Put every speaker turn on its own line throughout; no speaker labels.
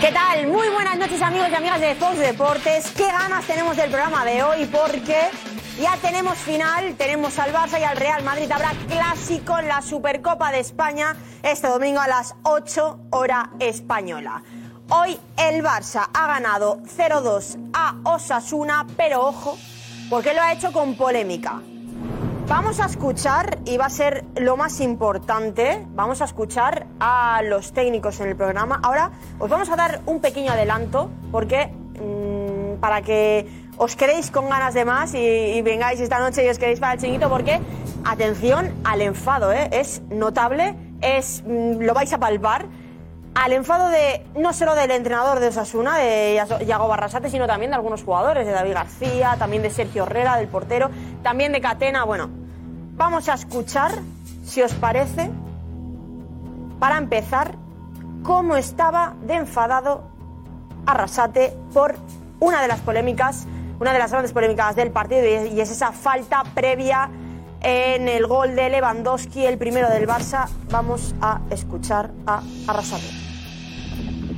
¿Qué tal? Muy buenas noches amigos y amigas de Fox Deportes. ¿Qué ganas tenemos del programa de hoy? Porque ya tenemos final, tenemos al Barça y al Real Madrid. Habrá clásico en la Supercopa de España este domingo a las 8 hora española. Hoy el Barça ha ganado 0-2 a Osasuna, pero ojo, porque lo ha hecho con polémica. Vamos a escuchar, y va a ser lo más importante, vamos a escuchar a los técnicos en el programa. Ahora os vamos a dar un pequeño adelanto, porque mm, para que os quedéis con ganas de más y, y vengáis esta noche y os quedéis para el chinguito, porque atención al enfado, ¿eh? es notable, es mm, lo vais a palpar. Al enfado de no solo del entrenador de Osasuna, de Yaso- Yago Barrasate, sino también de algunos jugadores, de David García, también de Sergio Herrera, del portero, también de Catena. Bueno, vamos a escuchar, si os parece, para empezar, cómo estaba de enfadado Arrasate por una de las polémicas, una de las grandes polémicas del partido, y es- y es esa falta previa en el gol de Lewandowski, el primero del Barça. Vamos a escuchar a Arrasate.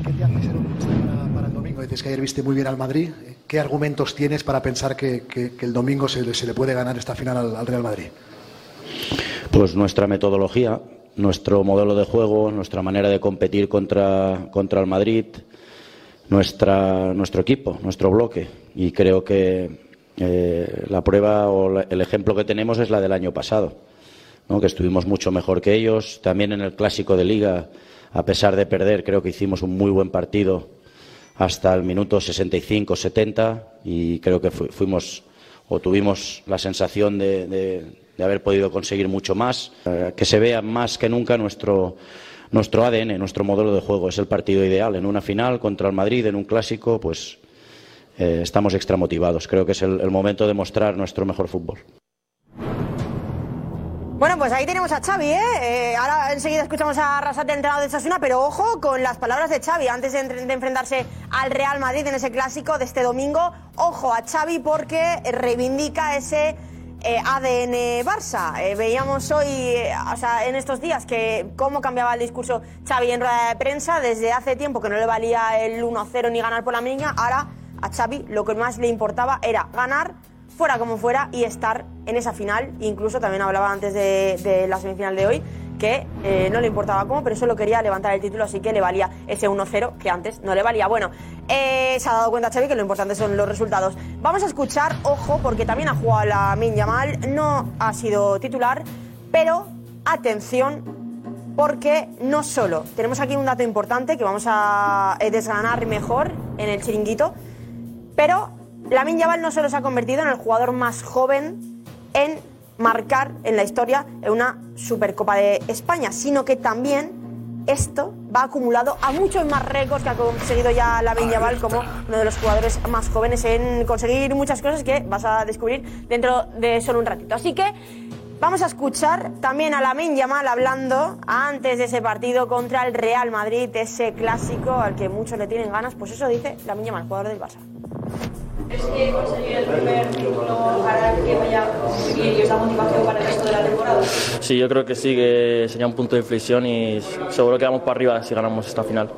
¿Qué te hace ser optimista para, para el domingo? Dices que ayer viste muy bien al Madrid. Eh, ¿Qué argumentos tienes para pensar que, que- que el domingo se, le- se le puede ganar esta final al, al Real Madrid?
Pues nuestra metodología, nuestro modelo de juego, nuestra manera de competir contra, contra el Madrid, nuestra, nuestro equipo, nuestro bloque. Y creo que eh, la prueba o la- el ejemplo que tenemos es la del año pasado, ¿no? que estuvimos mucho mejor que ellos. También en el clásico de liga, a pesar de perder, creo que hicimos un muy buen partido hasta el minuto 65-70 y creo que fu- fuimos o tuvimos la sensación de, de- de haber podido conseguir mucho más. Eh, que se vea más que nunca nuestro, nuestro ADN, nuestro modelo de juego. Es el partido ideal. En una final contra el Madrid, en un clásico, pues eh, estamos extramotivados. Creo que es el- el momento de mostrar nuestro mejor fútbol.
Bueno, pues ahí tenemos a Xavi, ¿eh? Eh, ahora enseguida escuchamos a Arrasate, entrenador de Sasuna, pero ojo con las palabras de Xavi antes de, entre- de enfrentarse al Real Madrid en ese clásico de este domingo. Ojo a Xavi porque reivindica ese eh, ADN Barça. Eh, veíamos hoy, eh, o sea, en estos días, que cómo cambiaba el discurso Xavi en rueda de prensa. Desde hace tiempo que no le valía el 1-0 ni ganar por la mínima. Ahora a Xavi lo que más le importaba era ganar fuera como fuera y estar en esa final. Incluso también hablaba antes de, de la semifinal de hoy que eh, no le importaba cómo, pero solo quería levantar el título, así que le valía ese 1-0 que antes no le valía. Bueno, eh, se ha dado cuenta Xavi que lo importante son los resultados. Vamos a escuchar, ojo, porque también ha jugado la Minya Mal, no ha sido titular, pero atención porque no solo, tenemos aquí un dato importante que vamos a eh, desgranar mejor en el chiringuito, pero Lamin Yamal no solo se ha convertido en el jugador más joven en marcar en la historia en una Supercopa de España, sino que también esto va acumulado a muchos más récords que ha conseguido ya Lamin Yamal como uno de los jugadores más jóvenes en conseguir muchas cosas que vas a descubrir dentro de solo un ratito. Así que vamos a escuchar también a Lamin Yamal hablando antes de ese partido contra el Real Madrid, ese clásico al que muchos le tienen ganas, pues eso dice Lamin Yamal, jugador del Barça.
Es que conseguir el primer título hará que vaya a conseguir y os da motivación para el resto de la temporada.
Sí, yo creo que sí, que sería un punto de inflexión y seguro que vamos para arriba si ganamos esta final.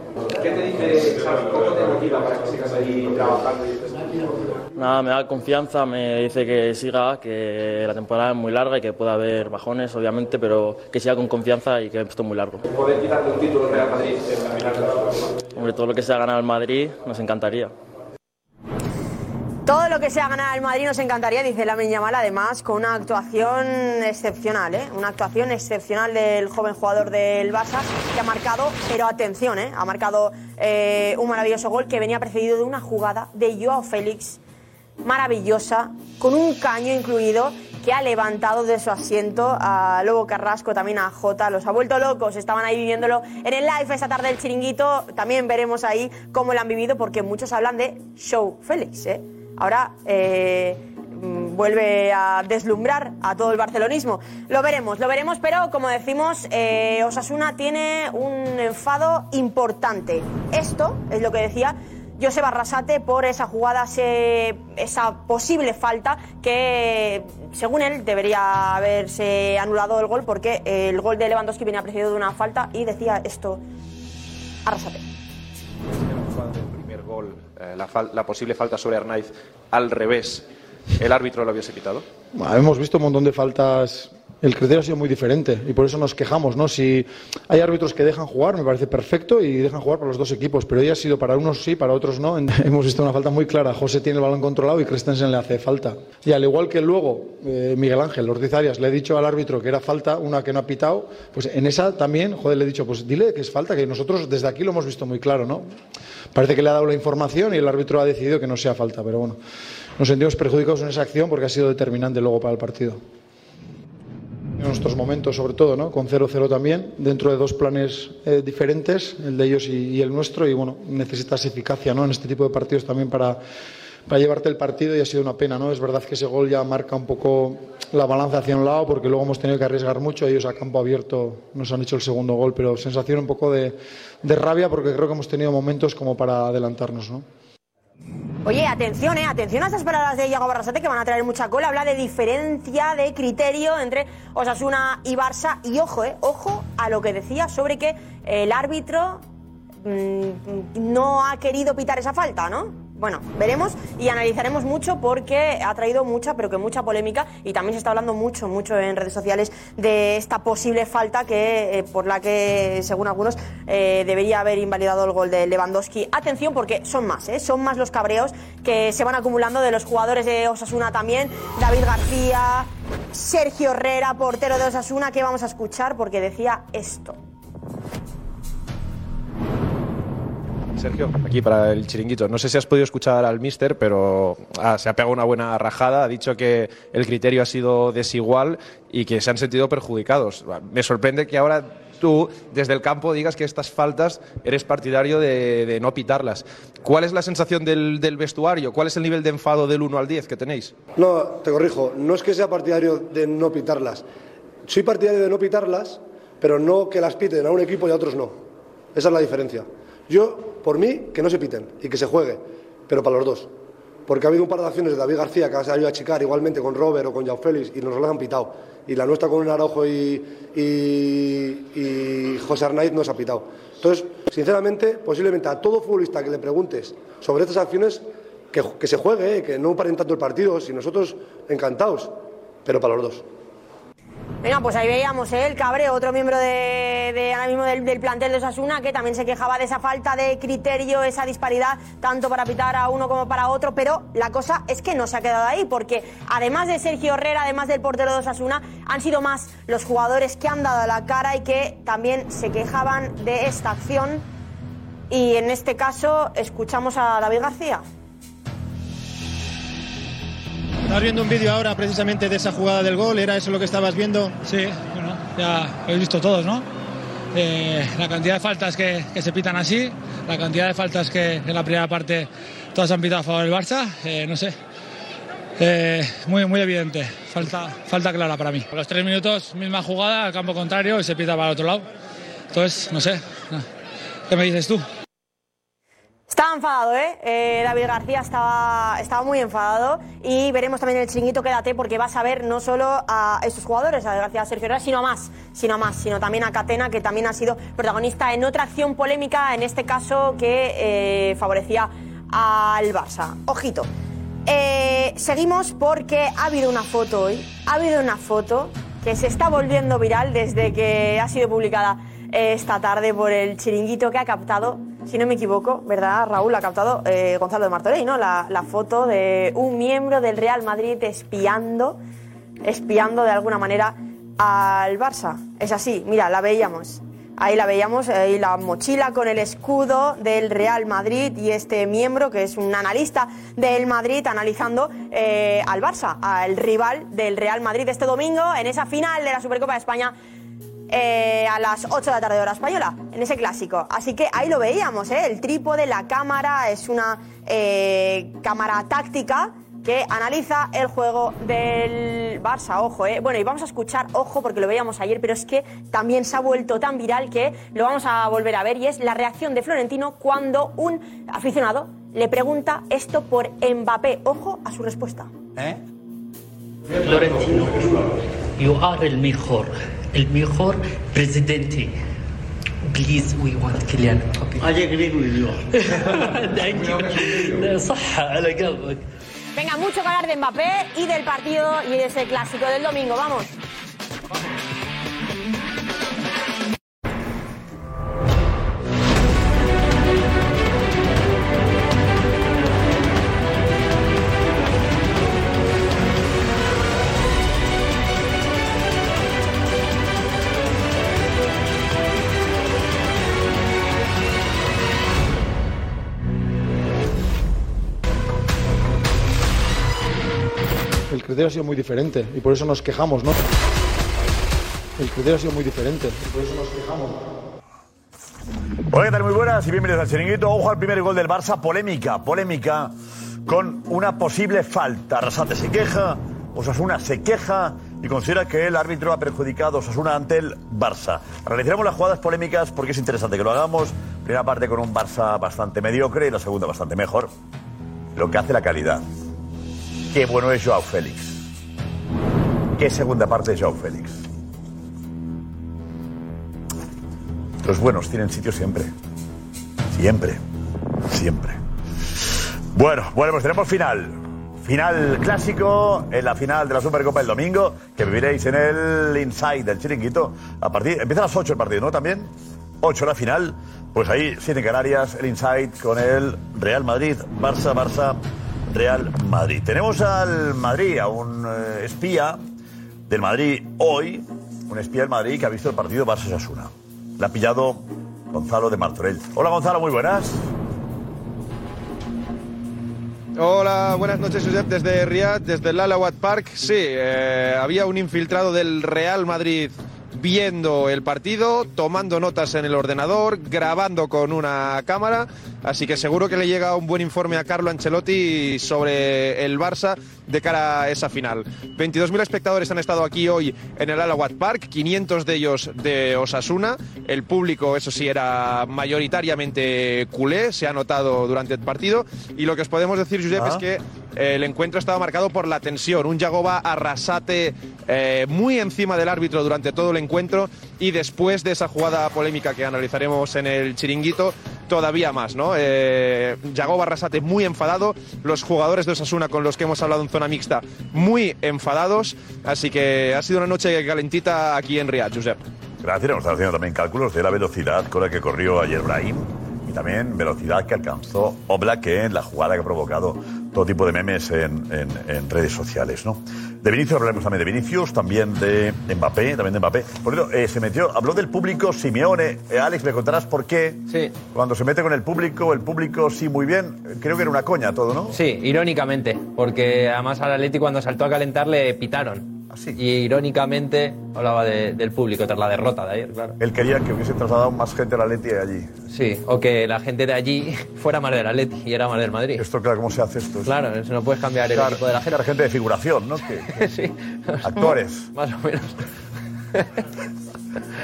¿Qué te dice Xavi? ¿Cómo te motiva para que sigas ahí trabajando y estés
Nada, me da confianza, me dice que siga, que la temporada es muy larga y que puede haber bajones, obviamente, pero que siga con confianza y que esto es muy largo.
poder quitarle un título al Real Madrid en la final de la Supercopa?
Hombre, todo lo que sea ganar el Madrid nos encantaría.
Todo lo que sea ganar al Madrid nos encantaría, dice la Yamal, además, con una actuación excepcional, ¿eh? Una actuación excepcional del joven jugador del Barça, que ha marcado, pero atención, ¿eh? Ha marcado eh, un maravilloso gol que venía precedido de una jugada de Joao Félix, maravillosa, con un caño incluido, que ha levantado de su asiento a Lobo Carrasco, también a Jota, los ha vuelto locos, estaban ahí viviéndolo en el live esta tarde del chiringuito, también veremos ahí cómo lo han vivido, porque muchos hablan de Show Félix, ¿eh? Ahora eh, mm, vuelve a deslumbrar a todo el barcelonismo. Lo veremos, lo veremos, pero como decimos, eh, Osasuna tiene un enfado importante. Esto es lo que decía Joseba Arrasate por esa jugada, ese- esa posible falta que, según él, debería haberse anulado el gol porque el gol de Lewandowski venía precedido de una falta y decía esto Arrasate.
del primer gol, eh, la, fal- la posible falta sobre Arnaiz al revés, ¿el árbitro lo hubiese quitado?
Bueno, hemos visto un montón de faltas. El criterio ha sido muy diferente y por eso nos quejamos, ¿no? Si hay árbitros que dejan jugar, me parece perfecto y dejan jugar para los dos equipos, pero hoy ha sido para unos sí, para otros no. En- Hemos visto una falta muy clara. José tiene el balón controlado y Christensen le hace falta. Y al igual que luego eh, Miguel Ángel Ortiz Arias le he dicho al árbitro que era falta, una que no ha pitado, pues en esa también, joder, le he dicho, pues dile que es falta, que nosotros desde aquí lo hemos visto muy claro, ¿no? Parece que le ha dado la información y el árbitro ha decidido que no sea falta, pero bueno, nos sentimos perjudicados en esa acción porque ha sido determinante luego para el partido. En nuestros momentos, sobre todo, ¿no? Con 0-0 también, dentro de dos planes eh, diferentes, el de ellos y, y el nuestro, y bueno, necesitas eficacia, ¿no? En este tipo de partidos también para, para llevarte el partido y ha sido una pena, ¿no? Es verdad que ese gol ya marca un poco la balanza hacia un lado porque luego hemos tenido que arriesgar mucho, ellos a campo abierto nos han hecho el segundo gol, pero sensación un poco de, de rabia porque creo que hemos tenido momentos como para adelantarnos, ¿no?
Oye, atención, eh, atención a estas palabras de Iago Barrasate que van a traer mucha cola. Habla de diferencia de criterio entre Osasuna y Barça. Y ojo, eh, ojo a lo que decía sobre que el árbitro mm, no ha querido pitar esa falta, ¿no? Bueno, veremos y analizaremos mucho porque ha traído mucha, pero que mucha polémica y también se está hablando mucho, mucho en redes sociales de esta posible falta que eh, por la que, según algunos, eh, debería haber invalidado el gol de Lewandowski. Atención porque son más, ¿eh? son más los cabreos que se van acumulando de los jugadores de Osasuna también. David García, Sergio Herrera, portero de Osasuna, que vamos a escuchar porque decía esto.
Sergio, aquí para el chiringuito. No sé si has podido escuchar al mister, pero ah, se ha pegado una buena rajada. Ha dicho que el criterio ha sido desigual y que se han sentido perjudicados. Me sorprende que ahora tú, desde el campo, digas que estas faltas eres partidario de, de no pitarlas. ¿Cuál es la sensación del, del vestuario? ¿Cuál es el nivel de enfado del 1 al 10 que tenéis?
No, te corrijo, no es que sea partidario de no pitarlas. Soy partidario de no pitarlas, pero no que las piten a un equipo y a otros no. Esa es la diferencia. Yo, por mí, que no se piten y que se juegue, pero para los dos. Porque ha habido un par de acciones de David García que ha salido a chicar igualmente con Robert o con Jao Félix y nos las han pitado. Y la nuestra con un Araujo y, y- y José Arnaiz nos ha pitado. Entonces, sinceramente, posiblemente a todo futbolista que le preguntes sobre estas acciones, que, que se juegue, eh, que no paren tanto el partido, si nosotros encantados, pero para los dos.
Venga, pues ahí veíamos ¿eh? el cabreo, otro miembro de, de- ahora mismo del, del plantel de Osasuna, que también se quejaba de esa falta de criterio, esa disparidad, tanto para pitar a uno como para otro, pero la cosa es que no se ha quedado ahí, porque además de Sergio Herrera, además del portero de Osasuna, han sido más los jugadores que han dado la cara y que también se quejaban de esta acción. Y en este caso escuchamos a David García.
Estás viendo un vídeo ahora precisamente de esa jugada del gol, ¿era eso lo que estabas viendo?
Sí, bueno, ya lo habéis visto todos, ¿no? Eh, la cantidad de faltas que, que se pitan así, la cantidad de faltas que en la primera parte todas han pitado a favor del Barça, eh, no sé. Eh, muy, muy evidente, falta, falta clara para mí. A los tres minutos, misma jugada, al campo contrario y se pita para el otro lado. Entonces, no sé, Ah. ¿qué me dices tú?
Estaba enfadado, ¿eh? Eh, David García estaba, estaba muy enfadado y veremos también el chinguito Quédate porque vas a ver no solo a estos jugadores, a David García a Sergio Herrera, sino a más, sino a más, sino también a Catena, que también ha sido protagonista en otra acción polémica, en este caso que eh, favorecía al Barça. Ojito. Eh, seguimos porque ha habido una foto hoy, ha habido una foto que se está volviendo viral desde que ha sido publicada eh, esta tarde por el chiringuito que ha captado, si no me equivoco, ¿verdad Raúl? Ha captado eh, Gonzalo de Martorey, ¿no? La, la foto de un miembro del Real Madrid espiando, espiando de alguna manera al Barça. Es así, mira, la veíamos. Ahí la veíamos, ahí la mochila con el escudo del Real Madrid y este miembro que es un analista del Madrid analizando eh, al Barça, al rival del Real Madrid este domingo en esa final de la Supercopa de España eh, a las 8 de la tarde hora española, en ese clásico. Así que ahí lo veíamos, ¿eh? el trípode, la cámara, es una eh, cámara táctica que analiza el juego del Barça, ojo, ¿eh? Bueno, y vamos a escuchar, ojo, porque lo veíamos ayer, pero es que también se ha vuelto tan viral que lo vamos a volver a ver y es la reacción de Florentino cuando un aficionado le pregunta esto por Mbappé. Ojo a su respuesta.
Florentino, you are el mejor, el mejor presidente
بليز وي ونت كيليان امبابي
اي اجري وذ يو ثانك يو صح على قلبك
Venga, mucho que hablar de Mbappé y del partido y de ese clásico del domingo. Vamos.
El criterio ha sido muy diferente y por eso nos quejamos, ¿no? El criterio ha sido muy diferente y por eso nos quejamos.
Hola, ¿qué tal? Muy buenas y bienvenidos al Chiringuito. Ojo al primer gol del Barça. Polémica, polémica con una posible falta. Arrasate se queja, Osasuna se queja y considera que el árbitro ha perjudicado a Osasuna ante el Barça. Realizaremos las jugadas polémicas porque es interesante que lo hagamos. Primera parte con un Barça bastante mediocre y la segunda bastante mejor. Lo que hace la calidad. Qué bueno es Joao Félix. Qué segunda parte es Joao Félix. Los buenos tienen sitio siempre. Siempre. Siempre. Bueno, bueno, pues tenemos final. Final clásico en la final de la Supercopa el domingo, que viviréis en el Inside del Chiringuito. A partir, empieza a las 8 el partido, ¿no? También. 8 la final. Pues ahí, 7 Canarias, el Inside con el Real Madrid, Barça, Barça, Real Madrid. Tenemos al Madrid, a un eh, espía del Madrid hoy, un espía del Madrid que ha visto el partido Barça-Sasuna. La ha pillado Gonzalo de Martorell. Hola Gonzalo, muy buenas.
Hola, buenas noches, Josep, desde Riyadh, desde el Alawat Park. Sí, eh, había un infiltrado del Real Madrid viendo el partido, tomando notas en el ordenador, grabando con una cámara, así que seguro que le llega un buen informe a Carlo Ancelotti sobre el Barça de cara a esa final. 22.000 espectadores han estado aquí hoy en el Alawat Park, 500 de ellos de Osasuna. El público, eso sí, era mayoritariamente culé, se ha notado durante el partido. Y lo que os podemos decir, Josep,
Ah.
es que eh, el encuentro estaba marcado por la tensión. Un Yagoba arrasate eh, muy encima del árbitro durante todo el encuentro y después de esa jugada polémica que analizaremos en el chiringuito, todavía más, ¿no? Eh, Yagoba arrasate muy enfadado, los jugadores de Osasuna con los que hemos hablado en zona mixta muy enfadados, así que ha sido una noche calentita aquí en Riyadh, Josep.
Gracias, hemos estado haciendo también cálculos de la velocidad con la que corrió ayer Brahim y también velocidad que alcanzó Oblak en la jugada que ha provocado todo tipo de memes en, en- en redes sociales, ¿no? De Vinicius hablaremos también de Vinicius, también de Mbappé, también de Mbappé. Por cierto, eh, se metió, habló del público Simeone. Eh, Alex, me contarás por qué. Cuando se mete con el público, el público sí muy bien. Eh, Creo que era una coña todo, ¿no?
Sí, irónicamente, porque además al Atleti cuando saltó a calentar le pitaron.
Ah,
Y irónicamente hablaba de- del público tras la derrota de ayer, claro.
Él quería que hubiese trasladado más gente al Atleti de allí.
Sí, o que la gente de allí fuera más del Atleti y era más del Madrid.
Esto, claro, ¿cómo se hace esto?
Claro, eso no puedes cambiar el
Claro,
equipo de la gente.
era gente de figuración, ¿no? Que-
sí.
Actores.
Más o menos.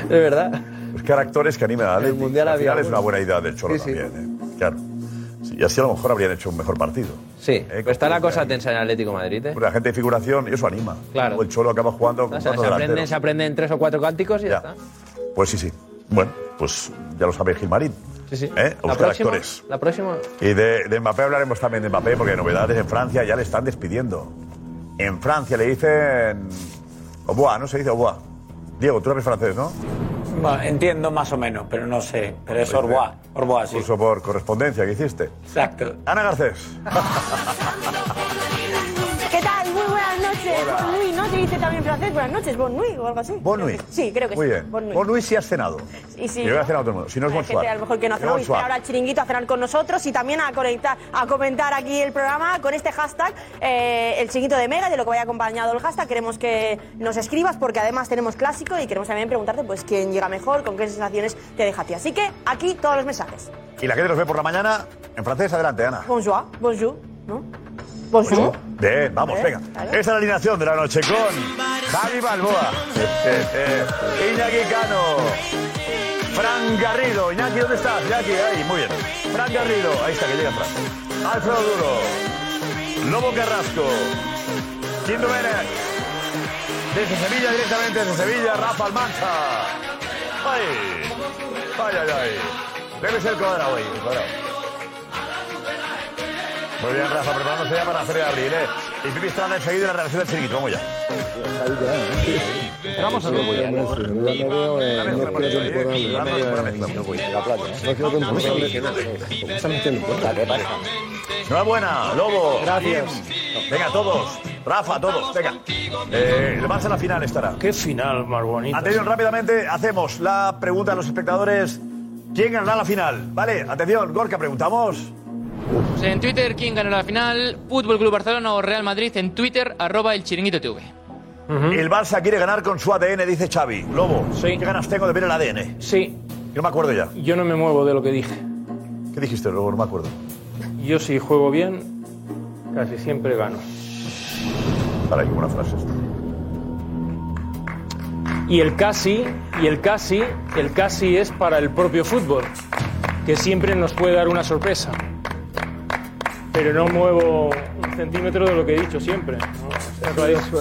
es verdad.
Es que hay actores que animan a Atleti.
Mundial
Al
había
final es una
algunos.
buena idea del Cholo
Sí, sí.
también, ¿eh? Claro. Sí, y así a lo mejor habrían hecho un mejor partido. ¿Eh?
Sí, pero está la cosa tensa en el Atlético de Madrid, ¿eh?
Porque la gente de figuración, y eso anima. Claro. O el Cholo acaba jugando con
O sea,
cuatro
se aprenden,
delanteros.
se aprenden tres o cuatro cánticos y ya, está.
Pues sí, sí. Bueno, pues ya lo sabe Gilmarín.
Sí, sí.
¿Eh? A
La
buscar
próxima,
actores.
La próxima.
Y de, de Mbappé hablaremos también de Mbappé, porque novedades en Francia ya le están despidiendo. En Francia le dicen. Oboa, ¿no se dice Oboa? Diego, tú eres francés, ¿no?
Bueno, entiendo más o menos, pero no sé. Pero es
Dice,
Orboa. Orboa, sí.
Curso por correspondencia que hiciste.
Exacto.
Ana Garcés.
¿Qué tal? Muy buenas noches. Bonne nuit, ¿no? Se dice también en francés buenas noches, bonne nuit o algo así.
Bonne nuit.
Sí, creo que
Muy
sí.
bien.
Bonne nuit.
Bon Luis sí has cenado.
Y sí,
Yo voy a
¿no?
cenar a todo el mundo. Si no es
Hay gente
Bonsoir.
a lo mejor que no ha
Es
cenado y
bonsoir.
espera ahora el chiringuito a cenar con nosotros y también a conectar, a comentar aquí el programa con este hashtag, eh, el chiringuito de Mega, de lo que vaya acompañado el hashtag. Queremos que nos escribas porque además tenemos clásico y queremos también preguntarte pues quién llega mejor, con qué sensaciones te deja a ti. Así que aquí todos los mensajes.
Y la gente nos ve por la mañana. En francés, adelante, Ana.
Bonjour, bonjour, ¿no? Bonjour.
Bien, vamos,
Eh,
venga.
claro.
Esta es la alineación de la noche con Javi Balboa, eh, eh, Iñaki Cano, Fran Garrido. Iñaki, ¿dónde estás? Iñaki, ahí, muy bien. Fran Garrido, ahí está, que llega Fran. Alfredo Duro, Lobo Carrasco, Kim Domenech, desde Sevilla, directamente desde Sevilla, Rafa Almanza. ¡Ay! Ay, ay, ay. Debe ser cuadrado hoy. Cuadrado. Muy bien, Rafa, preparándose ya para la feria de abril, ¿eh? Y Pipi Estrada enseguida en la relación del circuito. Vamos ya. Vamos a ver.
eh,
Enhorabuena, Lobo. Gracias. Venga, todos. Rafa, todos. Venga. Eh, el Barça en la final estará.
Qué final más bonito.
Atención, rápidamente hacemos la pregunta a los espectadores. ¿Quién ganará la final? Vale, atención, Gorka, preguntamos.
Pues en Twitter, ¿quién ganará la final? Fútbol Club Barcelona o Real Madrid en Twitter, arroba el chiringuito TV.
El Barça quiere ganar con su ADN, dice Xavi. Lobo, ¿qué ganas tengo de ver el ADN?
Sí.
Yo no me acuerdo ya.
Yo no me muevo de lo que dije.
¿Qué dijiste, Lobo? No me acuerdo.
Yo si juego bien, casi siempre gano.
Para que buena frase esta.
Y el casi, y el casi, el casi es para el propio fútbol, que siempre nos puede dar una sorpresa. Pero no muevo un centímetro de lo que he dicho siempre. ¿no? Está clarísimo.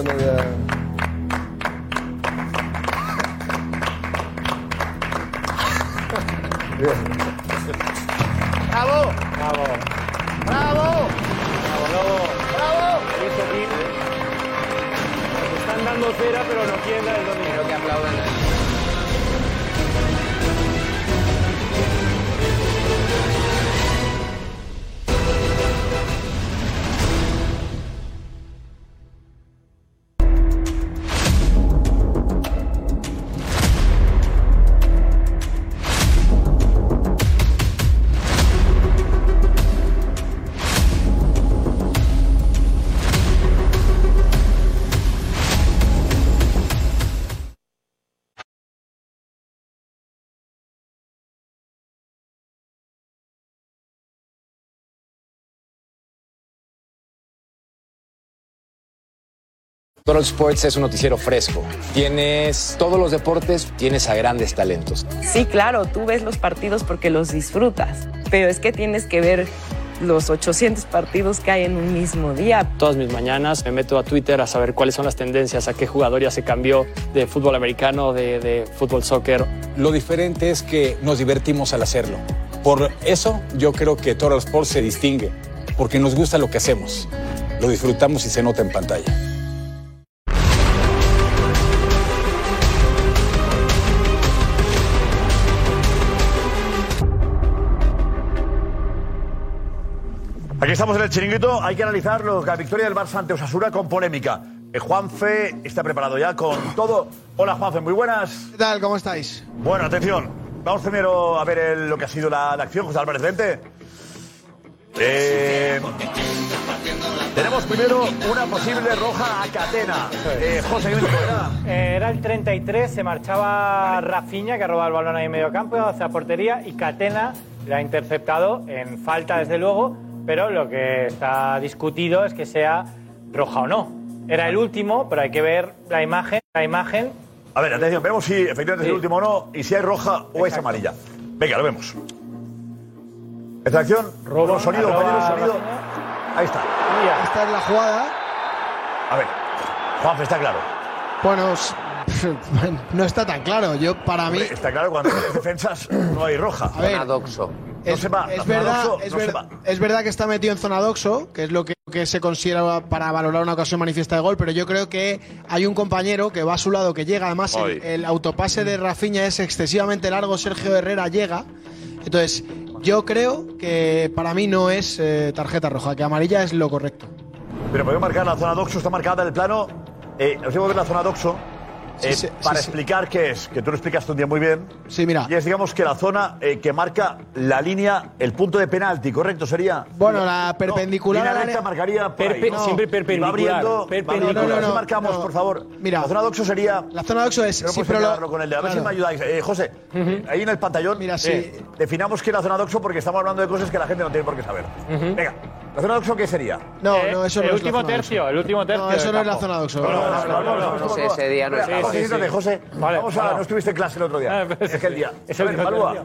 ¡Bravo!
¡Bravo!
¡Bravo!
¡Bravo! Nos Están dando cera, pero no quieren dar el dominio. que aplaudan.
Total Sports es un noticiero fresco. Tienes todos los deportes, tienes a grandes talentos.
Sí, claro, tú ves los partidos porque los disfrutas, pero es que tienes que ver los 800 partidos que hay en un mismo día.
Todas mis mañanas me meto a Twitter a saber cuáles son las tendencias, a qué jugador ya se cambió de fútbol americano, de, de fútbol soccer.
Lo diferente es que nos divertimos al hacerlo. Por eso yo creo que Total Sports se distingue, porque nos gusta lo que hacemos. Lo disfrutamos y se nota en pantalla.
Aquí estamos en el chiringuito. Hay que analizar lo- la victoria del Barça ante Osasura con polémica. Eh, Juanfe está preparado ya con todo. Hola, Juanfe, muy buenas.
¿Qué tal? ¿Cómo estáis?
Bueno, atención. Vamos primero a ver el- lo que ha sido la, la acción, José Álvarez Vente. Eh, tenemos primero una posible roja a Catena. Eh, José, ¿qué me cuentas?
Eh, Era el 33, se marchaba Rafinha, que ha robado el balón ahí en medio campo, hacia la portería, y Catena la ha interceptado en falta, desde luego, pero lo que está discutido es que sea roja o no. Era el último, pero hay que ver la imagen. La imagen.
A ver, atención, vemos si efectivamente es el último o no, y si hay roja o es amarilla. Venga, lo vemos. Esta acción, robo, sonido,
arroba
compañero, sonido. Ahí está.
Esta es la jugada.
A ver, Juanfe, está claro.
Bueno, s- no está tan claro. Yo, para mí.
Está claro, cuando hay defensas no hay roja.
A ver.
No se va.
Es
la
verdad,
Doxo
es,
no se
ver-
va.
es verdad que está metido en zona doxo, que es lo que, que se considera para valorar una ocasión manifiesta de gol, pero yo creo que hay un compañero que va a su lado, que llega. Además,
Ay.
el, el autopase de Rafinha es excesivamente largo, Sergio Herrera llega. Entonces, yo creo que para mí no es eh, tarjeta roja, que amarilla es lo correcto.
Pero podemos marcar la zona doxo, está marcada en el plano. Eh, os digo ver la zona doxo
Sí,
eh,
sí,
para
sí, sí.
explicar qué es, que tú lo explicaste un día muy bien.
Sí, mira.
Y es, digamos, que la zona eh, que marca la línea, el punto de penalti, ¿correcto? Sería.
Bueno, la perpendicular
Línea
al área-
recta marcaría por
Perpe-
ahí. No.
siempre
Y va
perpendicular,
abriendo,
perpendicular.
va abriendo.
No, no, no,
Eso marcamos,
no.
por favor.
Mira.
la zona doxo sería.
La zona doxo es-
Yo no
sí,
puedo
pero lo-
señalarlo con el dedo. A ver si
claro.
me ayudáis. Eh, José, ahí en el pantallón. Mira,
sí.
definamos qué es la zona doxo porque estamos hablando de cosas que la gente no tiene por qué saber. Venga, ¿la zona doxo qué sería?
No,
Eh,
no, eso
el
no es la
Eh, último
zona doxo.
tercio, el último tercio
No, eso
del
no es la
campo.
zona doxo.
Sí, ese día no
estaba.
Vamos,
Sí, sí,
siéntate,
sí.
José.
Vale,
Vamos a.
vamos.
No estuviste en clase el otro día. Es que el día.
Es
A
el
ver,
día.
Balboa.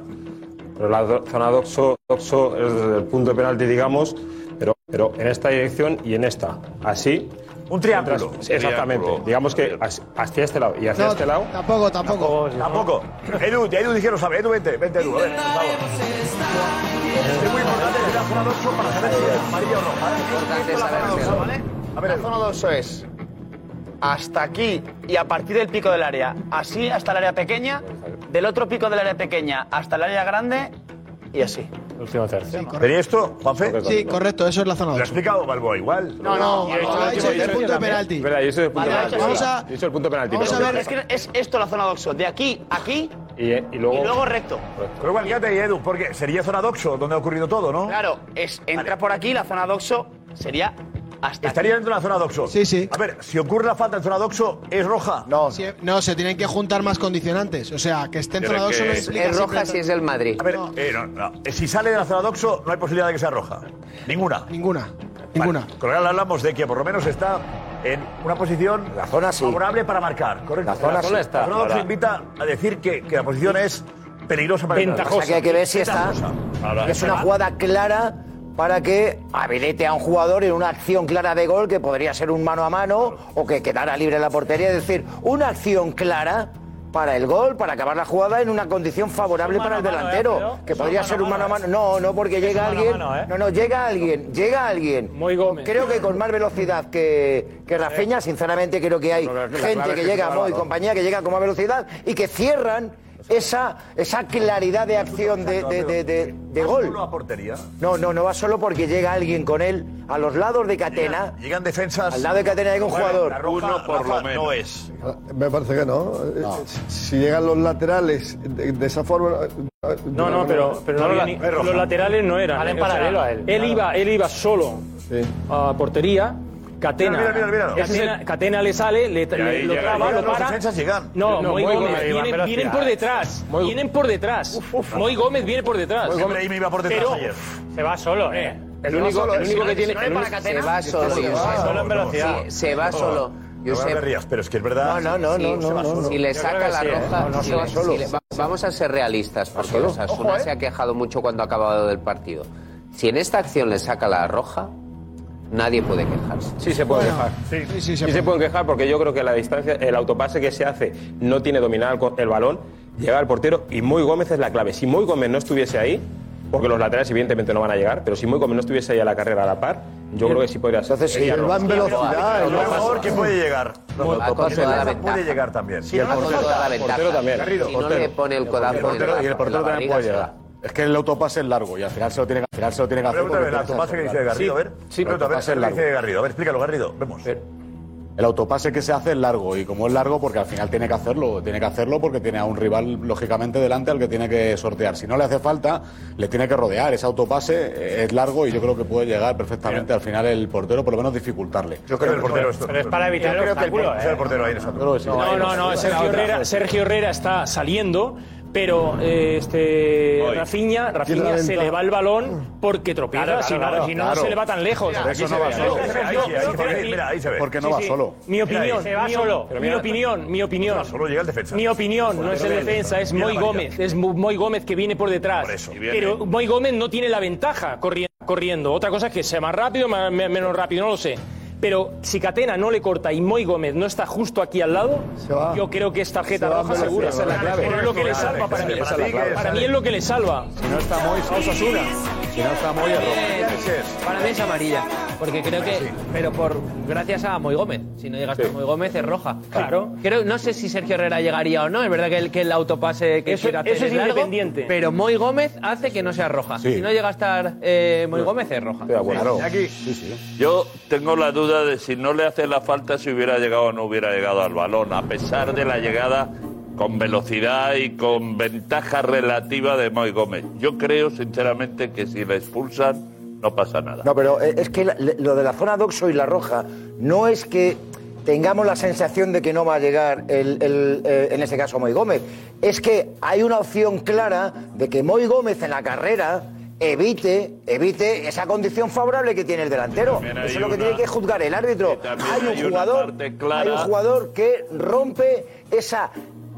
Pero la do- zona doxo, doxo es desde el punto de penalti, digamos, pero, pero en esta dirección y en esta. Así,
Un triángulo.
Sí, exactamente. Digamos que as- hacia este lado y hacia
No,
este lado.
Tampoco, tampoco.
Tampoco. Edu, Edu dijeron, sabe. Edu, vente, vente, Edu. A ver, por favor. Es muy importante que la zona 2 para saber si es amarilla o no.
importante saber eso, ¿vale? la zona 2 es hasta aquí y a partir del pico del área. Así hasta el área pequeña, del otro pico del área pequeña hasta el área grande y así.
Último tercio. ¿Tenía esto, Juanfe?
Sí, correcto, eso es la zona 2.
¿Lo ha explicado Balboa igual?
No, no,
Balboa ha hecho el punto de penalti.
Verdad, yo soy del punto
Vale,
penalti.
vamos a-
Yo soy el punto penalti.
Vamos a
pero-
ver, es que es esto la zona doxo. De aquí a aquí
Y, eh, y luego.
y luego recto.
Pues, Pero igual, quédate ahí, Edu, porque sería zona doxo donde ha ocurrido todo, ¿no?
Claro, es, entra por aquí, la zona doxo sería hasta
Estaría dentro de la zona doxo. Sí, sí. A ver, si ocurre la falta en zona doxo, ¿es roja?
No. no, se tienen que juntar más condicionantes. O sea, que esté en zona 2 solo implica siempre-
del Madrid. A ver, eh, no, no. Eh, si sale de la zona doxo, no hay posibilidad de que sea roja. Ninguna.
Ninguna. Ninguna.
Con lo cual hablamos de que por lo menos está en una posición
La zona sí.
favorable para marcar, ¿correcto?
La zona sí.
La zona doxo
Ahora-
invita a decir que, que la posición es peligrosa para el
O sea, que hay que ver si está.
Ahora,
Es una
espera.
jugada clara para que habilite a un jugador en una acción clara de gol que podría ser un mano a mano o que quedara libre en la portería. Es decir, una acción clara para el gol, para acabar la jugada en una condición favorable para el delantero, que podría ser un mano a mano. No, no, porque llega
mano a
alguien.
mano, ¿eh?
No, no, llega alguien, llega alguien. Muy Gómez. Creo que con más velocidad que, que Rafinha, sinceramente creo que hay
la clave
gente que
es que
llega,
está
Mo y
Álvaro.
compañía, que llega con más velocidad y que cierran esa, esa claridad de acción de, de- de- de- de gol.
a portería.
No, no, no va solo porque llega alguien con él a los lados de Catena.
Llegan, defensas.
Al lado de Catena llega un
Bueno,
jugador.
la roja, Uno por Rafa, lo menos. no es.
Me parece que no. Eh, Si llegan los laterales de, de esa forma. eh,
No, no, pero, pero no
la-
había ni- los laterales no eran.
Al
eh,
emparalelo a él. Claro.
iba, él iba solo a portería. Catena.
Mira, mira, mira, mira.
Ese es el- Catena le sale, le,
Y ahí
le- lo
llega,
traba,
llegan
lo
los
para.
defensas, llegan.
No,
No,
Moy
Moy
Gómez.
Gómez,
vienen,
velocidad,
vienen por
eh.
detrás.
Moy-
Vienen por detrás. Moy Gómez viene por detrás.
Moy Gómez ahí me iba por detrás
Pero
ayer.
Se va solo, eh.
Se va solo, eh. Si no- si no
el
es
único-
para
Se va
Este
solo.
Se va solo en velocidad.
Se, se va solo.
No
Josep.
me rías, pero es que es verdad.
No, no, no,
Sí,
no,
se va
no, no.
solo.
Si le
Yo
saca
creo que
la
sí, ¿eh?
roja,
No, no,
Si
se va
le-
solo.
si le- va- vamos a ser realistas, porque
solo.
los Asuna
Ojo, ¿eh?
se ha quejado mucho cuando ha acabado del partido. Si en esta acción le saca la roja, nadie puede quejarse.
Sí se puede quejar. Sí, se, pueden quejar porque yo creo que la distancia, el autopase que se hace no tiene dominado el, co- el balón, llega al portero y Muy Gómez es la clave. Si Muy Gómez no estuviese ahí, porque los laterales evidentemente no van a llegar, pero si Muy Gómez no estuviese ahí a la carrera a la par, yo creo que sí podría ser.
Entonces, si él va en velocidad,
Lo
él va-
mejor que puede llegar.
Muy-
Lo mejor
con
que
toda la
puede
ventaja.
llegar también.
Sí, el portero da la ventaja.
Garrido,
Si no le pone el
Y
codazo
el
en
portero,
la-
y el portero
en la
también
barriga,
puede
se
llegar. Es que el autopase es largo y al final se lo tiene que, al final se lo tiene que hacer.
Pregúntame
porque
el
tiene
autopase que dice
hacer,
Garrido, a ver.
claro. Sí, pero
Pregúntame,
el autopase es
¿qué dice
largo.
Garrido? A ver, explícalo, Garrido. Vemos.
El autopase que se hace es largo y como es largo porque al final tiene que hacerlo, tiene que hacerlo porque tiene a un rival lógicamente delante al que tiene que sortear. Si no le hace falta, le tiene que rodear. Ese autopase eh, es largo y yo creo que puede llegar perfectamente al final el portero, por lo menos dificultarle. Yo
creo que el portero esto- Pero es para evitar Yo el creo que el obstáculo, portero- ¿eh? el portero ahí en esa-
No, no, no,
este
Sergio Herrera, Sergio Herrera está saliendo, pero eh, este Rafinha,
Tiene la
Rafinha se
ventaja.
le va el balón porque tropieza,
Claro, claro,
si no,
claro,
si no,
claro.
se le va tan lejos.
Mira, Pero aquí eso no se va ve, solo. ahí se ve, ahí se ve, ahí se ve, mira, ahí se ve. Porque no va solo.
Mi
Mira ahí.
opinión,
Se va
mi-
solo. Pero
mi
mira,
opinión, mi
no
opinión.
va solo, llega el defensa.
Mi opinión, no es el
Pero ve,
defensa, es
mira
Moy
la amarilla.
Gómez, es Mo- Moy Gómez que viene por detrás. Pero Moy Gómez no tiene la ventaja corri- corriendo. Otra cosa es que sea más rápido, más- me- menos rápido, no lo sé. Pero si Catena no le corta y Moy Gómez no está justo aquí al lado, yo creo que es tarjeta roja segura.
Esa es la clave.
Pero es lo que le
Esa es la
salva para mí.
clave. Esa es la clave.
Para mí es lo que le salva.
Si no está Moy,
a Osasuna.
Si no está Moy, es rojo.
Eh, Para mí es amarilla, porque creo que, pero por gracias a Moy Gómez. Si no llegas a Moy Gómez es roja. Claro. Creo, no sé si Sergio Herrera llegaría o no. Es verdad que el, que el autopase que
Eso-
quiere hacer
eso es
largo,
independiente.
Pero Moy Gómez hace que no sea roja.
Sí.
Si no llega a estar eh, Moy Gómez es roja.
Yo tengo la duda de si no le hace la falta si hubiera llegado o no hubiera llegado al balón, a pesar de la llegada con velocidad y con ventaja relativa de Moy Gómez. Yo creo, sinceramente, que si le expulsan, no pasa nada.
No, pero eh, es que la- le- lo de la zona doxo y la roja no es que tengamos la sensación de que no va a llegar, el, el, eh, en este caso, Moy Gómez. Es que hay una opción clara de que Moy Gómez en la carrera evite, evite esa condición favorable que tiene el delantero.
También
Eso
hay
es lo que
una-
tiene que juzgar el árbitro.
también
Hay un
hay una
jugador,
parte clara.
hay un jugador que rompe esa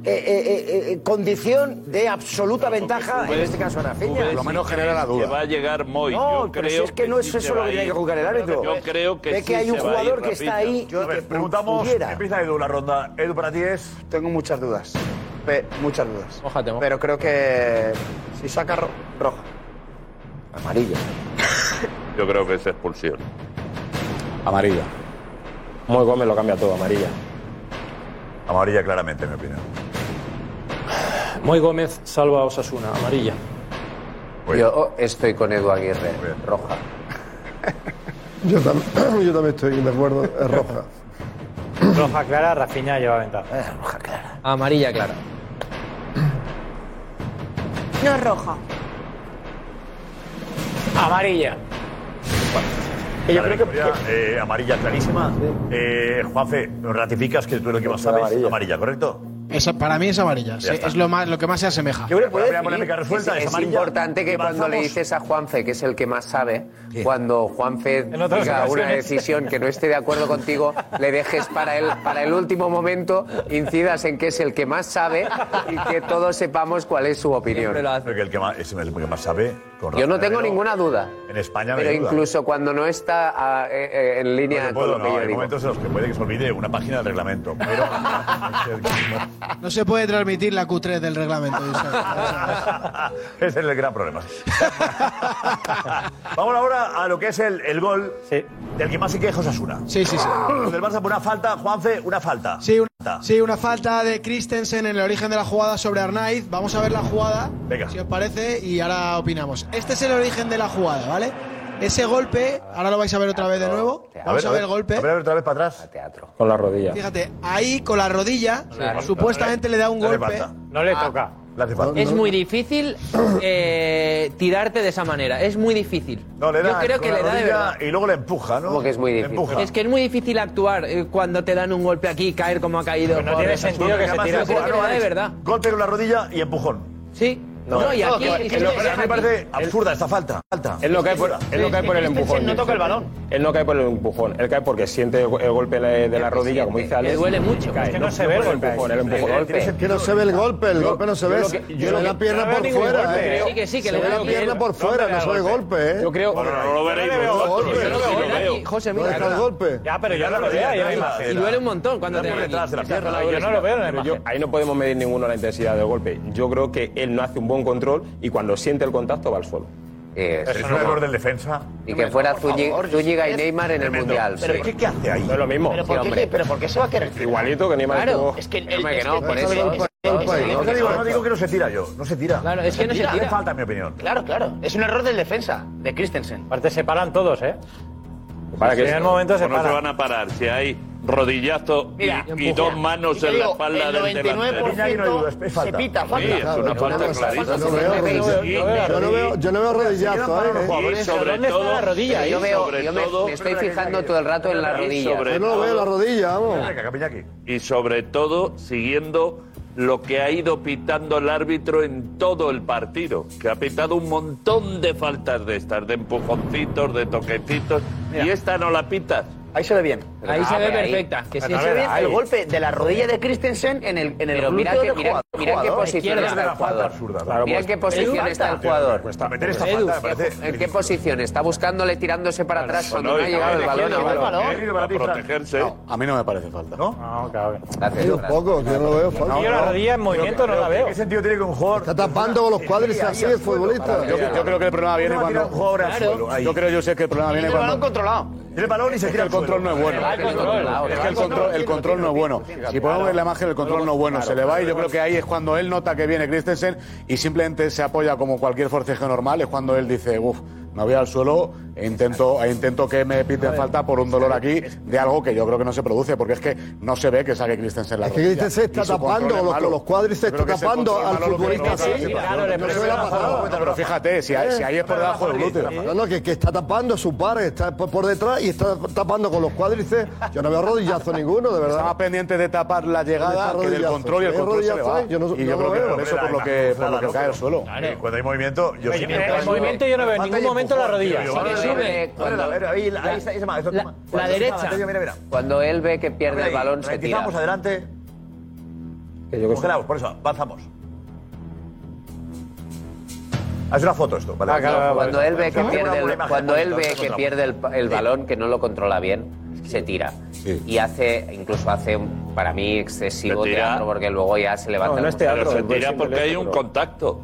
eh, eh, condición de absoluta ventaja, en este caso a Rafinha.
Por lo menos genera la duda. Que va a llegar Moy.
No,
yo
pero
creo
si es que no es
sí
eso
se
lo
va
que
a
tiene
ir.
que juzgar el árbitro.
Yo creo que
Ve
sí
que hay un
se va a ir,
jugador que
Rafinha.
está ahí y
Yo-
que
Preguntamos,
pudiera.
empieza Edu la ronda. Edu, para ti es...
Tengo muchas dudas. Pe- muchas dudas. Pero creo que si saca ro- roja.
Amarillo.
Yo creo que es expulsión.
Amarilla.
Moy Gómez lo cambia todo, amarilla.
Amarilla claramente, en mi opinión.
Moy Gómez salva a Osasuna, amarilla.
Yo estoy con Edu Aguirre, roja.
Yo también, yo también estoy de acuerdo, es roja.
Roja clara, Rafinha lleva ventaja.
Roja clara.
Amarilla clara.
No es roja.
Amarilla.
Que yo creo que... amarilla clarísima. Eh, Juanfe, ratificas que tú lo que más sabes. Amarilla, ¿correcto?
Esa- para mí es amarilla, sí, es lo, más, lo que más se asemeja.
es, es importante que cuando le dices a Juanfe, que es el que más sabe, cuando Juanfe
otras
diga una
ocasiones.
decisión que no esté de acuerdo contigo, le dejes para el, para el último momento, incidas en que es el que más sabe y que todos sepamos cuál es su opinión.
Porque el que más, es el que más sabe. Con
Yo no
Rafa
tengo
Guerrero.
ninguna duda.
En España no
Pero
hay duda.
incluso cuando no está ah, eh, eh, en
No
línea con
te puedo,
lo que
no,
yo
hay
digo.
momentos en los que puede que se olvide una página del reglamento. Pero
No se puede transmitir la Q3 del reglamento.
ese es el gran problema. Vamos ahora a lo que es el, el gol del que más se queja es Osasuna.
Sí, sí, sí.
Del Barça por una falta, Juanfe, una falta.
Sí una, sí, una falta de Christensen en el origen de la jugada sobre Arnaiz. Vamos a ver la jugada, si os parece, y ahora opinamos. Este es el origen de la jugada, ¿vale? Ese golpe, ahora lo vais a ver otra vez de nuevo. Vamos a ver el golpe.
A ver otra vez para atrás.
Con la rodilla.
Fíjate, ahí con la rodilla,
Sí.
supuestamente le da un
No le
golpe.
falta.
No le toca.
Es muy difícil eh, tirarte de esa manera. Es muy difícil.
No, le da
Yo creo
con
que
la
le da de
rodilla
verdad.
Y luego le empuja, ¿no?
que es muy
Le
difícil.
empuja.
Es que es muy difícil actuar eh, cuando te dan un golpe aquí, caer como ha caído.
Pero no
por
tiene
Osasuna.
sentido que se
Además,
tire
yo
así.
creo que le da de
Alex,
verdad.
Golpe con la rodilla y empujón.
Sí. No, y aquí. y se
lo-
deja
a mí me
aquí.
parece absurda esta falta. falta.
Es lo que hay por,
Absurda.
es lo que hay por Este el empujón. Él no cae por el empujón. Él cae porque siente el go- el golpe de de la rodilla, como dice Alex.
Le duele mucho.
Cae.
Es que no se ve el
por
golpe.
empujón, el empujón.
Que no se ve el golpe, el golpe no se
yo
ve.
lo
Se
que- yo
ve
lo que-
la pierna
no veo
por
ningún
fuera.
golpe,
eh.
creo. Sí, que sí, que
Se
le
ve
veo
la
que él-
pierna por
no
fuera,
le da
no se ve el
golpe.
golpe, ¿eh?
Yo creo. Bueno, no lo veréis
No le veo
vosotros.
golpe.
Yo no veo golpe.
Aquí, José,
No
mira.
está el golpe.
Ya,
pero yo
no lo veo, yo la
Y duele un montón cuando te
Yo no lo veo en la
Pero
imagen.
yo- ahí no podemos medir ninguno la intensidad del golpe. Yo creo que él no hace un buen control y cuando siente el contacto va al suelo.
Es un error del defensa.
Eh, Y que fuera
Por favor,
Zúñi- Zúñiga y
es
Neymar en el
tremendo.
Mundial.
Pero
sí.
¿qué- qué hace ahí? No es lo mismo.
Pero
Sí,
¿por qué-
hombre.
pero
por qué se va a querer tirar?
Igualito que Neymar
Claro,
estuvo-
es que el-
Hombre,
es
que no,
que-
por
es que-
eso.
es que-
No,
es que-
no digo, no digo que no se tira yo, no se tira.
Claro,
es que no se tira.
Hace falta, en mi opinión.
Claro, claro. Es un error del defensa, de Christensen.
Aparte se paran todos, ¿eh?
Para que
en el momento se
no se
paran.
van a parar. Si hay rodillazo y- Mira, y, dos manos en la espalda del delantero. se pita, falta. Sí, es una falta clarísima.
Yo no veo rodillazo,
Sí,
yo no veo- yo no veo rodillazo, ¿eh?
Y sobre todo, ¿eh?
Pero yo veo, yo me, me estoy fijando todo el rato en la
Y
rodilla.
sobre
Yo no lo veo la
todo-
rodilla, vamos.
y sobre todo siguiendo lo que ha ido pitando el árbitro en todo el partido, que ha pitado un montón de faltas de estas, de empujoncitos, de toquecitos, y esta no la pitas.
Ahí se ve bien.
Ahí se ve perfecta, que sí.
ah, Pero
Se ve bien
el
ahí.
golpe de la rodilla de Christensen en el, en el
Pero mira
glúteo
que-
del
mira-
jugador.
mira qué
Jugador,
posición
izquierda.
está el jugador.
Absurda,
claro, Mira en qué posición está el jugador.
Cuesta meter esta falta, me parece.
¿En qué posición? Está buscándole tirándose para atrás cuando no ha llegado el balón.
Para
protegerse.
A mí no me parece falta.
¿No?
No, claro.
Yo poco, yo no lo veo falta.
yo la rodilla en movimiento no la veo.
¿Qué sentido tiene que un jugador
Está tapando con los cuadris así el futbolista.
Yo, yo creo que el problema viene
¿Cómo va a tirar
cuando.
un jugador al Claro. suelo, ahí?
Yo creo, yo sé que el problema viene cuando.
controlado.
Tiene el balón y se
Es que
tira
el control no es bueno.
Le va el control.
Es que el control, el control no es bueno. Si podemos ver la imagen, el control no es bueno. Se le va y yo creo que ahí es cuando él nota que viene Christensen y simplemente se apoya como cualquier forcejeo normal. Es cuando él dice, uff, me voy al suelo e intento, e intento que me piten falta por un dolor aquí de algo que yo creo que no se produce, porque es que no se ve que saque Christensen la
Es que Christensen está
rodilla. Y su control
tapando
es
con los,
malo.
con los cuadris,
Yo
está
creo que es el
tapando al
control malo lo que
futbolista
provoca
así.
que- Claro, le
No se ve
presiona
la
abajo,
patada.
pero fíjate, si ahí- si ahí es por debajo del glúteo.
No, no, que, que está tapando su par, está por, por detrás y está tapando con los cuádriceps. Yo no veo rodillazo ninguno, de verdad.
Está más pendiente de tapar la llegada
Está
que del
rodillazo.
control y el
Si hay
control se le va.
rodillazo, yo no-
y
no
yo creo
lo
que
veo.
por eso, por lo que, por lo que cae al suelo.
Cuando hay movimiento, yo sí
pero
me-
el movimiento yo no veo en
Falta y
ningún momento
empujón,
la rodilla.
tío.
Sí que sube.
Vale, vale, vale,
Cuando-
vale, ahí- ahí está- ahí se va, eso- toma. Cuando se va, tío, mira, mira.
Cuando él ve que pierde el
Ahí,
balón, se tira.
ralentizamos, adelante. Congelados, por eso, avanzamos. Haz una foto esto, ¿vale?
Ah, claro, cuando él ve que
Tengo una
pierde
buena
el,
imagen,
cuando él
bonito,
ve
esto
que
es una
pierde el, el balón, que no lo controla bien, se tira. Y hace, incluso hace, un- para mí, excesivo
Se tira.
teatro, porque luego ya se levanta. el músculo.
Pero se tira porque hay un contacto.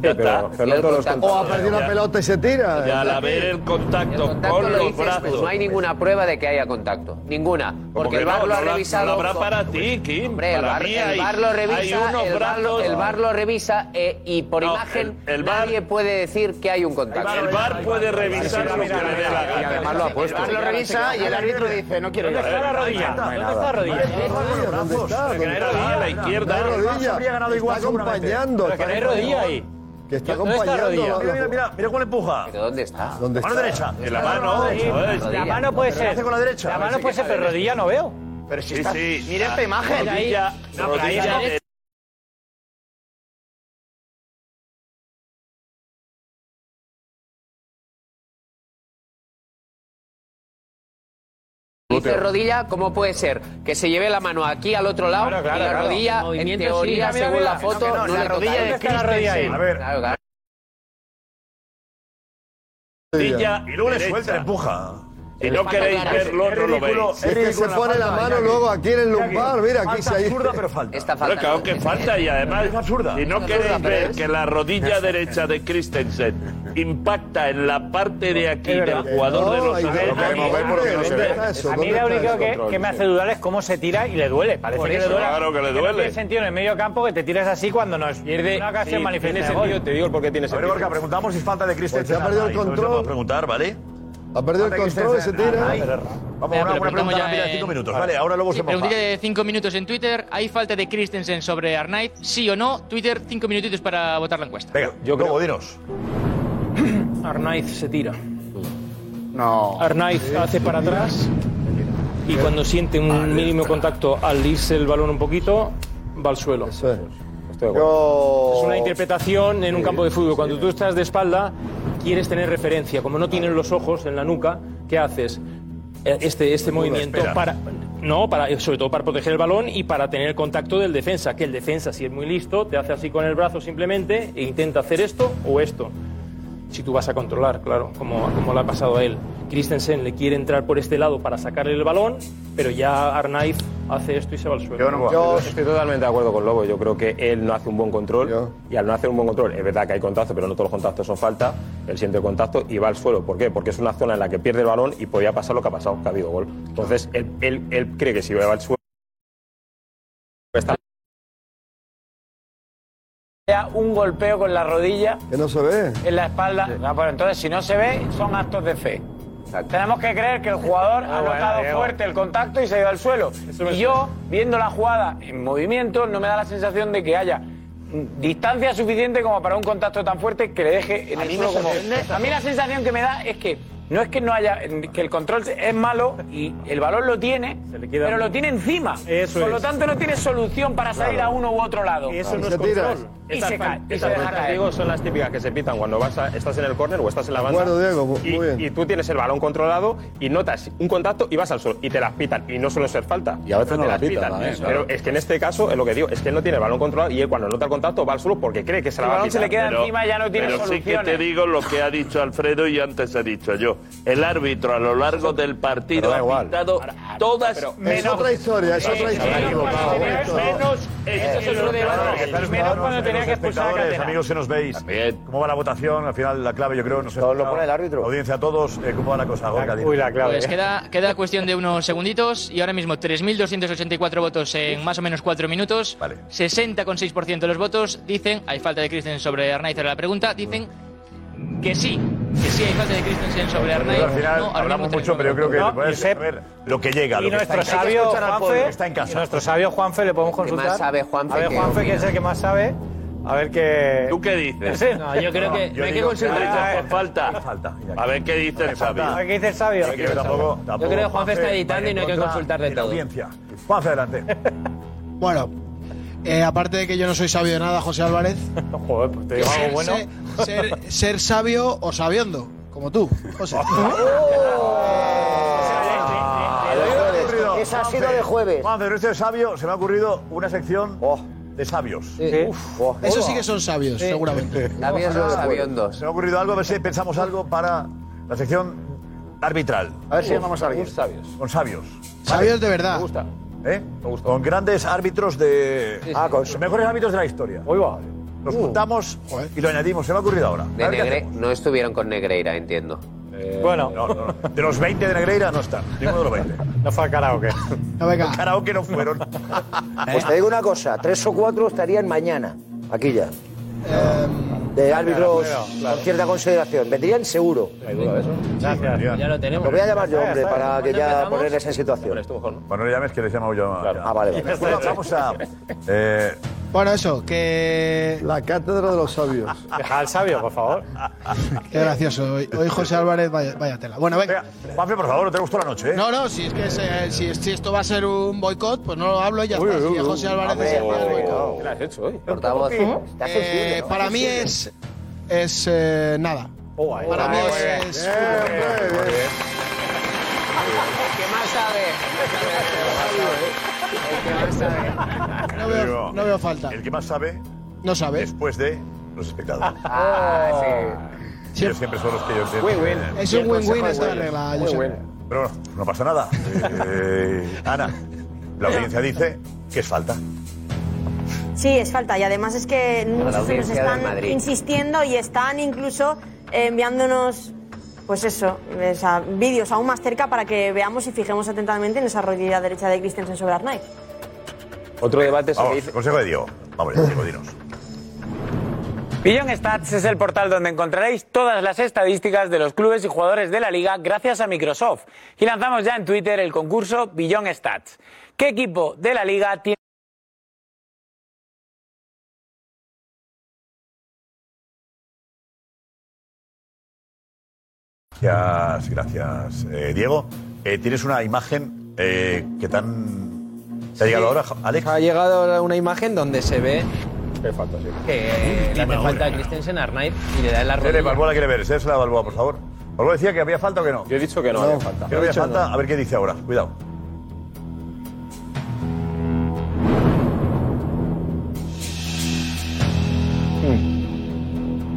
pero- pero no todos los
O ha perdido la pelota y se tira.
Ya al haber el contacto,
Contacto
con
lo
los
dices,
brazos.
pues no hay ninguna prueba de que haya contacto. Ninguna. Porque
que
el VAR
no? No
lo ha
la- no la
revisado.
habrá
con-
para ti, Kim.
Hombre, el
Para
VAR
mí
el
hay-
VAR lo revisa.
hay unos
el, VAR, lo-
brazos-
el VAR lo revisa eh, y por
No,
imagen nadie puede decir que hay un contacto.
El VAR puede revisar lo que le dé la gana.
además lo ha puesto.
El VAR lo revisa y el árbitro dice, no quiero ir. ¿Dónde está la rodilla? ¿Dónde está la rodilla?
¿Dónde está?
Que no hay rodilla a la izquierda.
No hay rodilla. Está acompañando.
Pero que no hay
está-
rodilla ahí.
Que está
¿Dónde está la
acompañando. la-
rodilla? Mira,
mira, mira, mira cuál empuja.
¿Pero dónde está?
¿Dónde
Mano
está?
derecha.
En la mano, eh, joder.
La mano puede
Pero
ser.
hace con la derecha.
La mano puede ser, pero rodilla
no veo.
Pero si
sí,
está-
sí.
mira esta
Ah,
imagen.
Rodilla,
No, pero ahí
rodilla
está.
de-
Dice rodilla, ¿cómo puede ser? Que se lleve la mano aquí al otro lado
Claro, claro,
y la
claro.
rodilla, en
Movimiento,
teoría,
sí. Mira, mira,
según
mira.
la foto,
No, que no,
no,
la
le
rodilla
toca.
de ¿Dónde está la rodilla ahí?
Claro,
A ver.
claro.
rodilla
Y luego le
derecha.
suelta, le empuja.
Si no queréis verlo, no lo veis.
Es que se pone la mano luego aquí en el lumbar. Mira, aquí se ahí.
pero falta.
Esta
Pero claro que falta ¿eh? y además, si no queréis ver que la rodilla derecha de Christensen impacta en la parte de aquí del jugador de los
A mí lo único que, que me hace dudar es cómo se tira y le duele. Parece
Por
que le
eso,
duele.
claro que le
no
duele.
tiene sentido en el medio campo que te tires así cuando no es una ocasión manifiesta de gol.
digo por qué tiene
A ver, Gorka, preguntamos si es falta de Christensen.
Porque ha perdido el
Arnaiz,
control.
no se puede preguntar, ¿vale?
Ha perdido
el control, se tira. Vamos, una,
Venga, pero
una
preguntamos
pregunta
ya
rápida de
en-
cinco minutos, ¿vale? Ahora luego
Sí,
se moja.
Preguntita de 5 minutos en Twitter. ¿Hay falta de Christensen sobre Arnaiz? ¿Sí o no? Twitter, 5 minutitos para votar la encuesta.
Venga, yo luego dinos.
Arnaiz se tira.
No.
Arnaiz hace para atrás y cuando siente un mínimo contacto al irse el balón un poquito, va al suelo. Es una interpretación en un campo de fútbol. Cuando tú estás de espalda, quieres tener referencia. Como no tienes los ojos en la nuca, ¿qué haces? Eh, Este, este movimiento
espera.
para. No, para, sobre todo para proteger el balón y para tener el contacto del defensa. Que el defensa, si es muy listo, te hace así con el brazo simplemente e intenta hacer esto o esto. Si tú vas a controlar, claro, como, como le ha pasado a él. Christensen le quiere entrar por este lado para sacarle el balón, pero ya Arnaiz hace esto y se va al suelo.
Yo estoy totalmente de acuerdo con Lobo. Yo creo que él no hace un buen control. Y al no hacer un buen control, es verdad que hay contacto, pero no todos los contactos son falta. Él siente el contacto y va al suelo. ¿Por qué? Porque es una zona en la que pierde el balón y podía pasar lo que ha pasado, que ha habido gol. Entonces, él, él- él cree que si va al suelo. Está
Era un golpeo con la rodilla
Que no se ve.
en la espalda. Ah, bueno, entonces, si no se ve, son actos de fe. Tenemos que creer que el jugador ha
bueno,
notado
Diego.
fuerte el contacto y se ha ido al suelo. Y yo, viendo la jugada en movimiento, no me da la sensación de que haya mm, distancia suficiente como para un contacto tan fuerte que le deje en
A
el
mí me
suelo como...
sorprende-
A mí la sensación que me da es que no es que no haya que el control es malo y el balón lo tiene,
queda-
pero lo tiene encima.
Eso
Por
es.
lo tanto no tiene solución para salir
Claro.
a uno u otro lado.
Eso no
Y
es
se tira.
control.
Y se cae, y se
Estas
deja
faltas,
caer.
Diego, son las típicas que se pitan cuando vas a- estás en el córner o estás en la banda.
Bueno, Diego, mu-
y,
muy bien.
y tú tienes el balón controlado y notas un contacto y vas al suelo y te las pitan. Y no suele ser falta.
Y a veces
Te
no la
las
pitan también,
Pero
claro.
es que en este caso, es lo que digo, es que él no tiene el balón controlado y él cuando nota el contacto va al suelo porque cree que se la
El
va a
balón se
pitar.
le queda
Pero-
encima y ya no tiene
pero
solución.
sí
Sí que te digo lo que ha dicho Alfredo y antes he dicho yo. El árbitro a lo largo del partido ha pitado todas
Es
menos
otra historia, es otra historia.
menos
Menos cuando tenía que expulsar a
Espectadores,
Catena.
amigos, si nos veis, ¿cómo va la votación? Al final, la clave, yo creo, nos ¿Lo pone el árbitro? Audiencia a todos, eh, ¿cómo va la cosa? Gorka, dinos.
Pues queda, queda cuestión de unos segunditos y ahora mismo 3.284 votos en más o menos 4 minutos. 60,6% de los votos dicen, hay falta de Christensen sobre Arnaiz era la pregunta, dicen que sí, que sí hay falta de Christensen sobre Arnaiz.
Al final
No, ahora
hablamos
mismo
mucho, pero yo creo que
No,
puedes
Josep,
ver lo que llega, lo
Y
que
nuestro
está en casa.
sabio
Escuchar al pueblo que
Juanfe,
está en
y
casa.
nuestro sabio Juanfe le podemos
más
consultar.
sabe Juanfe
A ver,
que
Juanfe, que es
opina.
el que más sabe. A ver qué.
¿Tú qué dices?
No, yo creo que-
Yo
hay que
digo
consultar.
ha hecho por falta. A ver qué dice el sabio.
A ver qué dice el sabio.
Yo tampoco- tampoco
creo que Juanfe está editando
vaya
y no hay que
en contra
consultar de
la
todo.
Audiencia. Juanfe, adelante.
Bueno, eh, aparte de que yo no soy sabio de nada, José Álvarez.
Joder, pues te digo algo bueno.
Ser, ser- ser sabio o
Ah,
sabiendo, como tú, José.
Aburrido. Juanfe,
Esa ha sido de jueves. Oh.
Juanfe, pero este es sabio, se me ha ocurrido una sección de sabios. Uf.
Eso sí que son sabios, seguramente.
Sabios o sabiondos. Se me ha ocurrido algo, a ver si pensamos algo para la sección arbitral. A ver si llamamos a alguien. Con sabios. Con sabios.
Sabios de verdad. Me
gusta. ¿Eh? Con grandes árbitros de... Ah, con los mejores árbitros de la historia. Hoy va. Los juntamos y lo añadimos. Se me ha ocurrido ahora.
De
A ver qué Eh,
Negre- no estuvieron con Negreira, entiendo.
Bueno. De los 20 de Negreira no está. Ninguno de los 20.
No fue al karaoke.
No, venga.
Karaoke no fueron. Ah, este,
Pues te digo una cosa, tres o cuatro estarían mañana, aquí ya.
este
de árbitros
claro,
con cierta consideración. Vendrían seguro.
Gracias. Ya lo
Lo voy a llamar yo, hombre, para que ya ponerles en situación.
Bueno, no llames que les llamo yo.
Ah, vale, vale.
Bueno, vamos a... eh,
Bueno, eso, que.
La cátedra de los sabios.
Deja al sabio, por favor.
Qué gracioso. Hoy, hoy José Álvarez, vaya, vaya tela. Bueno, venga.
Juanfe, por favor, no te gustó la noche, ¿eh?
No, no, si es que se- si, si esto va a ser un boicot, pues no lo hablo y ya está. Si a José Álvarez
Hombre,
dice, "Mira, boicot".
¿Qué le has hecho hoy?
Eh, para mí es. Es eh, nada. Para mí es. No veo, no veo falta.
El que más sabe
No sabe.
después de los espectadores.
Ah,
sí. Ellos siempre son los que yo entiendo.
Win-win. Es un
El consejo
win-win
de
esta
Win-win.
regla, Muy Josep. bueno.
Pero bueno, no pasa nada. Eh, Ana, la audiencia dice que es falta.
Sí, es falta. Y además es que
la
nos nos
audiencia de
están
Madrid.
insistiendo y están incluso enviándonos, pues eso, o sea, vídeos aún más cerca para que veamos y fijemos atentamente en esa rodilla derecha de Christensen sobre Arnaiz.
Otro debate sobre... consejo de Diego. Vamos, ya, Diego, dinos.
Beyond Stats es el portal donde encontraréis todas las estadísticas de los clubes y jugadores de la liga gracias a Microsoft. Y lanzamos ya en Twitter el concurso Beyond Stats. ¿Qué equipo de la liga tiene...
Gracias, gracias. Eh, Diego, eh, tienes una imagen eh, que tan... ¿Te ha llegado ahora, Ja- Alex?
Ha llegado ahora una imagen donde se ve que le hace
Última
falta a Christensen a Arnaiz y le da en la
Sele,
rodilla.
Balboa la quiere ver. Sele, la Balboa, por favor. Balboa decía que había falta o que no. Yo he dicho que
no No, había falta.
Que no había
he dicho
falta.
no.
A ver qué dice ahora. Cuidado.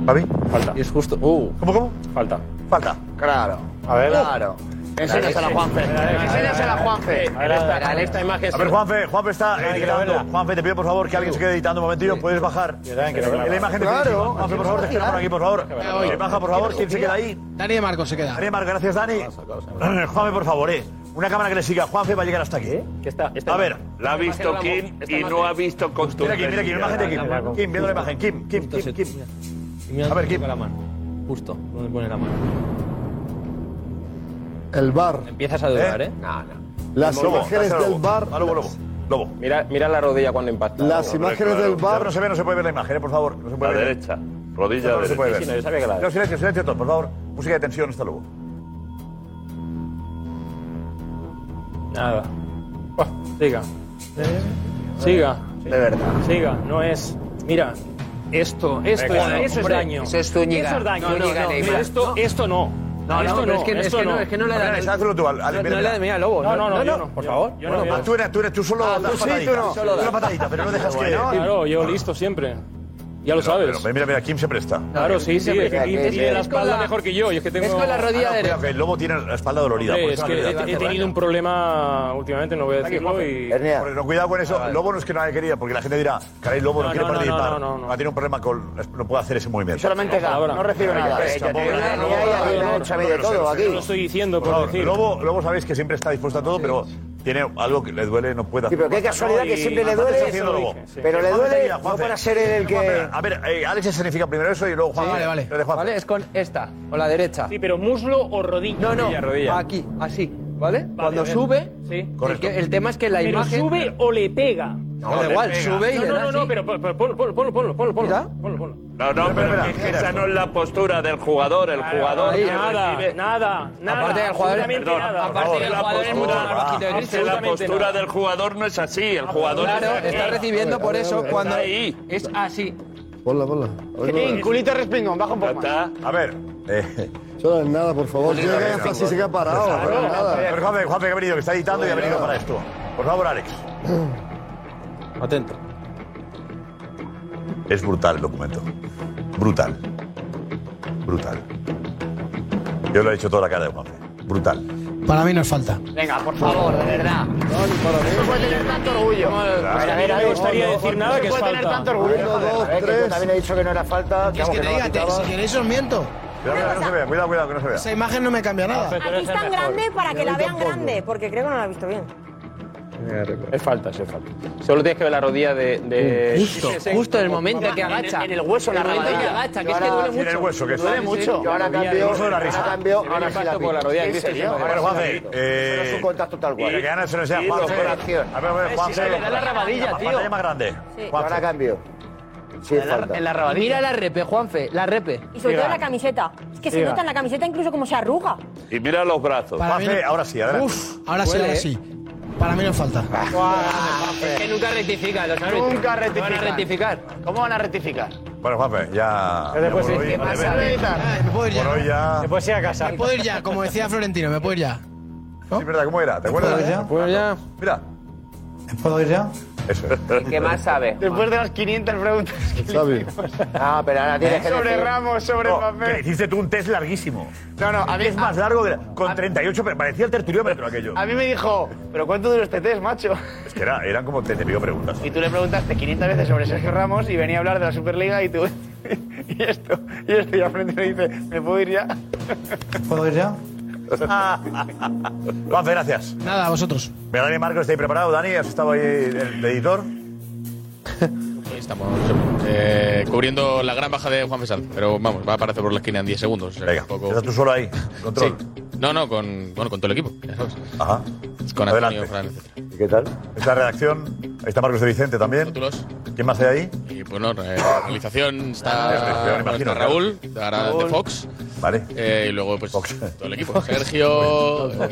¿Papi?
Falta.
Y es justo. Uh.
¿Cómo, cómo?
Falta.
Falta.
Claro.
A ver.
Claro.
Enséñasela a Juanfe.
Enséñasela a Juanfe.
esta imagen. A ver, Juanfe, Juanfe está editando. Juanfe, te pido por favor que alguien se quede editando un momentillo. Puedes bajar.
también quiero verla.
La imagen de
Claro.
Felipe. Juanfe, por favor, déjala por aquí, por favor. Eh, Baja, por favor. ¿Quién se queda ahí?
Dani de Marco se queda.
Dani de Marco, gracias, Dani. Juanfe, por favor, eh. Una cámara que le siga a Juanfe va a llegar hasta aquí. eh. A ver.
La ha visto Kim y no ha visto
Mira aquí,
contundencia.
mira aquí, una imagen de Kim. Kim, viendo la imagen. Kim, Kim, Kim, Kim.
A ver, ¿quién? la mano. Justo, donde pone la mano.
El bar.
Empiezas a dudar,
¿Eh?
¿eh?
No, no.
Las
Lobo,
imágenes
dáselo a
del
Lobo.
bar.
Lobo, Lobo. Lobo.
Mira, mira la rodilla cuando impacta.
Las imágenes del bar.
No se ve, no se puede ver la imagen, eh, por favor. No se puede
La
ver.
derecha.
No,
Rodilla
no se
derecha.
puede ver.
Sí, sí, no, yo sabía que la
No, silencio, silencio todos, por favor. Música de tensión hasta luego.
Nada. Oh, Siga. Siga. De verdad. Siga, no es. Mira, esto, esto,
Venga,
es-
no,
eso
hombre,
es daño.
eso es Zúñiga.
Eso es daño. No,
Zúñiga
no, no,
Neymar.
mira, esto,
No.
esto no.
No,
esto
no,
no,
es que- es
esto
que no, es que no le da-
Organiza, Hazlo tú, Ale,
No,
mira,
no
mira.
le da mía Lobo.
No, no, no, yo
no,
no.
por favor.
Yo no, yo no. Tú eres- tú eres- tú solo das pataditas. Solo das. Solo pataditas, pero no dejas que-
Claro, yo listo siempre. Ya lo
Pero-
sabes.
pero mira, mira, Kim se presta.
Claro, sí, sí. Es que Kim tiene la espalda mejor que yo. y es que tengo...
Ah, no, cuidado, que El lobo tiene la espalda dolorida.
Hombre,
por
es
eso
que
la
he,
herida.
he tenido un problema últimamente, no voy a decirlo. Y...
Porque no, cuidado con eso. Lobo no es que no haya querido, porque la gente dirá, caray, Lobo no,
No,
quiere
no, no,
participar.
no,
No,
no, no.
Ha tenido un problema con. No puede hacer ese movimiento.
Solamente da, no recibe nada.
Tampoco-
Ni hay,
Lobo,
ni hay,
Lobo,
ni hay,
no,
sabe de
no, no,
todo
no,
aquí.
no, no,
Lo estoy diciendo por
favor,
decir.
Lobo, Lobo sabéis que siempre está dispuesto a todo, pero tiene algo que le duele, no puede.
Sí, pero qué casualidad que siempre le duele, pero le duele no para ser él el que...
A ver, eh, Alex se significa primero eso y luego Juan.
vale, vale. Vale, es con esta, o la derecha.
Sí, pero muslo o rodilla.
No, no,
Rodilla, rodilla.
aquí, así, ¿vale? Cuando
a ver.
sube,
Sí.
el, que- el tema es que la
Pero
imagen...
sube o le pega.
No, da igual, sube y
no,
le
no,
da
no, no, pero pon- pon- ponlo, ponlo, ponlo, ponlo, ponlo, ponlo, ponlo, ponlo.
No, no,
pero que es que esa no es la postura del jugador. El jugador que
nada,
recibe-
nada, nada.
Aparte del jugador-
absolutamente
perdón,
nada.
aparte del
La
jugador es muy
postura,
bajito de
es que la
Absolutamente
postura
nada.
del jugador no es así. El jugador
Claro,
es
está
aquí.
recibiendo por eso
Está
cuando
ahí.
es así.
Ponla, ponla.
Kim, culito respingón, baja un poco más.
A ver, eh,
Solo en nada, por favor. Yo creo que hasta Pues así se queda parado. pero nada.
Pero Juanfe, Juanfe, que ha venido, que está editando y ha venido para esto. Por favor, Alex.
Atento.
Es brutal el documento. Brutal. Brutal. Yo lo he hecho toda la cara de Juanfe. Brutal.
Para mí no es falta.
Venga, por favor, de verdad. No puede tener tanto orgullo. A ver, a ver, a no ver, me gustaría no, decir no, nada no que se es puede tener falta. tanto orgullo. Uno, dos,
A ver, que tú
tres.
también he dicho que no era falta.
Es que te diga, te- si queréis os miento.
Cuidado, que no se vea, cuidado, cuidado, que no se vea.
Esa imagen no me cambia nada.
Aquí es tan grande para que la vean grande, porque creo que no la he visto bien.
Es falta, sí, es falta.
Solo tienes que ver la rodilla de. de-
Justo,
Ese-
justo
en
el momento
que agacha.
En el hueso, en la
El momento
rodilla.
que agacha,
Yo
que es que
ahora-
duele mucho. Duele
Sí, sí,
mucho.
yo ahora cambio-
Incluso de la risa.
ahora cambio- ahora sí la pido. Sí, señor.
Bueno, Juanfe.
Eso
eh,
es un contacto tal cual.
Que gana, eso no sea
Y
Juanfe.
los corazones.
A ver, a ver,
Eh,
Juanfe.
si se le da la
rabadilla,
La
tío.
pantalla más grande. Pues
Sí.
Juanfe.
Ahora cambio. Sí, es falta.
Mira la repe, Juanfe, la repe.
Y sobre todo en la camiseta. Es que se
Siga.
nota en la camiseta incluso como se arruga.
Y mira los brazos.
Para mí no- Uf, ahora sí, ahora
Huele, ¿eh? Ah.
sí. Para mí no es falta.
Es que nunca rectifica los árbitros.
Nunca
No van a
rectifican.
rectificar.
¿Cómo van a rectificar?
Bueno, Juanfe, ya.
Ya después
ya por
sí,
hoy,
¿qué
vale,
pasa?
vale.
Ay, me puedo ir ya.
Por hoy ya.
Me
puedes
ir a casa.
puedo ir ya, como decía Florentino, me puedo ir ya.
Sí, verdad, ¿cómo era? ¿Te acuerdas?
puedo ir ya?
¿Puedo ya? Mira.
¿Puedo ir ya?
Eso
¿Qué más sabe?
Después de las 500 preguntas que le hicimos.
Ah, pero ahora
tienes que
Sobre
decir-
Ramos, sobre
No,
Mbappé.
que hiciste tú un test larguísimo.
No, no, a mí-
es más
a-
largo que la- con 38, pero parecía el tertuliómetro aquello.
A mí me dijo, ¿pero cuánto duró este test, macho?
Es que era, eran como 30 y pico preguntas.
Y tú le preguntaste 500 veces sobre Sergio Ramos y venía a hablar de la Superliga y tú. Y esto, y esto, y al frente le dice, ¿me puedo ir ya?
¿Puedo ir ya?
Juanfe, gracias.
Nada, a vosotros.
Mira, Dani Marcos, ¿estáis preparado? Dani, ¿has estado ahí el editor?
Estamos eh, cubriendo la gran baja de Juan Fesal, pero vamos, va a aparecer por la esquina en 10 segundos. Venga,
¿Estás tú solo ahí? Control.
No, no, con, bueno, con todo el equipo, ya sabes.
Ajá.
Con
Adelante.
Antonio, Fran, etc.
¿Y qué tal? Esta redacción. Ahí está Marcos de Vicente también. ¿Quién más hay ahí?
Y bueno, eh, realización está,
realización,
bueno, está
imagino,
Raúl, ahora de
Raúl.
Fox.
Vale.
y luego pues todo el equipo. Sergio. eh,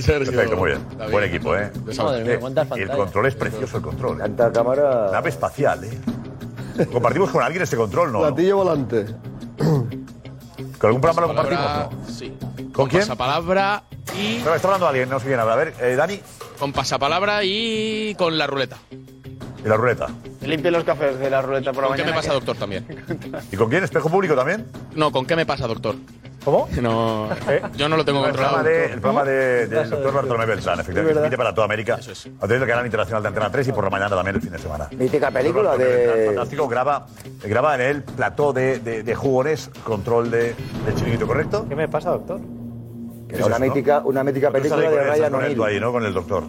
Sergio.
Perfecto, muy bien.
David.
Buen equipo, ¿eh?
Lo sabes.
Eh, y el control es precioso, el control. Tanta
cámara.
Nave espacial, ¿eh? ¿Compartimos con alguien este control, no?
Platillo volante.
¿Con algún programa lo
Pasapalabra,
compartimos?
Sí.
¿Con quién?
Pasapalabra y.
No, está hablando alguien, no sé quién habla. A ver, eh, Dani.
Con pasapalabra y con la ruleta.
Y la ruleta.
Limpia los cafés de la ruleta por la
¿Con qué
mañana. ¿eh?
me pasa, doctor, también?
¿Y con quién? ¿Espejo público también?
No, ¿con qué me pasa, doctor?
¿Cómo?
No, yo no lo tengo
¿Eh? el
controlado.
programa, de, el programa de- del
Pasa
doctor
de-
Bartolomé Beltrán, efectivamente. que emite para toda América. A través del canal internacional de Antena 3 y por la mañana también el fin de semana.
Mítica película
Bartolomé Beltrán,
de.
Fantástico, graba, graba en el plató de, de, de jugones, control de, del chiringuito, ¿correcto?
¿Qué me pasa, doctor?
¿Qué
Una mítica, una mítica película de Ryan
con él,
O'Neill.
tú ahí, ¿no? Con el doctor.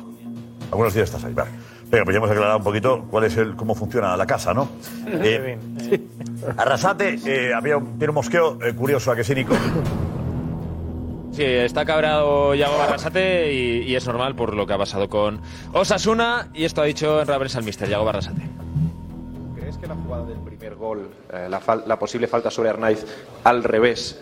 Algunos días estás ahí, vale. Venga, pues ya hemos aclarado un poquito cuál es el, cómo funciona la casa, ¿no? Eh, Arrasate, eh, había un- tiene un mosqueo eh, curioso, ¿a que sí, Nico?
Sí, está cabreado Yago Barrasate y, y es normal por lo que ha pasado con Osasuna y esto ha dicho en Rabres al Mister Yago Barrasate.
¿Crees que la jugada del primer gol, eh, la, fal- la posible falta sobre Arnaiz al revés,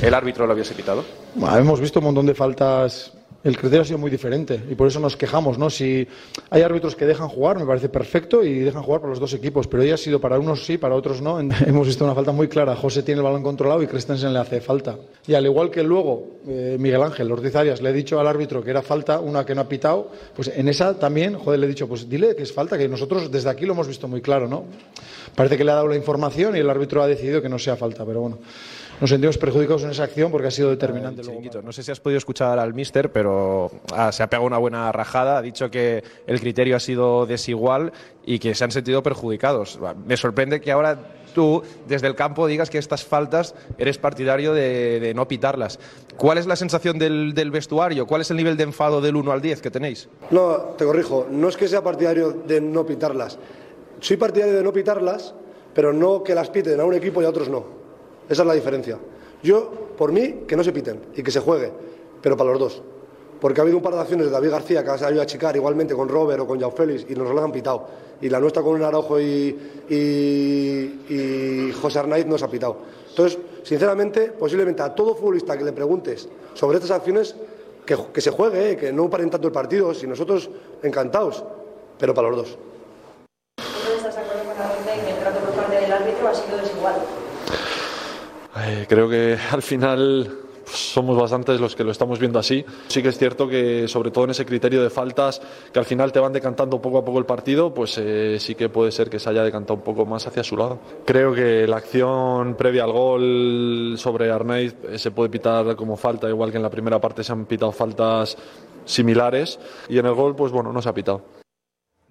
el árbitro lo hubiese quitado?
Bueno, hemos visto un montón de faltas. El criterio ha sido muy diferente y por eso nos quejamos, ¿no? Si hay árbitros que dejan jugar, me parece perfecto y dejan jugar para los dos equipos, pero hoy ha sido para unos sí, para otros no. Hemos visto una falta muy clara. José tiene el balón controlado y Christensen le hace falta. Y al igual que luego eh, Miguel Ángel Ortiz Arias le he dicho al árbitro que era falta una que no ha pitado, pues en esa también, joder, le he dicho, pues dile que es falta, que nosotros desde aquí lo hemos visto muy claro, ¿no? Parece que le ha dado la información y el árbitro ha decidido que no sea falta, pero bueno, nos sentimos perjudicados en esa acción porque ha sido determinante.
El chiringuito. No sé si has podido escuchar al mister, pero ah, se ha pegado una buena rajada. Ha dicho que el criterio ha sido desigual y que se han sentido perjudicados. Me sorprende que ahora tú, desde el campo, digas que estas faltas eres partidario de, de no pitarlas. ¿Cuál es la sensación del, del vestuario? ¿Cuál es el nivel de enfado del 1 al 10 que tenéis?
No, te corrijo, no es que sea partidario de no pitarlas. Soy partidario de no pitarlas, pero no que las piten a un equipo y a otros no. Esa es la diferencia. Yo, por mí, que no se piten y que se juegue, pero para los dos. Porque ha habido un par de acciones de David García que se ha ido a chicar igualmente con Robert o con Jao Félix y nos las han pitado. Y la nuestra con un Araujo y, y- y José Arnaiz nos ha pitado. Entonces, sinceramente, posiblemente a todo futbolista que le preguntes sobre estas acciones, que, que se juegue, eh, que no paren tanto el partido. Si nosotros encantados, pero para los dos.
Eh, creo que al final somos bastantes los que lo estamos viendo así. Sí que es cierto que, sobre todo en ese criterio de faltas, que al final te van decantando poco a poco el partido, pues eh, sí que puede ser que se haya decantado un poco más hacia su lado. Creo que la acción previa al gol sobre Arnaiz eh, se puede pitar como falta, igual que en la primera parte se han pitado faltas similares, y en el gol, pues bueno, no se ha pitado.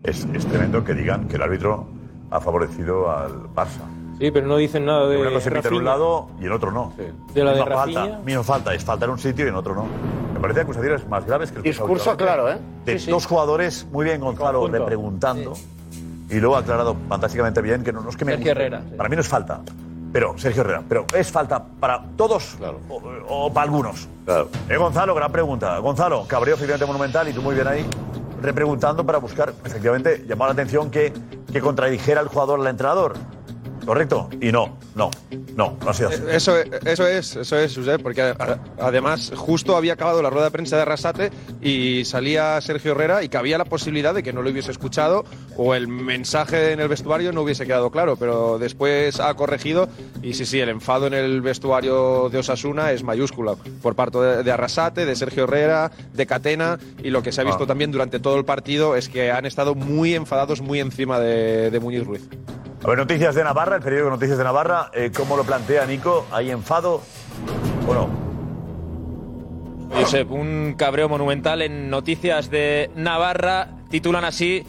Es, es tremendo que digan que el árbitro ha favorecido al Barça.
Sí, pero no dicen nada de.
Una cosa se pita en un
Rafinha.
lado y el otro no.
De la
Misma
de Rafinha.
falta, misma falta, es falta en un sitio y en otro no. Me parece acusaciones más graves que el
Discurso claro, ¿eh?
De dos jugadores, muy bien Gonzalo,
Conjunto.
repreguntando. Y luego ha aclarado fantásticamente bien que no, no es que me.
Sergio
guste.
Herrera,
Para mí no es falta. Pero, Sergio Herrera, pero es falta para todos o, o para algunos. Claro. Eh, Gonzalo, gran pregunta. Gonzalo, cabreo oficialmente monumental y tú muy bien ahí, repreguntando para buscar, efectivamente, llamó la atención que, que contradijera el jugador al entrenador. ¿Correcto? Y no, no, no, no ha sido así.
Eh, Eso, e, eso es, eso es, Josep, porque a- a- además justo había acabado la rueda de prensa de Arrasate y salía Sergio Herrera y que había la posibilidad de que no lo hubiese escuchado o el mensaje en el vestuario no hubiese quedado claro, pero después ha corregido y sí, sí, el enfado en el vestuario de Osasuna es mayúscula por parte de, de Arrasate, de Sergio Herrera, de Catena y lo que se ha visto también durante todo el partido es que han estado muy enfadados, muy encima de, de Muñiz Ruiz.
A ver, Noticias de Navarra, el periódico Noticias de Navarra, eh, ¿cómo lo plantea Nico? ¿Hay enfado o no?
Josep, un cabreo monumental en Noticias de Navarra. Titulan así: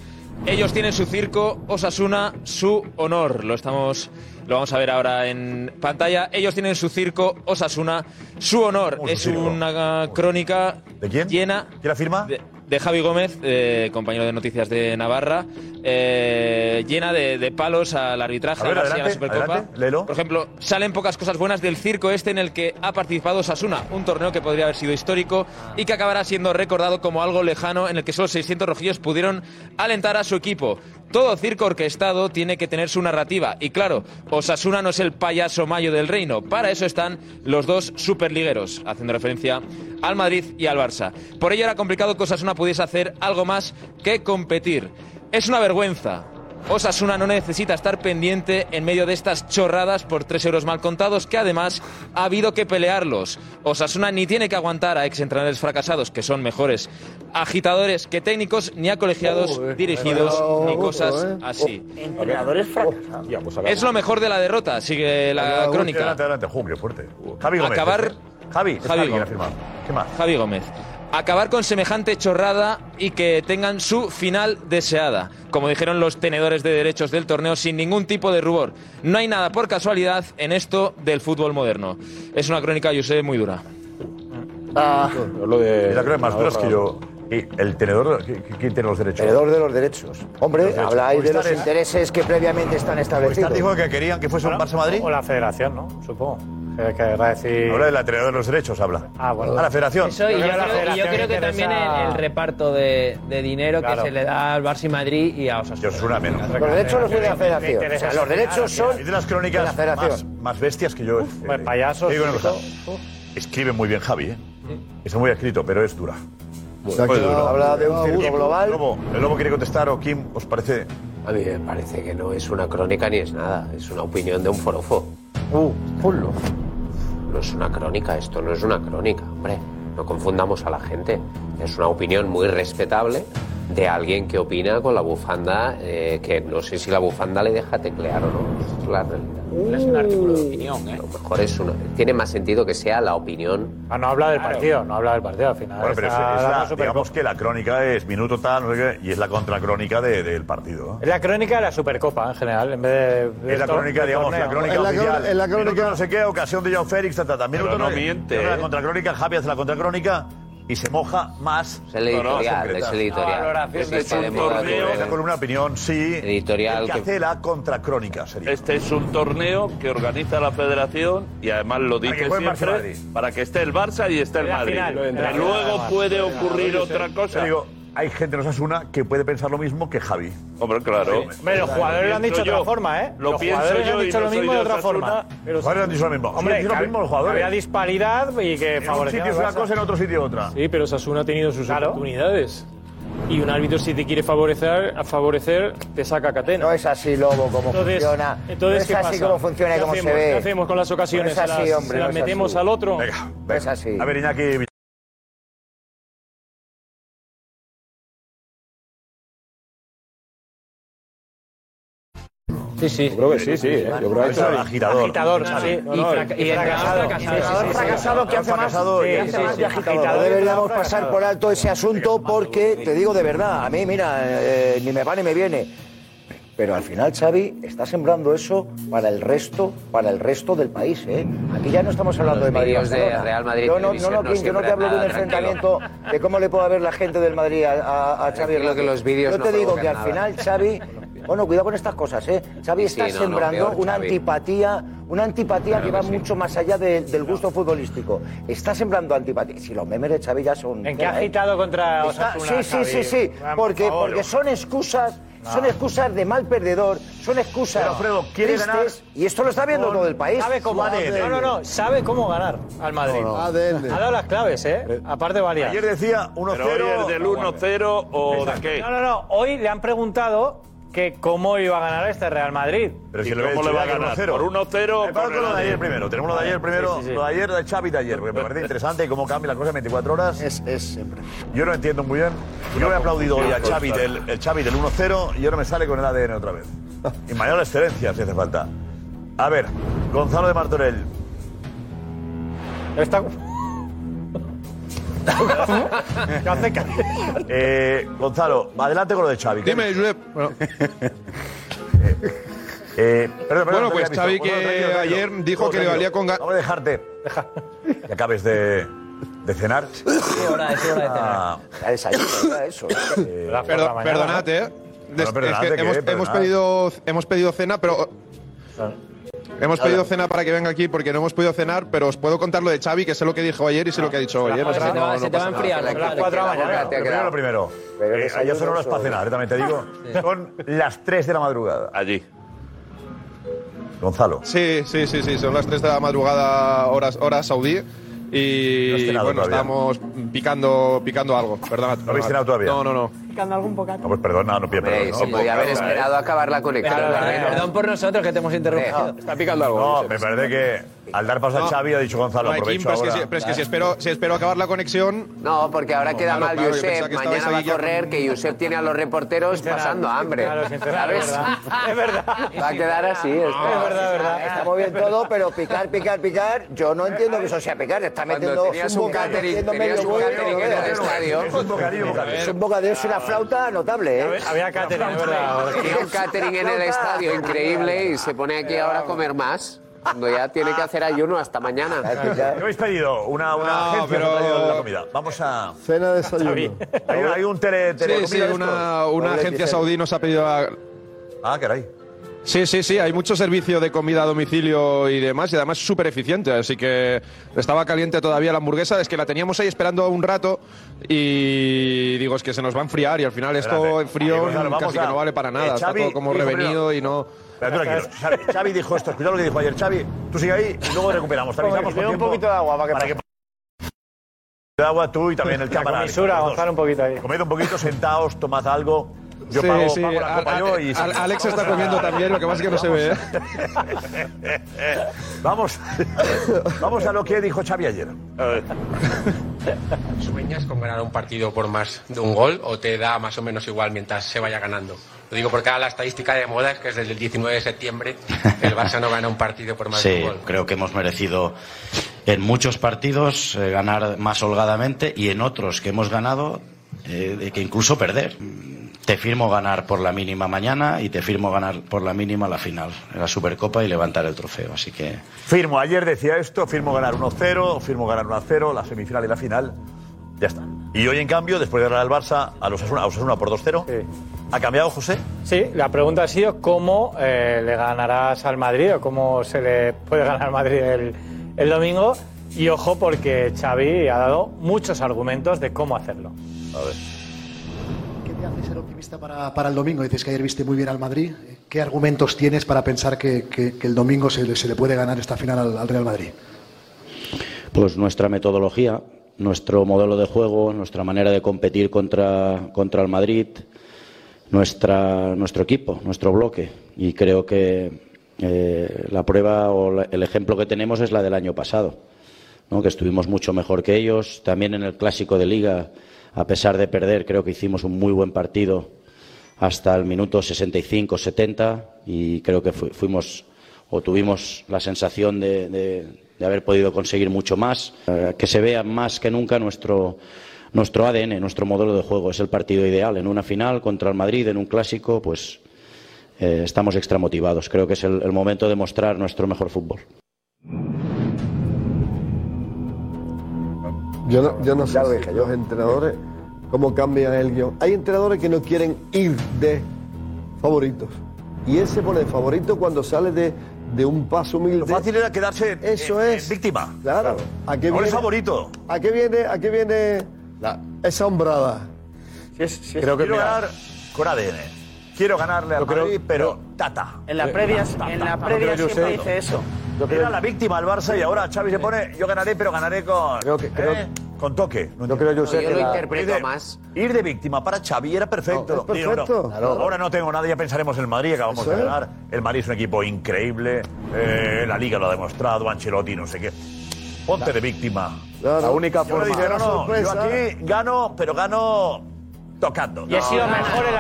Ellos tienen su circo, Osasuna su honor. Lo estamos. Lo vamos a ver ahora en pantalla. Ellos tienen su circo, Osasuna su honor. Es una crónica llena.
¿Quién la firma?
De, de Javi Gómez, eh, compañero de Noticias de Navarra. eh, llena de, de palos al arbitraje,
A ver,
la Masía,
adelante,
la Supercopa.
adelante, léelo.
Por ejemplo, salen pocas cosas buenas del circo este en el que ha participado Sasuna, un torneo que podría haber sido histórico y que acabará siendo recordado como algo lejano en el que solo 600 rojillos pudieron alentar a su equipo. Todo circo orquestado tiene que tener su narrativa y claro, Osasuna no es el payaso mayo del reino, para eso están los dos superligueros, haciendo referencia al Madrid y al Barça. Por ello era complicado que Osasuna pudiese hacer algo más que competir. Es una vergüenza, Osasuna no necesita estar pendiente en medio de estas chorradas por 3 euros mal contados que además ha habido que pelearlos. Osasuna ni tiene que aguantar a exentrenadores fracasados que son mejores agitadores que técnicos ni a colegiados dirigidos
cuidado,
ni
ojo,
cosas
eh.
así.
Entrenadores fracasados.
Es lo mejor de la derrota, sigue la crónica.
Adelante, adelante. Ju, qué fuerte. Javi Gómez.
Acabar-
¿eh? Javi,
Javi
Javi
Gómez.
Gómez. Firmado. ¿Qué más?
Javi Gómez. Acabar con semejante chorrada y que tengan su final deseada. Como dijeron los tenedores de derechos del torneo sin ningún tipo de rubor. No hay nada por casualidad en esto del fútbol moderno. Es una crónica, yo sé, muy dura.
Ah,
lo de. La creo que más dura es que yo. y el tenedor, ¿qui- qui- ¿quién tiene los derechos? Tenedor
de los derechos. Hombre,
Los derechos.
habláis de los
Movistar es-
intereses que previamente están establecidos.
querían que fuese
un Barça-Madrid.
O la federación, ¿no? Supongo. Que querrá decir.
Habla del tenedor de los derechos, habla.
Ah, bueno.
A la federación.
Eso, y yo,
Yo creo que la
creo, y yo
federación
creo que
interesa-
también el, el reparto de, de dinero
Claro.
que se le da al Barça y Madrid y a Osasuna. Yo
una menos.
Los derechos los tiene la federación. O sea, los derechos son
de las crónicas
de la federación.
Más, más bestias que yo. eh,
payasos,
te digo una cosa.
circo.
Escribe muy bien Javi, ¿eh? Está muy bien escrito, pero es dura.
Se ha
Muy
quedado-
dura.
habla de un
Kim,
circo global.
Lobo, ¿El lobo quiere contestar o Kim os parece?
A mí me parece que no es una crónica ni es nada, es una opinión de un forofo.
Uh, ponlo.
No es una crónica, esto no es una crónica, hombre. No confundamos a la gente. Es una opinión muy respetable de alguien que opina con la bufanda, eh, que no sé si la bufanda le deja teclear o no. Es la realidad.
Es un artículo de opinión, ¿eh?
A lo mejor es una, tiene más sentido que sea la opinión.
Ah, no habla del partido, no habla del partido al
Ah,
final.
Bueno, pero es,
Está
es
hablando
la,
súper
digamos que la crónica es minuto tal, no sé qué, y es la contracrónica de- del partido. ¿eh?
Es la crónica de la Supercopa en general, en vez de. de
Es la
tor-
crónica,
de
digamos, la
torneo.
crónica oficial. Minuto no sé qué, ocasión de John Félix, ta, ta, ta. Minuto
Pero no
sé-
miente,
Llega
¿eh?
La contracrónica, Javi hace la contracrónica y se moja más.
Es el editorial, es el editorial. La valoración Es de este un de moda torneo. que viene.
Con una opinión, sí.
Editorial
El que
que-
hace la contracrónica sería.
Este es un torneo que organiza la federación y además lo
Para que
dice
juegue el Barça y
siempre para que esté el Barça y esté el
La
Madrid.
final,
Que
la final,
luego
además.
puede ocurrir
Yo
otra
sé.
cosa.
Te digo, hay gente en Osasuna que puede pensar lo mismo que Javi.
Hombre, claro.
Hombre, los jugadores lo han dicho de otra
yo.
forma, ¿eh?
Lo
los
pienso
jugadores
yo
han
y
dicho
no
lo
soy
mismo
de
de otra
Osasuna.
forma.
Los jugadores han dicho lo mismo.
Hombre,
Sí, dicen lo
que
mismo los
hab-
jugadores.
Había disparidad y que
En un
favorecía
sitio es
al
una
Barça.
cosa, en otro sitio otra.
Sí, pero Sasuna ha tenido sus oportunidades. Y un árbitro, si te quiere favorecer, a favorecer te saca catena. No
es así, Lobo, como funciona.
Entonces,
No es
¿qué
así
pasa?
como funciona y
¿Qué
como se
hacemos?
ve.
¿Qué hacemos con las ocasiones?
No es
¿Se
así,
las-
hombre,
se
no
las
es
metemos
así.
al otro?
Venga, venga.
Es así.
A ver, Iñaki.
Sí, sí.
Yo creo que sí, sí. ¿eh? Yo creo que
Eso, agitador. Agitador,
sí.
sí.
No, no,
Y fraca- y
fracasado.
Agitador fracasado que hace más, que hace más de agitador. No deberíamos pasar por alto ese asunto porque, te digo de verdad, a mí, mira, eh, ni me va ni me viene. Pero al final, Xavi, está sembrando eso para el resto, para el resto del país, ¿eh? Aquí ya no estamos hablando
Los
de Madrid.
vídeos de
Barcelona.
Real Madrid
Yo no, no,
Televisión
no,
no
Kim, yo no te
siembran
hablo de un
nada, tranquilo.
enfrentamiento de cómo le puede ver la gente del Madrid a, a, a Xavi.
Tranquilo, que
Hernández.
los vídeos
Yo
no
te digo
provocan
que al
nada.
final, Xavi, bueno, cuidado con estas cosas, ¿eh? Xavi
Sí,
está
sí, no, no,
sembrando
peor,
una
Xavi.
antipatía, una antipatía
Claro
que va
que sí.
mucho más allá de- del gusto futbolístico. Está sembrando antipatía. Si los memes de Xavi ya son.
¿En qué ha
tela, ¿eh?
agitado contra
Está- sí,
Osasuna,
sí,
Xavi?
sí, sí,
Vamos,
porque,
por favor.
porque son excusas,
No.
son excusas de mal perdedor, son excusas
Pero, Alfredo, quiere
tristes,
ganar
y esto lo está viendo
con-
todo el país.
Sabe cómo No, no, no. Sabe cómo ganar al Madrid.
No, no.
Ha dado las claves, ¿eh? Aparte varias.
Ayer decía 1-0. Pero hoy es del 1-0 o de qué.
No, no, no. Hoy le han preguntado que cómo iba a ganar este Real Madrid.
Pero
¿Y
si lo
cómo
he
le
dicho
va a
ya, que
ganar?
1-0.
Por 1-0
Me paro
con
con lo de
Madrid.
ayer primero. Tenemos lo de ayer primero.
Sí, sí, sí.
Lo de ayer de Xavi de ayer, porque me parece interesante cómo cambia la cosa en 24 horas. Es, siempre. Yo no entiendo muy bien. Yo he aplaudido hoy a Xavi del, el Xavi del 1-0 y ahora me sale con el ADN otra vez. Y mayor excelencia, si hace falta. A ver, Gonzalo de Martorell.
Está... ¿Qué hace?
Eh, Gonzalo, adelante con lo de Xavi. Dime,
Josep.
Eh, perdón, perdón,
Bueno,
no te había
pues
visto.
Xavi
Bueno,
que
tranquilo, tranquilo.
ayer dijo
Bueno,
que le valía
tranquilo.
con ga-
Vamos a dejarte. Que acabes de, de cenar. Ah.
Es hora, es hora de cenar.
A desayuno, a
Eh,
eso.
Perdo- perdonad, ¿eh? Des- es
perdonad,
que
¿de qué?
hemos,
Perdonad.
hemos pedido, hemos pedido cena, pero. Hemos
Habla.
pedido cena para que venga aquí porque no hemos podido cenar, pero os puedo contar lo de Xavi, que sé lo que dijo ayer y sé lo que ha dicho hoy. ¿eh?
Joder,
O sea,
se te va-
no-
se te
no
va
pasa
a
nada.
enfriar,
Las
claro, que
cuatro de la
la
mañana.
boca te ha quedado. Lo primero,
Pero
Eh,
desayuno
Allá son horas para
solo.
cenar, ¿eh? también te digo. Son las 3 de la madrugada. Allí. Gonzalo.
Sí, sí, sí, sí, son las 3 de la madrugada, horas, horas saudí.
No has
Y
cenado
bueno,
todavía.
estamos picando, picando algo, perdonad.
¿No habéis
perdonad.
cenado todavía?
No, no, no.
Picando algún bocata.
Pues perdona, no pienso.
Hombre, si podía haber esperado a acabar la conexión. Barrera.
Perdón por nosotros que te hemos interrumpido.
Está picando algo,
No,
Josep.
me parece que al dar paso
No.
a Xavi ha dicho Gonzalo,
No hay
aprovecho
quimpa, es que,
ahora.
si, pero es que si espero, si espero acabar la conexión.
No, porque ahora
No,
queda
claro,
mal
claro, yo pensaba
Josep.
que
Mañana
estabais
va
ahí
a
ya
correr que Josep tiene a los reporteros pasando hambre. ¿Sabes?
Es verdad.
Va a quedar así.
Ah,
esto.
Está muy bien todo, pero picar, picar, picar, yo no entiendo que eso sea picar. Te está
Cuando
metiendo
tenías un
bocadillo,
catering-
metiendo
tenías
medio
un
huevo,
catering en
¿no?
el estadio.
Es un bocadillo, bocadillo. Es un bocadillo, es una flauta notable, ¿eh?
Había catering, es verdad.
Tenía un catering en el estadio increíble y se pone aquí ahora a comer más. Cuando ya tiene que hacer ayuno hasta mañana.
¿Qué habéis pedido? Una, una
No,
agencia que
pero-
ha traído la comida. Vamos a...
Cena de desayuno.
Hay, hay un tele... tele
Sí, sí, una, una agencia saudí nos ha pedido la.
Ah, caray.
Sí, sí, sí, hay mucho servicio de comida a domicilio y demás, y además súper eficiente, así que estaba caliente todavía la hamburguesa, es que la teníamos ahí esperando un rato y digo, es que se nos va a enfriar y al final esto
Espérate.
en frío
Ahí, Gonzalo, vamos
casi
a-
que no vale para
Eh,
nada, está
Xavi,
todo como
dijo
revenido y no...
Pero tú tranquilo. Xavi, Xavi dijo esto. Escuchad lo que dijo ayer Xavi. Tú sigue ahí y luego recuperamos. Te avisamos con tiempo
de agua
para que... De agua tú y también el
La
cámara.
comisura, avanzar un poquito ahí.
Comed un poquito, sentaos, tomad algo. Yo
Sí,
pago,
sí,
pago la
Al-
copa yo y...
Al- Alex está comiendo también, lo que pasa es que no se ve. ¿eh?
Vamos, vamos a lo que dijo Xavi ayer.
¿Sueñas con ganar un partido por más de un gol o te da más o menos igual mientras se vaya ganando? Lo digo porque ahora la estadística de moda es que desde el 19 de septiembre el Barça no gana un partido por más de
Sí,
un gol.
creo que hemos merecido en muchos partidos eh, ganar más holgadamente y en otros que hemos ganado eh, que incluso perder. Mm, Te firmo ganar por la mínima mañana y te firmo ganar por la mínima la final, la Supercopa y levantar el trofeo. Así que
Firmo, ayer decía esto, firmo ganar 1-0, firmo ganar 1-0, la semifinal y la final. Ya está. Y hoy, en cambio, después de ganar al Barça, a los Asuna, por 2-0, ¿ha cambiado José?
Sí, la pregunta ha sido cómo eh, le ganarás al Madrid o cómo se le puede ganar al Madrid el, el domingo. Y ojo porque Xavi ha dado muchos argumentos de cómo hacerlo.
A ver.
¿Qué te hace ser optimista para, para el domingo? Dices que ayer viste muy bien al Madrid. Eh, ¿Qué argumentos tienes para pensar que, que- que el domingo se le, se le puede ganar esta final al, al Real Madrid?
pues nuestra metodología, nuestro modelo de juego, nuestra manera de competir contra, contra el Madrid, nuestra, nuestro equipo, nuestro bloque. Y creo que eh, la prueba o la- el ejemplo que tenemos es la del año pasado, ¿no? que estuvimos mucho mejor que ellos. También en el clásico de liga, a pesar de perder, creo que hicimos un muy buen partido hasta el minuto 65-70 y creo que fu- fuimos o tuvimos la sensación de, de- de haber podido conseguir mucho más. Eh, que se vea más que nunca nuestro, nuestro ADN, nuestro modelo de juego. Es el partido ideal. En una final contra el Madrid, en un clásico, pues eh, estamos extramotivados. Creo que es el- el momento de mostrar nuestro mejor fútbol.
Yo no, yo no sé si los entrenadores, cómo cambian el guión. Hay entrenadores que no quieren ir de favoritos. Y él se pone de favorito cuando sale de, de un paso humilde. Lo fácil
era quedarse
Eso es. víctima. Claro. ¿A qué
Ahora
viene,
es favorito.
¿A qué viene, a qué viene esa hombrada?
Creo que quiero ganar con ADN. Quiero ganarle al Madrid, pero Eh, tata.
En la previa- en
No
la previa
creo que
siempre
usted-
dice eso.
Yo creo- Era la víctima al Barça y ahora Xavi se pone, yo ganaré, pero ganaré con ¿eh? con toque. yo creo
yo lo interpreto más.
Ir de víctima para Xavi era perfecto.
No, es
Digo, no,
perfecto. Claro.
Ahora no tengo nada, ya pensaremos en el Madrid, acabamos
Eso
de
es.
ganar. El Madrid es un equipo increíble, eh, la Liga lo ha demostrado, Ancelotti, no sé qué. Ponte de víctima.
Claro.
La única
Y ahora
forma.
dice, no, no, yo
Sorpresa.
aquí gano, pero gano tocando.
No, no, no, no. Yo lo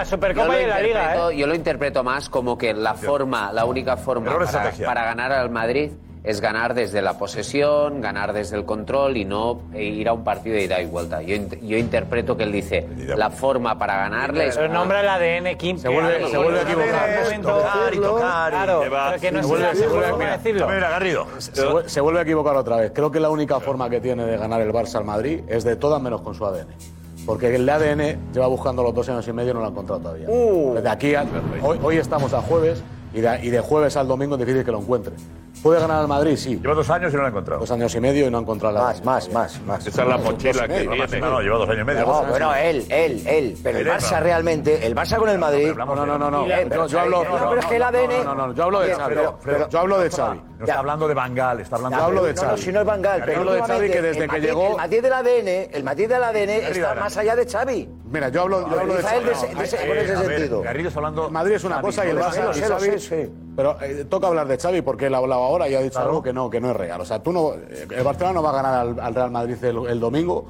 interpreto-
¿eh?
Yo lo interpreto más como que la forma, la única forma
Error de
para,
estrategia.
para ganar al Madrid es ganar desde la posesión, ganar desde el control y no e ir a un partido de ida y vuelta. Yo, int- yo interpreto que él dice, la forma para ganarle es...
Pero nombra el ADN Kim.
Se vuelve- se vuelve a equivocar.
Tocar y tocar y
Claro,
te va.
pero que no
Se
es
vuelve-
la
se vuelve-
forma de
mira,
decirlo.
mira, Garrido.
Se, vuel- se vuelve a equivocar otra vez. Creo que la única forma que tiene de ganar el Barça al Madrid es de todas menos con su ADN. Porque el ADN lleva buscando los dos años y medio y no lo ha encontrado todavía.
Uh.
Desde aquí, a- hoy, hoy estamos a jueves y de, y de jueves al domingo es difícil que lo encuentre. ¿Puede ganar al Madrid? Sí.
Lleva dos años y no lo ha encontrado.
Dos años y medio y no ha encontrado la Más, más, más, más. eh.
Esa es la mochila que tiene. No, no, lleva dos años y medio.
No, bueno, él, él, él. Pero el
Él,
Barça
no.
realmente, el Barça con el Madrid.
No, no, no, no. no.
Eh,
Yo, yo hablo.
No, pero es que el ADN.
No, no, no, no, yo hablo de
Bien,
Xavi.
pero- pero-
Yo hablo de Xavi.
No está hablando de Bangal, está hablando
Yo hablo de
no,
Xavi.
No, si no es Bangal,
Yo
pero
hablo de Xavi,
últimamente
que desde
el
que
matiz-
llegó-
El matiz del ADN, el matiz del ADN está más allá de Xavi.
Mira, yo hablo, yo
Lo
hablo de
utiliza él
Xavi.
de ese- de ese- con ese sentido.
El Madrid es una
Xavi,
cosa y el
lo
Barça
sé,
y
lo sé, lo
Xavi-
sé, sí.
Pero eh, toca hablar de Xavi porque él ha hablado ahora y ha dicho
Claro.
algo que no, que no es real. O sea, tú no, eh, el Barcelona no va a ganar al, al Real Madrid el, el domingo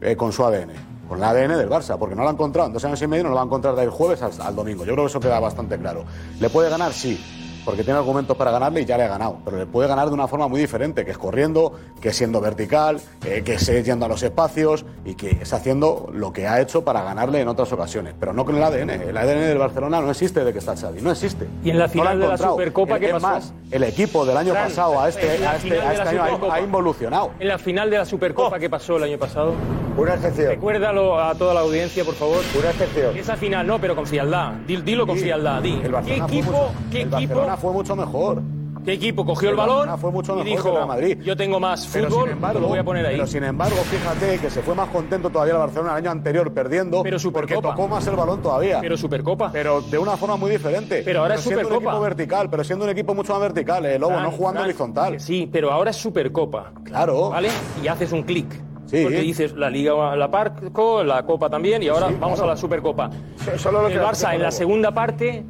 eh, con su ADN, con el ADN del Barça, porque no lo ha encontrado. En dos años y medio no lo va a encontrar del jueves al, al domingo. Yo creo que eso queda bastante claro. ¿Le puede ganar? Sí. Porque tiene argumentos para ganarle y ya le ha ganado. Pero le puede ganar de una forma muy diferente, que es corriendo, que siendo vertical, eh, que se yendo a los espacios y que es haciendo lo que ha hecho para ganarle en otras ocasiones. Pero no con el ADN. El ADN del Barcelona no existe de que está Xavi. No existe.
Y en
No
la
lo
final
ha
de la
encontrado.
Supercopa,
Es-
¿qué
es
pasó?
más, el equipo del año
Fran,
pasado a
en
este,
la
a este,
final
a
de la
este año ha-
Supercopa.
ha involucionado.
En la final de la Supercopa que pasó el año pasado.
Oh. Una excepción.
Recuérdalo a toda la audiencia, por favor.
Una excepción.
Esa final, no, pero con frialdad. Dil- Dilo con frialdad. Di.
El
¿Qué
Barcelona,
equipo,
fue mucho,
qué
el
equipo,
Barcelona fue mucho mejor.
qué equipo cogió el,
El Barcelona
balón
fue mucho
y
mejor
dijo,
que el Real Madrid.
yo tengo más
Pero
fútbol,
sin
lo
embargo,
voy a poner ahí.
Pero sin embargo, fíjate que se fue más contento todavía el Barcelona el año anterior perdiendo. Pero Supercopa. Porque tocó más el balón todavía.
Pero Supercopa.
Pero de una forma muy diferente.
Pero ahora es
siendo
Supercopa.
un equipo vertical, pero siendo un equipo mucho más vertical, el Lobo,
Fran,
no jugando
Fran,
horizontal.
que Sí, pero ahora es Supercopa.
Claro.
¿Vale? Y haces un clic.
Sí.
Porque dices, la Liga la Parco, la Copa también, y ahora
Sí,
vamos
claro.
a la Supercopa.
solo lo
el
que-
Barça en la segunda parte,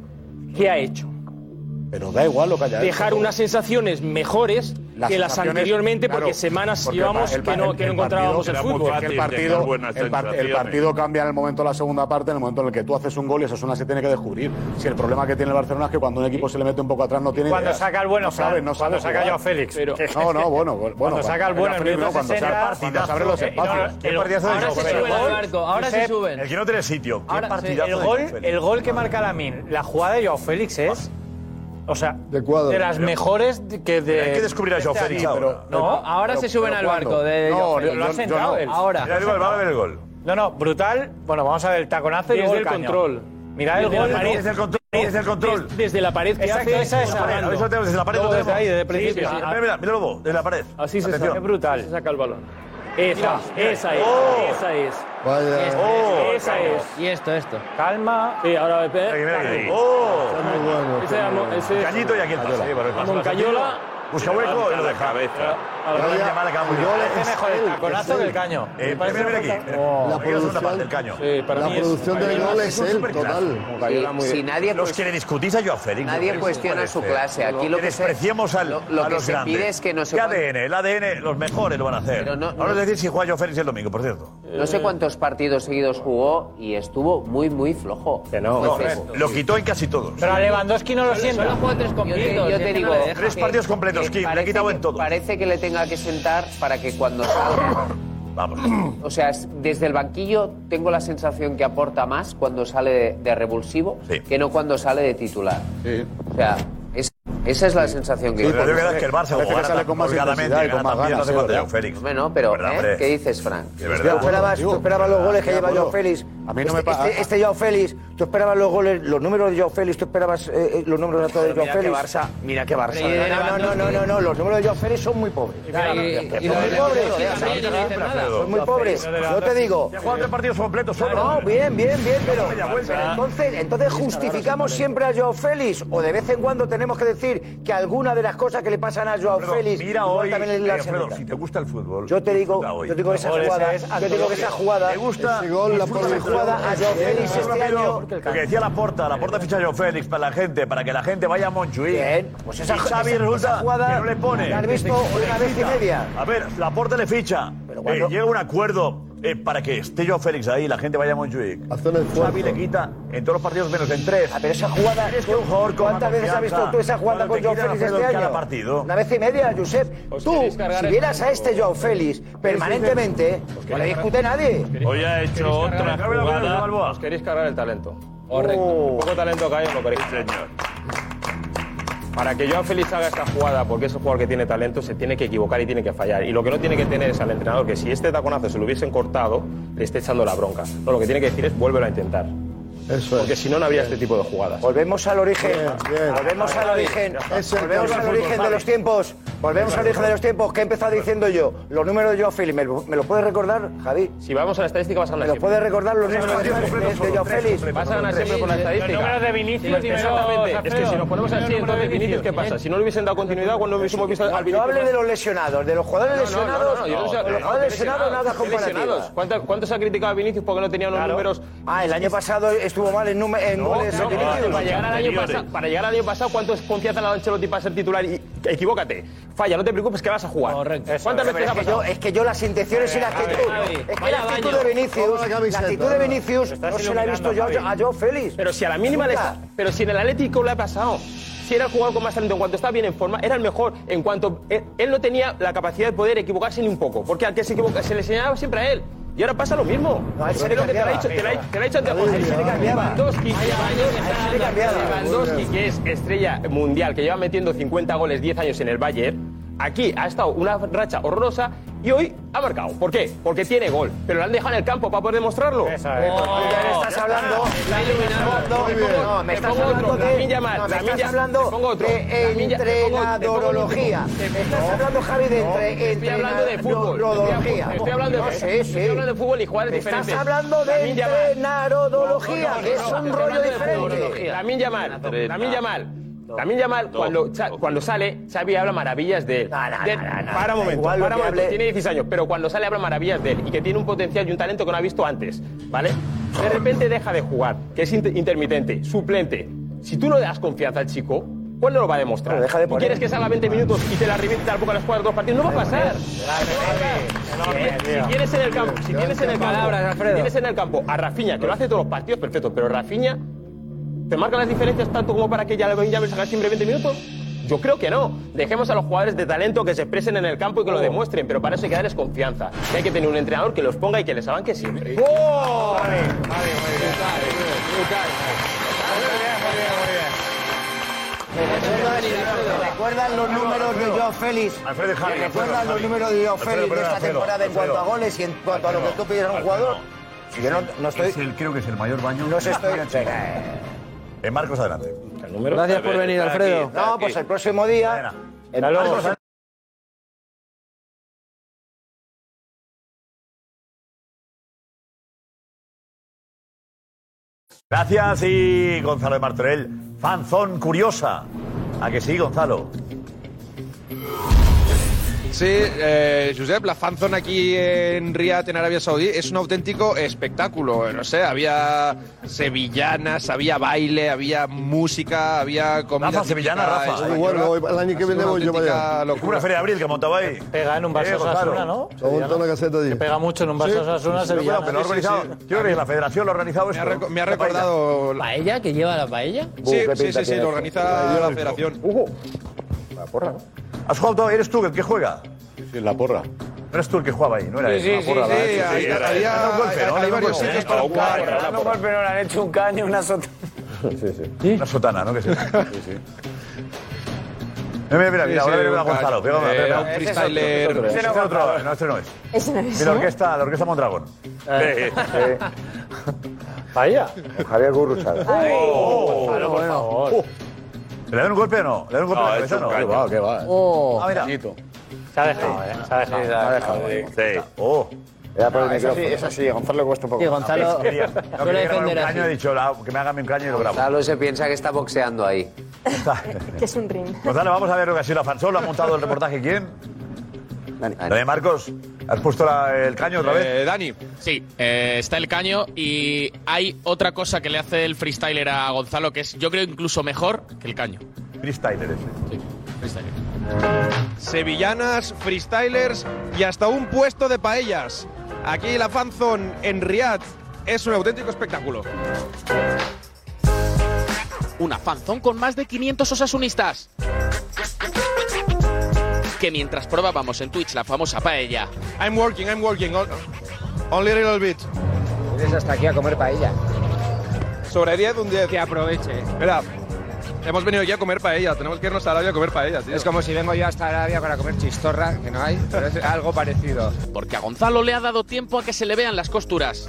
¿qué ha hecho?
Pero da igual lo que haya
Dejar
hecho.
unas sensaciones mejores
Las
que las
sensaciones,
anteriormente, porque
claro,
semanas
porque
llevamos
el pa-
que no,
el-
que no
el
encontrábamos
partido
el
era muy
fútbol.
fácil el partido, el, par- el partido cambia en el momento de la segunda parte, en el momento en el que tú haces un gol y Osasuna se tiene que descubrir. Si el problema que tiene el Barcelona es que cuando un equipo se le mete un poco atrás no tiene
Cuando
ideas.
saca el bueno,
no sabe,
Fran,
no
cuando
sabe
saca
jugar.
Joao Félix. Que-
No, no, bueno, bueno,
Cuando saca el bueno en el
Félix, no,
minuto
cuando se
60,
cuando se abre los
partidazo, eh,
espacios.
no, no, el- ahora se sube al barco, ahora se suben.
El que no tiene sitio. Qué
Ahora, sí,
partidazo
el,
de Joao
gol,
Félix.
el gol que marca Lamin, la jugada de Joao Félix es. O sea, de, las mejores de- que de.
Hay que descubrir a Joao Félix
Sí,
ahora.
pero- no,
ahora se suben al
¿cuándo?
barco de Joao
No,
Félix.
lo ha
Yo- yo
sentado
no.
él.
Ahora.
Lo ha
Mira, el gol,
sentado.
va a ver el gol.
No, no, brutal. Bueno, vamos a ver el taconazo y
Desde
luego
el
caño.
control.
Mirad el
Desde la
gol.
pared. Desde el
control.
Desde el
control.
Desde la pared que
Exacto,
hace.
esa es
Fernando.
Armando.
Eso lo tenemos desde la pared.
Luego
lo
desde
tenemos.
ahí, desde el principio.
Sí, sí, sí. Mira, mira, mira, Lobo, desde la pared.
Así se
Atención.
saca, brutal. se saca el balón. Esa, esa es,
¡Oh!
esa es.
Vaya.
Esta
¡Oh!
es, esa es.
Y esto, esto.
Calma.
Sí, ahora eh,
Ahí, mira, ahí.
Caño.
¡Oh!
Ese era Mo- ese-
Cañito y aquí el pase. eh, bueno, el pase.
Moncayola
Busca hueco y lo
la
deja.
cabeza.
Ahora la llamada acaba muy bien.
Parece mejor el taconazo que el caño.
Eh,
Me parece
ven, ven
mejor
aquí.
el
ven.
caño.
Aquí la segunda parte, el caño.
Eh,
la producción del gol es él, total.
Los que le discutís a Joao Félix.
pues Nadie
¿no?
cuestiona
Puede
su
ser.
clase. Aquí lo que se-
despreciemos al,
lo- lo
a
que
los
se
grandes.
pide es que no se
¿Qué
cuan-
ADN? El ADN, los mejores lo van a hacer.
Pero no-
Ahora
no-
os decís si juega Joao Félix el domingo, por cierto.
No sé cuántos partidos seguidos jugó y estuvo muy, muy flojo. Que
No, eh. lo quitó en casi todos.
Pero a Lewandowski no lo
siento.
Solo jugó tres
completos,
Yo te,
es que
digo,
no le deja. Tres partidos completos, Kim, le he
parece
quitado
que-
en todo.
Parece que le tenga que sentar para que cuando salga.
Vamos.
O sea, es- desde el banquillo tengo la sensación que aporta más cuando sale de, de revulsivo que no cuando sale de titular. O sea, es- esa es la sensación que
Sí, pero la verdad es que el Barça como
Parece
gana tan holgadamente, gana también, no hace falta Joao Félix.
Bueno, pero
Verdad,
¿eh?
hombre.
¿qué dices, Frank?
De
Hostia, tú esperabas, tú esperabas los goles que
Estoy de
lleva Joao
acuerdo.
Félix.
A mí no
este,
me pa-
Este, este Joao Félix, tú esperabas los goles, los números de Joao Félix, tú esperabas eh, eh, los números de todos de
Pero
Joao
mira que
Félix.
Barça, mira que Barça.
No, no, no, no, no, no, no, los números de Joao Félix son muy pobres. son muy pobres. Son muy pobres. Yo te digo.
Ya juega tres partidos completos solo.
No, bien, bien, bien, pero.
Media vuelta.
pero Entonces, entonces justificamos siempre a Joao Félix o de vez en cuando tenemos que decir que alguna de las cosas que le pasan a Joao
Alfredo,
Félix
mira
igual
hoy,
también le
eh,
la
Alfredo,
se
si te gusta el fútbol,
Yo te digo,
disfruta hoy.
yo digo que esa
Los goles
jugada,
es
yo digo que esa
antológica.
jugada,
Me gusta,
ese gol, la
disfruta
pobre
esa
jugada a Joao Félix
Rápido,
este año.
Lo que decía la porta, la porta ficha a Joao Félix para la gente, para que la gente vaya a Montjuic.
Bien, pues esa-
y Xavi
esa-
resulta
esa jugada
que no le pone.
la has visto una vez y
Quita.
media.
A ver, la porta le ficha. Eh, llega un acuerdo eh, para que esté Joao Félix ahí, la gente vaya a Montjuic. Xavi le quita en todos los partidos menos en tres.
Ah, pero esa jugada,
¿Crees que un jugador con
¿Cuántas veces has visto tú esa jugada con Joao Félix este año?
partido.
Una vez y media, Josep. Tú, si vieras a este Joao Félix permanentemente, no le discute nadie.
Hoy ha hecho otra jugada.
Os queréis cargar el talento. Correcto. Poco talento que hay, os lo queréis.
Señor.
Para que Joao Félix haga esta jugada, porque es un jugador que tiene talento, se tiene que equivocar y tiene que fallar. Y lo que no tiene que tener es al entrenador que si este taconazo se lo hubiesen cortado, le esté echando la bronca. No, lo que tiene que decir es vuélvelo a intentar. porque si no, no habría este tipo de jugadas.
Volvemos al origen. Volvemos
Ahí,
al
ahí,
origen.
ya está. Es el
Volvemos
cambio
al
del
origen
fútbol,
de los
Javi.
tiempos. Volvemos al origen de los tiempos. ¿Qué he empezado diciendo yo? Los números de Joao Félix. ¿Me, lo- me los puedes recordar, Javi?
Si vamos a la estadística, vas a
¿Me
ganar
los
siempre.
puedes recordar los
Tres
números de,
partidos completos
de Joao
solo, tres
Félix?
completos Vas a ganar solo, siempre tres. por la estadística. Los números de Vinicius, Exactamente. Es que si nos ponemos así, entonces Vinicius, ¿eh? ¿qué pasa? Si no le hubiesen dado continuidad, cuando hubiésemos visto al
Yo
Vinicius...
hablé de los lesionados, de los jugadores
No, no, no, no,
lesionados.
no, yo no sé-
de los
de
jugadores lesionados, nada
de lesionados.
comparativo.
¿Cuánto, cuánto se ha criticado a Vinicius porque no tenía unos números?
Ah, el año pasado estuvo mal en, nume- en
No,
goles.
no,
de Vinicius.
para, llegar al año pasado, para llegar al año pasado, ¿cuánto es confianza le ha dado Ancelotti para ser titular? Y, equivócate, falla, no te preocupes que vas a jugar. ¿Cuántas
Pero
veces
es
ha
que, yo,
pasado?
es que yo las intenciones y la
Javi,
actitud.
Javi,
Es que
vaya
la actitud
baño.
de Vinicius,
Toma la
la
camiseta.
actitud de Vinicius
estás
no se la he visto yo
iluminando,
a- a
Javi.
Joao Félix.
Pero si a la mínima le
Nunca.
está. Pero si en el Atlético le ha pasado. Si era el jugador con más talento, en cuanto estaba bien en forma, era el mejor. En cuanto. Él, él no tenía la capacidad de poder equivocarse ni un poco. Porque al que se equivoca se le señalaba siempre a él. Y ahora pasa lo mismo.
a él se le
Creo que te lo ha
cambiaba.
dicho- te lo ha- te lo ha dicho antes José.
A él se le cambiaba.
Lewandowski, lleva años-
le cambiaba.
Lewandowski, que es estrella mundial, que lleva metiendo 50 goles 10 años en el Bayern. Aquí ha estado una racha horrorosa y hoy ha marcado. ¿Por qué? Porque tiene gol. Pero lo han dejado en el campo para poder demostrarlo.
Oh,
Oh.
Ya estás hablando. No, me estás hablando de. no, Me estás hablando de entrenadorología. Me estás hablando, Javi, de entre.
Estoy hablando de fútbol.
Entrenadorología.
Estoy hablando
No
de
sé,
estoy
sí.
hablando de fútbol y jugadores
Me estás
diferentes.
hablando de
Lamine Yamal.
entrenadorología, que es un rollo diferente.
La Min Yamal, la Min Yamal. La Min Yamal, cuando, Cha- cuando sale, Xavi habla maravillas de él. De- para un momento,
Igual lo
para un
que
momento.
hable-
Tiene 16 años, pero cuando sale habla maravillas de él y que tiene un potencial y un talento que no ha visto antes, ¿vale? De repente deja de jugar, que es inter- intermitente, suplente. Si tú no le das confianza al chico, ¿cuándo lo va a demostrar?
Pero deja de
¿Y
poner.
quieres que salga 20 minutos y te la revienta al poco a las cuadras dos partidos? No va a pasar. Si si tienes en el campo, si tienes en el campo,
Palabras, Alfredo.
si tienes en el campo a Rafinha, que lo hace todos los partidos, perfecto, pero Rafinha te marca las diferencias tanto como para que ya Yamal salga siempre 20 minutos. Yo creo que no. Dejemos a los jugadores de talento que se expresen en el campo y que
Oh.
lo demuestren, pero para eso hay que darles confianza. Y hay que tener un entrenador que los ponga y que les que siempre.
¿Recuerdan los números de Joao Félix?
Alfredo y Javi,
¿Recuerdan
Alfredo,
los
Javi.
números de Joao
Alfredo,
Félix de
perdona,
esta
Alfredo,
temporada en
Alfredo.
cuanto a goles y en cuanto a lo que tú pides a un
Alfredo.
jugador? Yo no, no estoy.
Es el- creo que es el mayor baño.
No se estoy.
Eh, Marcos, adelante.
Gracias por venir, Alfredo. no, pues el próximo día. el
Hasta luego.
próximo-
Gracias y Gonzalo de Martorell. Fanzón curiosa. ¿A que sí, Gonzalo?
Sí, eh, Josep, la fanzone aquí en Riyadh, en Arabia Saudí, es un auténtico espectáculo. Eh, No sé, había sevillanas, había baile, había música, había comida.
Rafa, sevillana,
típica
Rafa.
española.
el año que viene voy yo para allá.
Es como una feria de abril que montaba ahí.
Pega en un vaso
Eh, Gonzalo.
Osasuna, ¿no?
Se ha montado una caseta allí.
Pega mucho en un vaso Osasuna
Sí, sí,
sevillana.
no, pero lo ha organizado. Yo creo que la federación lo ha organizado esto.
Me ha recordado. ¿La
paella? ¿Que lleva la paella?
Sí, sí, sí, sí,
este.
lo organiza la federación.
La porra, ¿no? Has jugado, eres tú el que juega.
Sí, la porra.
No eres tú el que jugaba ahí, no era
Sí,
él.
sí,
La porra,
sí,
la-
sí,
sí,
ahí-
era él.
había-
Le han dado un
hay-
golpe, ¿no?
hay
Le han dado un
varios
golpe,
sitios
¿eh?
para
Un golpe,
jugar.
le han dado un
No,
golpe.
pero le han hecho un caño, una sotana.
Una sotana, ¿no? Que sí. Mira, mira, mira,
Sí, sí,
mira, ahora viene
un
a
cacho.
Gonzalo. Mira, mira,
Eh,
mira.
un
Ese es
freestyler.
otro, ese es
Ese
otro,
no
No, este no es.
Ese no
Y la orquesta, la orquesta Mondragón.
Eh.
Eh.
Vaya.
Javier Gurruchaga.
Oh,
Gonzalo, por
bueno.
favor. ¿Le dan un golpe o no? ¿Le dan un golpe
No,
en la
es
cabeza
un
o no?
caño. Qué va, qué va.
Oh, ah, mira.
Se ha dejado, ¿eh? Se ha dejado.
Se ha dejado, eh.
Oh.
Era por el
No, esa
micrófono.
sí, esa sí, a
Gonzalo le cuesta un
poco. Sí, Gonzalo-
No,
Quería- no, quería grabar un caño, he dicho, la- que me hagan un caño y lo grabo.
Gonzalo se piensa que está boxeando ahí.
Que es un ring.
Gonzalo, vamos a ver lo que ha sido la farsón. ¿Lo ha montado el reportaje quién? Dani. Marcos, ¿has puesto la- el caño otra vez?
Eh, Dani.
Sí, eh, está el caño y hay otra cosa que le hace el freestyler a Gonzalo que es, yo creo, incluso mejor que el caño.
Freestyler ese.
Sí, freestyler.
Sevillanas, freestylers y hasta un puesto de paellas. Aquí la fanzone en Riyadh es un auténtico espectáculo.
Una fanzón con más de 500 osasunistas. Que mientras probábamos en Twitch la famosa paella,
I'm working, I'm working. on- Only a little bit.
Vienes hasta aquí a comer paella.
Sobre 10, un 10. Que
aproveche.
Mira, hemos venido aquí a comer paella. Tenemos que irnos a Arabia a comer paella, tío.
Es como si vengo yo hasta Arabia para comer chistorra, que no hay, pero es algo parecido.
porque a Gonzalo le ha dado tiempo a que se le vean las costuras.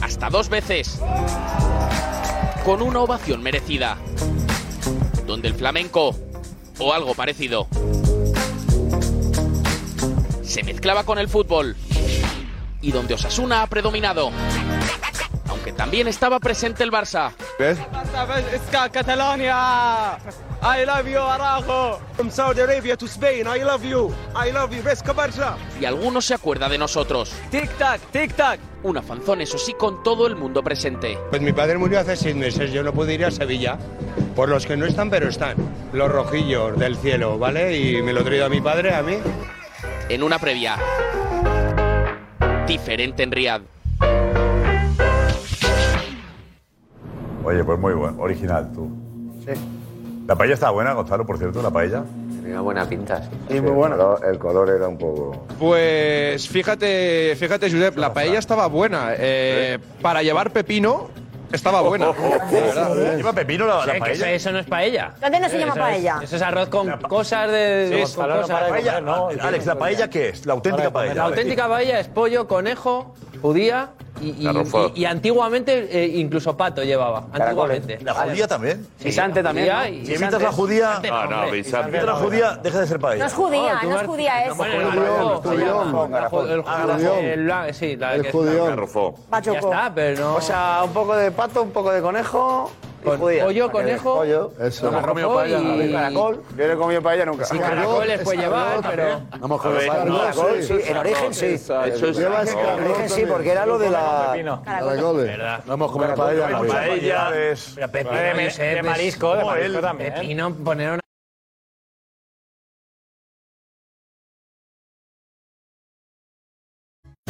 Hasta dos veces. Con una ovación merecida. Donde el flamenco, o algo parecido, se mezclaba con el fútbol. Y donde Osasuna ha predominado. Aunque también estaba presente el Barça.
¿Ves?
It's Catalonia. I love you, Arajo. From Saudi Arabia to Spain, I love you. I love you. Ves, Cabarja.
Y alguno se acuerda de nosotros.
Tic-tac, tic-tac.
Una fanzón, eso sí, con todo el mundo presente.
Pues mi padre murió hace seis meses, yo no pude ir a Sevilla. Por los que no están, pero están. Los rojillos del cielo, ¿vale? Y me lo he traído a mi padre, a mí.
en una previa. Diferente en Riad.
Oye, pues muy bueno, original tú. Sí. La paella estaba buena, Gonzalo, por cierto, la paella.
Tenía buena pinta, sí.
muy buena. El color era un poco.
Pues fíjate, fíjate, Josep, la paella estaba buena. Eh, Para llevar pepino, estaba buena.
¿Lleva pepino
Sí, que eso, eso no es paella.
Entonces no se
Eh,
llama
eso es-
paella.
Eso es arroz con cosas de.
Sí,
con
es palabra
cosas.
para paella. Alex, ¿la paella qué es? La auténtica paella.
La auténtica paella es pollo, conejo, judía y, y,
Garrofó.
y- y antiguamente eh, incluso pato llevaba. Antiguamente.
¿La judía también?
Guisante también,
Judía y-
¿no?
Si
Guisante.
imitas la judía.
Guisante no,
Ah, no,
hombre. Ah,
guisante
Guisante
no.
no.
La judía deja de ser paella.
No es
Ah,
judía,
no es judía
Bueno,
eso.
el garrofó, se llama. La ju- el judío, Ah, el la- sí, la que- Ya está, pero no.
O sea, un poco de pato, un poco de conejo. y judía. Para
pollo,
que-
conejo,
Pollo.
No hemos comido paella.
Y caracol. Yo no he comido paella nunca.
Sí, caracoles puede llevar, pero-
No hemos
A
comido
ver,
paella.
no,
Caracol,
sí,
sí, en origen sí.
Eso es
En origen sí, porque era lo de la.
No hemos comido paella. en la vida.
Pepino,
De- de-
Josep,
de
es-
marisco, de
Joel,
marisco
¿eh?
también.
Pepino, poner una.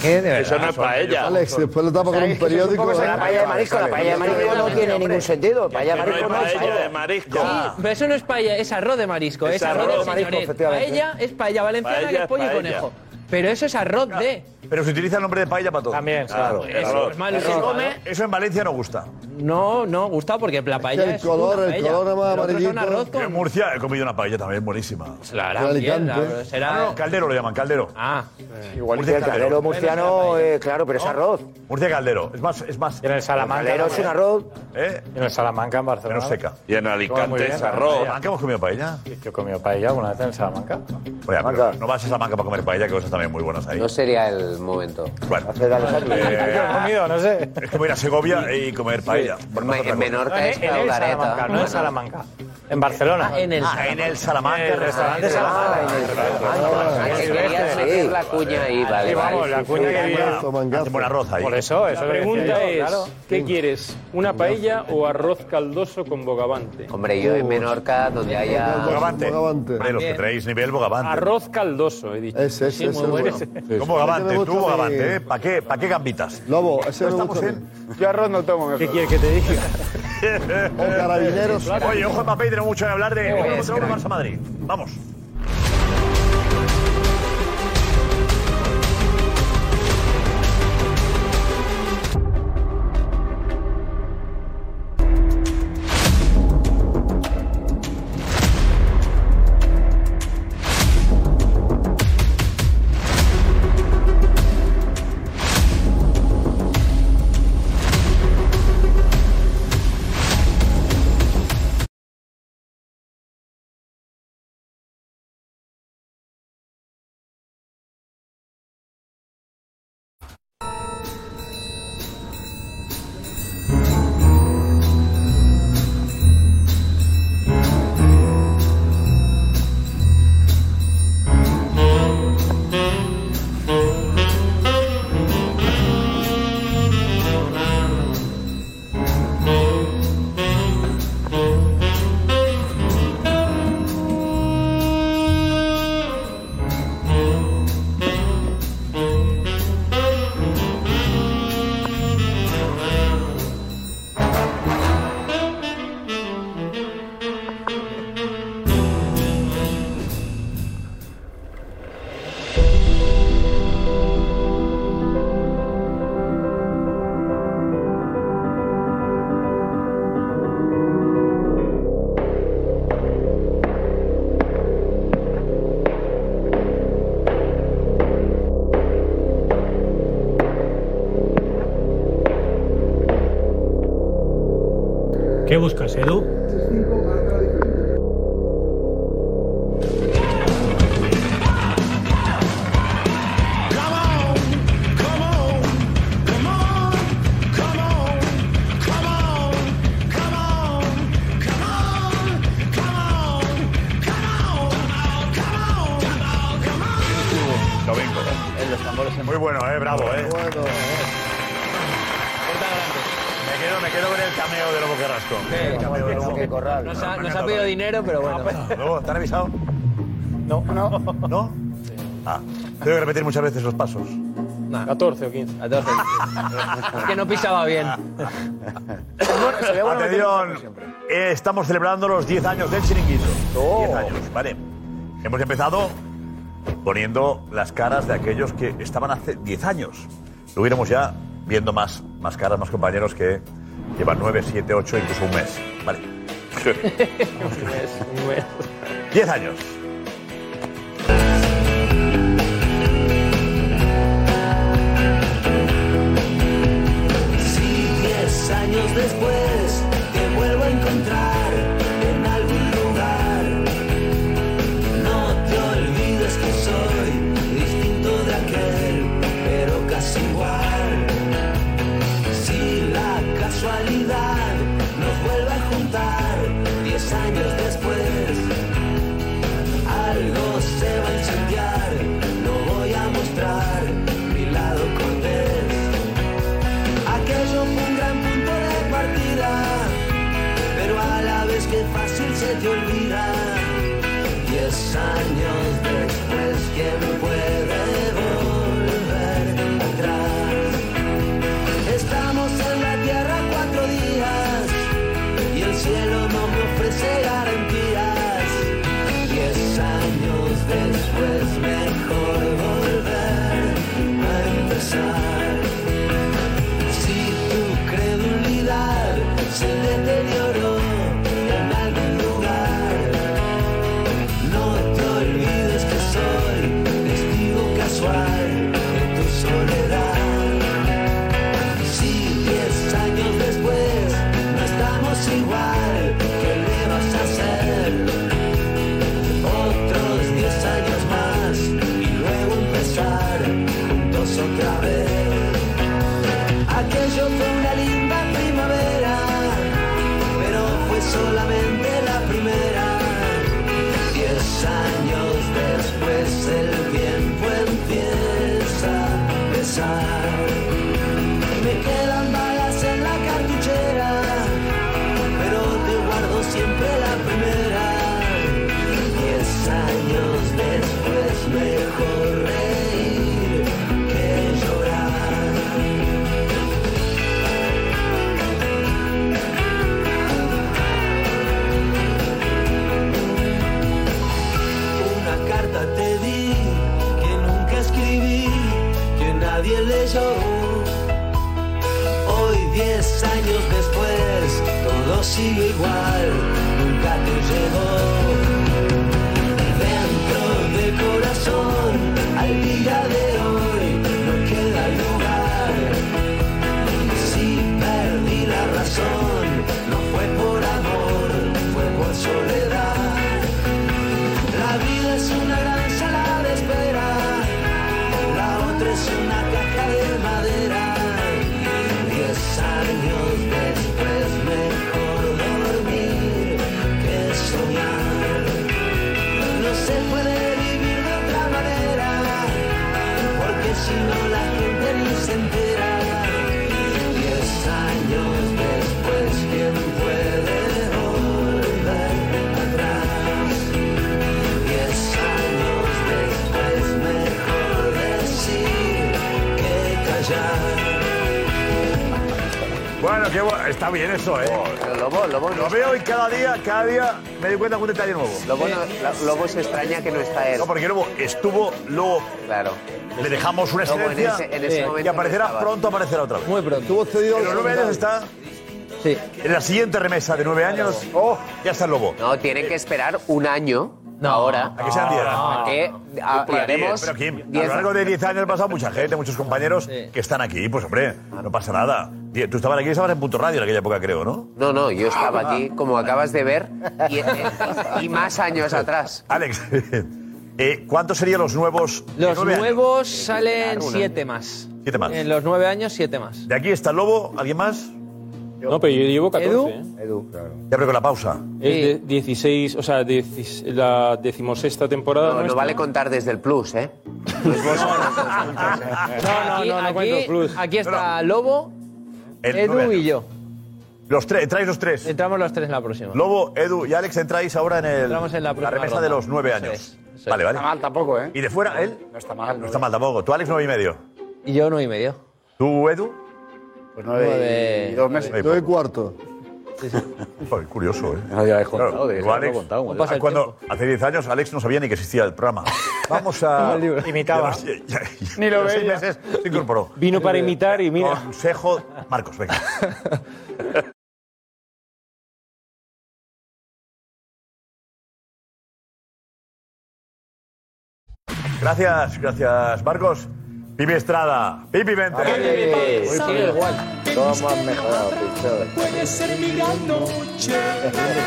¿Qué? De verdad.
Eso no es paella.
Alex, después lo tapa con un periódico. ¿eh?
La paella de marisco, la paella de marisco no tiene ningún sentido. Paella de
Que no
marisco no
hay
es
paella de
marisco.
Sí, pero eso no es paella, es arroz de marisco. Es,
Es
arroz,
arroz
de
de marisco,
marisco,
efectivamente.
Paella es paella valenciana,
Paella
que es
es
pollo y
paella.
conejo. Pero eso es arroz de.
Pero se utiliza el nombre de paella para todo. También, claro.
Eso es malo,
Eso,
se come.
eso en Valencia no gusta.
No, no, gusta porque la paella
el
es
color,
una
el
paella.
color
Pero otro es un arroz
Yo en
con...
Murcia he comido una paella también buenísima.
Se la harán bien, la- Alicante. será-
Ah, no, caldero lo llaman, caldero.
Ah.
Igual
que el caldero murciano, eh, claro, pero es arroz.
Murcia caldero. Es más, es más.
En el
Salamanca Caldero es un arroz.
¿Eh?
En el Salamanca, en Barcelona.
Menos seca.
Y en
Alicante es arroz. ¿Salamanca hemos comido paella?
Yo he comido paella alguna vez en Salamanca.
Oye, pero no vas a Salamanca para comer paella, que cosas también muy buenas ahí.
No sería el,
el momento.
Eh,
comido, no sé.
es como ir a Segovia y comer paella. Por no hacer otra cosa.
No, en, en el Salamanca, no en Salamanca. En Barcelona. en el
Ah, en el Salamanca,
En el restaurante Salamanca.
Querías meter la cuña ahí, vale.
Sí, vamos,
vale.
la cuña que viene.
Buen arroz ahí.
Por eso, eso La
lo
pregunta
decía
es,
yo, claro.
¿qué quieres? ¿Una paella o arroz caldoso con bogavante?
Hombre, yo en Menorca, donde haya...
Bogavante. Hombre, los que
También.
traéis nivel Bogavante.
Arroz caldoso, he dicho.
Ese, ese,
Sí, muy
ese es bueno.
bueno.
Tú Bogavante,
Me
tú
gusta
Bogavante,
mi-
¿eh? ¿Para qué, pa' qué gambitas?
Lobo, ese
¿No
me
estamos
gusta
en?
Yo arroz no tomo.
¿Qué quieres que te diga?
O carabineros.
Oye, ojo, papel, tenemos mucho que hablar de.
Oh,
Vamos
es
a
crack.
Barça Madrid. Vamos.
¿Qué buscas, Edu?
Domingo. Muy bueno, eh, bravo, eh. Me quedo, me quedo con el cameo de Lobo Carrasco. El cameo de Lobo.
Nos ha, nos ha pedido dinero, pero bueno.
Lobo, ¿te han avisado?
No.
¿No? ¿No? Ah, tengo que repetir muchas veces los pasos.
14 o 15.
14. es que no pisaba bien.
Atención, eh, estamos celebrando los 10 años del chiringuito.
Oh.
10 años, vale. Hemos empezado poniendo las caras de aquellos que estaban hace 10 años. Lo hubiéramos ya viendo más, más caras, más compañeros que llevan 9, 7, 8, incluso un mes. Vale. 10 años.
Si diez años después te vuelvo a encontrar en algún lugar, no te olvides que soy distinto de aquel, pero casi igual. Si la casualidad nos vuelve a juntar diez años después, algo se va a incendiar, no voy a mostrar mi lado cortés. Aquello fue un gran punto de partida, pero a la vez que fácil se te olvida. Diez años después, ¿quién puede volver atrás? Estamos en la tierra cuatro días y el cielo no me ofrece garantías. Diez años después, mejor volver a empezar. Si tu credulidad se deterioró en algún lugar, no te olvides que soy testigo casual de tu soledad. Si diez años después no estamos igual, ¿qué le vas a hacer? Otros diez años más y luego empezar juntos otra nadie leyó. Hoy, diez años después, todo sigue igual, nunca te llegó. Dentro del corazón, al día de hoy, no queda lugar. Si perdí la razón, no fue por amor, fue por soledad. La vida es una gran sala de espera, la otra es una caja de madera. Diez años después mejor dormir que soñar. No se puede vivir de otra manera, porque si no la gente ni se entera. Diez años después, ¿quién puede volver atrás? Diez años después mejor decir que callar.
Bueno, qué bueno. Está bien eso, ¿eh? Lo, veo y cada día, cada día me doy cuenta de un detalle nuevo.
Lo bueno, lo- Lobo se extraña que no está él.
No, porque luego estuvo, luego
claro.
le dejamos una
Lobo en
excelencia
ese- en ese momento
y
no
aparecerá
estaba.
pronto, aparecerá otra vez. Muy
pronto.
Tuvo cedido
los
los nueve años está...
Sí.
En la siguiente remesa de nueve años, oh, ya está el Lobo.
No, tienen que esperar un año ahora.
¿A que sean diez?
A que a- y
Para diez.
haremos
Pues, Pero, Kim, a
Ah, diez-
lo largo de 10 años ha pasado mucha gente, muchos compañeros que están aquí. Pues, hombre, no pasa nada. Die- Tú estabas aquí, estabas en Punto Radio en aquella época, creo, ¿no?
No, no, yo estaba
Ah.
aquí, como acabas de ver, y, y más años atrás.
Alex, eh, ¿cuántos serían los nuevos?
Los
nueve años?
nuevos
un
salen
año.
siete más.
Siete más.
En los nueve años, siete más.
¿De aquí está el Lobo? ¿Alguien más?
No, pero yo llevo 14.
Edu.
¿eh?
Edu, claro. Ya pero con la pausa.
Es de 16, o sea, 16 la decimosexta temporada.
No, no
nuestra.
vale contar desde el plus, ¿eh?
aquí,
no, no
aquí-
cuento plus.
aquí está Lobo,
El
Edu
noveno.
y yo.
Los tres, entráis los tres.
Entramos los tres en la próxima.
Lobo, Edu y Alex entráis ahora en, el,
Entramos en la próxima
remesa
ronda.
de los nueve
Eso
años.
es,
Vale, vale.
Está mal tampoco, ¿eh?
¿Y de fuera, él?
No está mal.
No está mal tampoco. Tú, Alex, nueve y medio.
Y yo nueve y medio.
¿Tú, Edu?
Pues nueve, y dos meses.
Nueve
y cuarto.
Joder, curioso, ¿eh?
No lo habéis contado,
Claro,
debéis
tú,
haberlo
Alex,
contado, ¿no?
ah,
Pasa el
cuando hace 10 años Alex no sabía ni que existía el programa. Vamos a... Imitaba. Ni
lo
seis
veía.
meses se incorporó.
Vino para imitar y mira.
Consejo, Marcos, venga. Gracias, gracias, Marcos. Pipi Estrada, Pipi Vente.
Pipi. Muy bien.
¿Cómo han mejorado, Pichón?
Puede ser mi gran noche.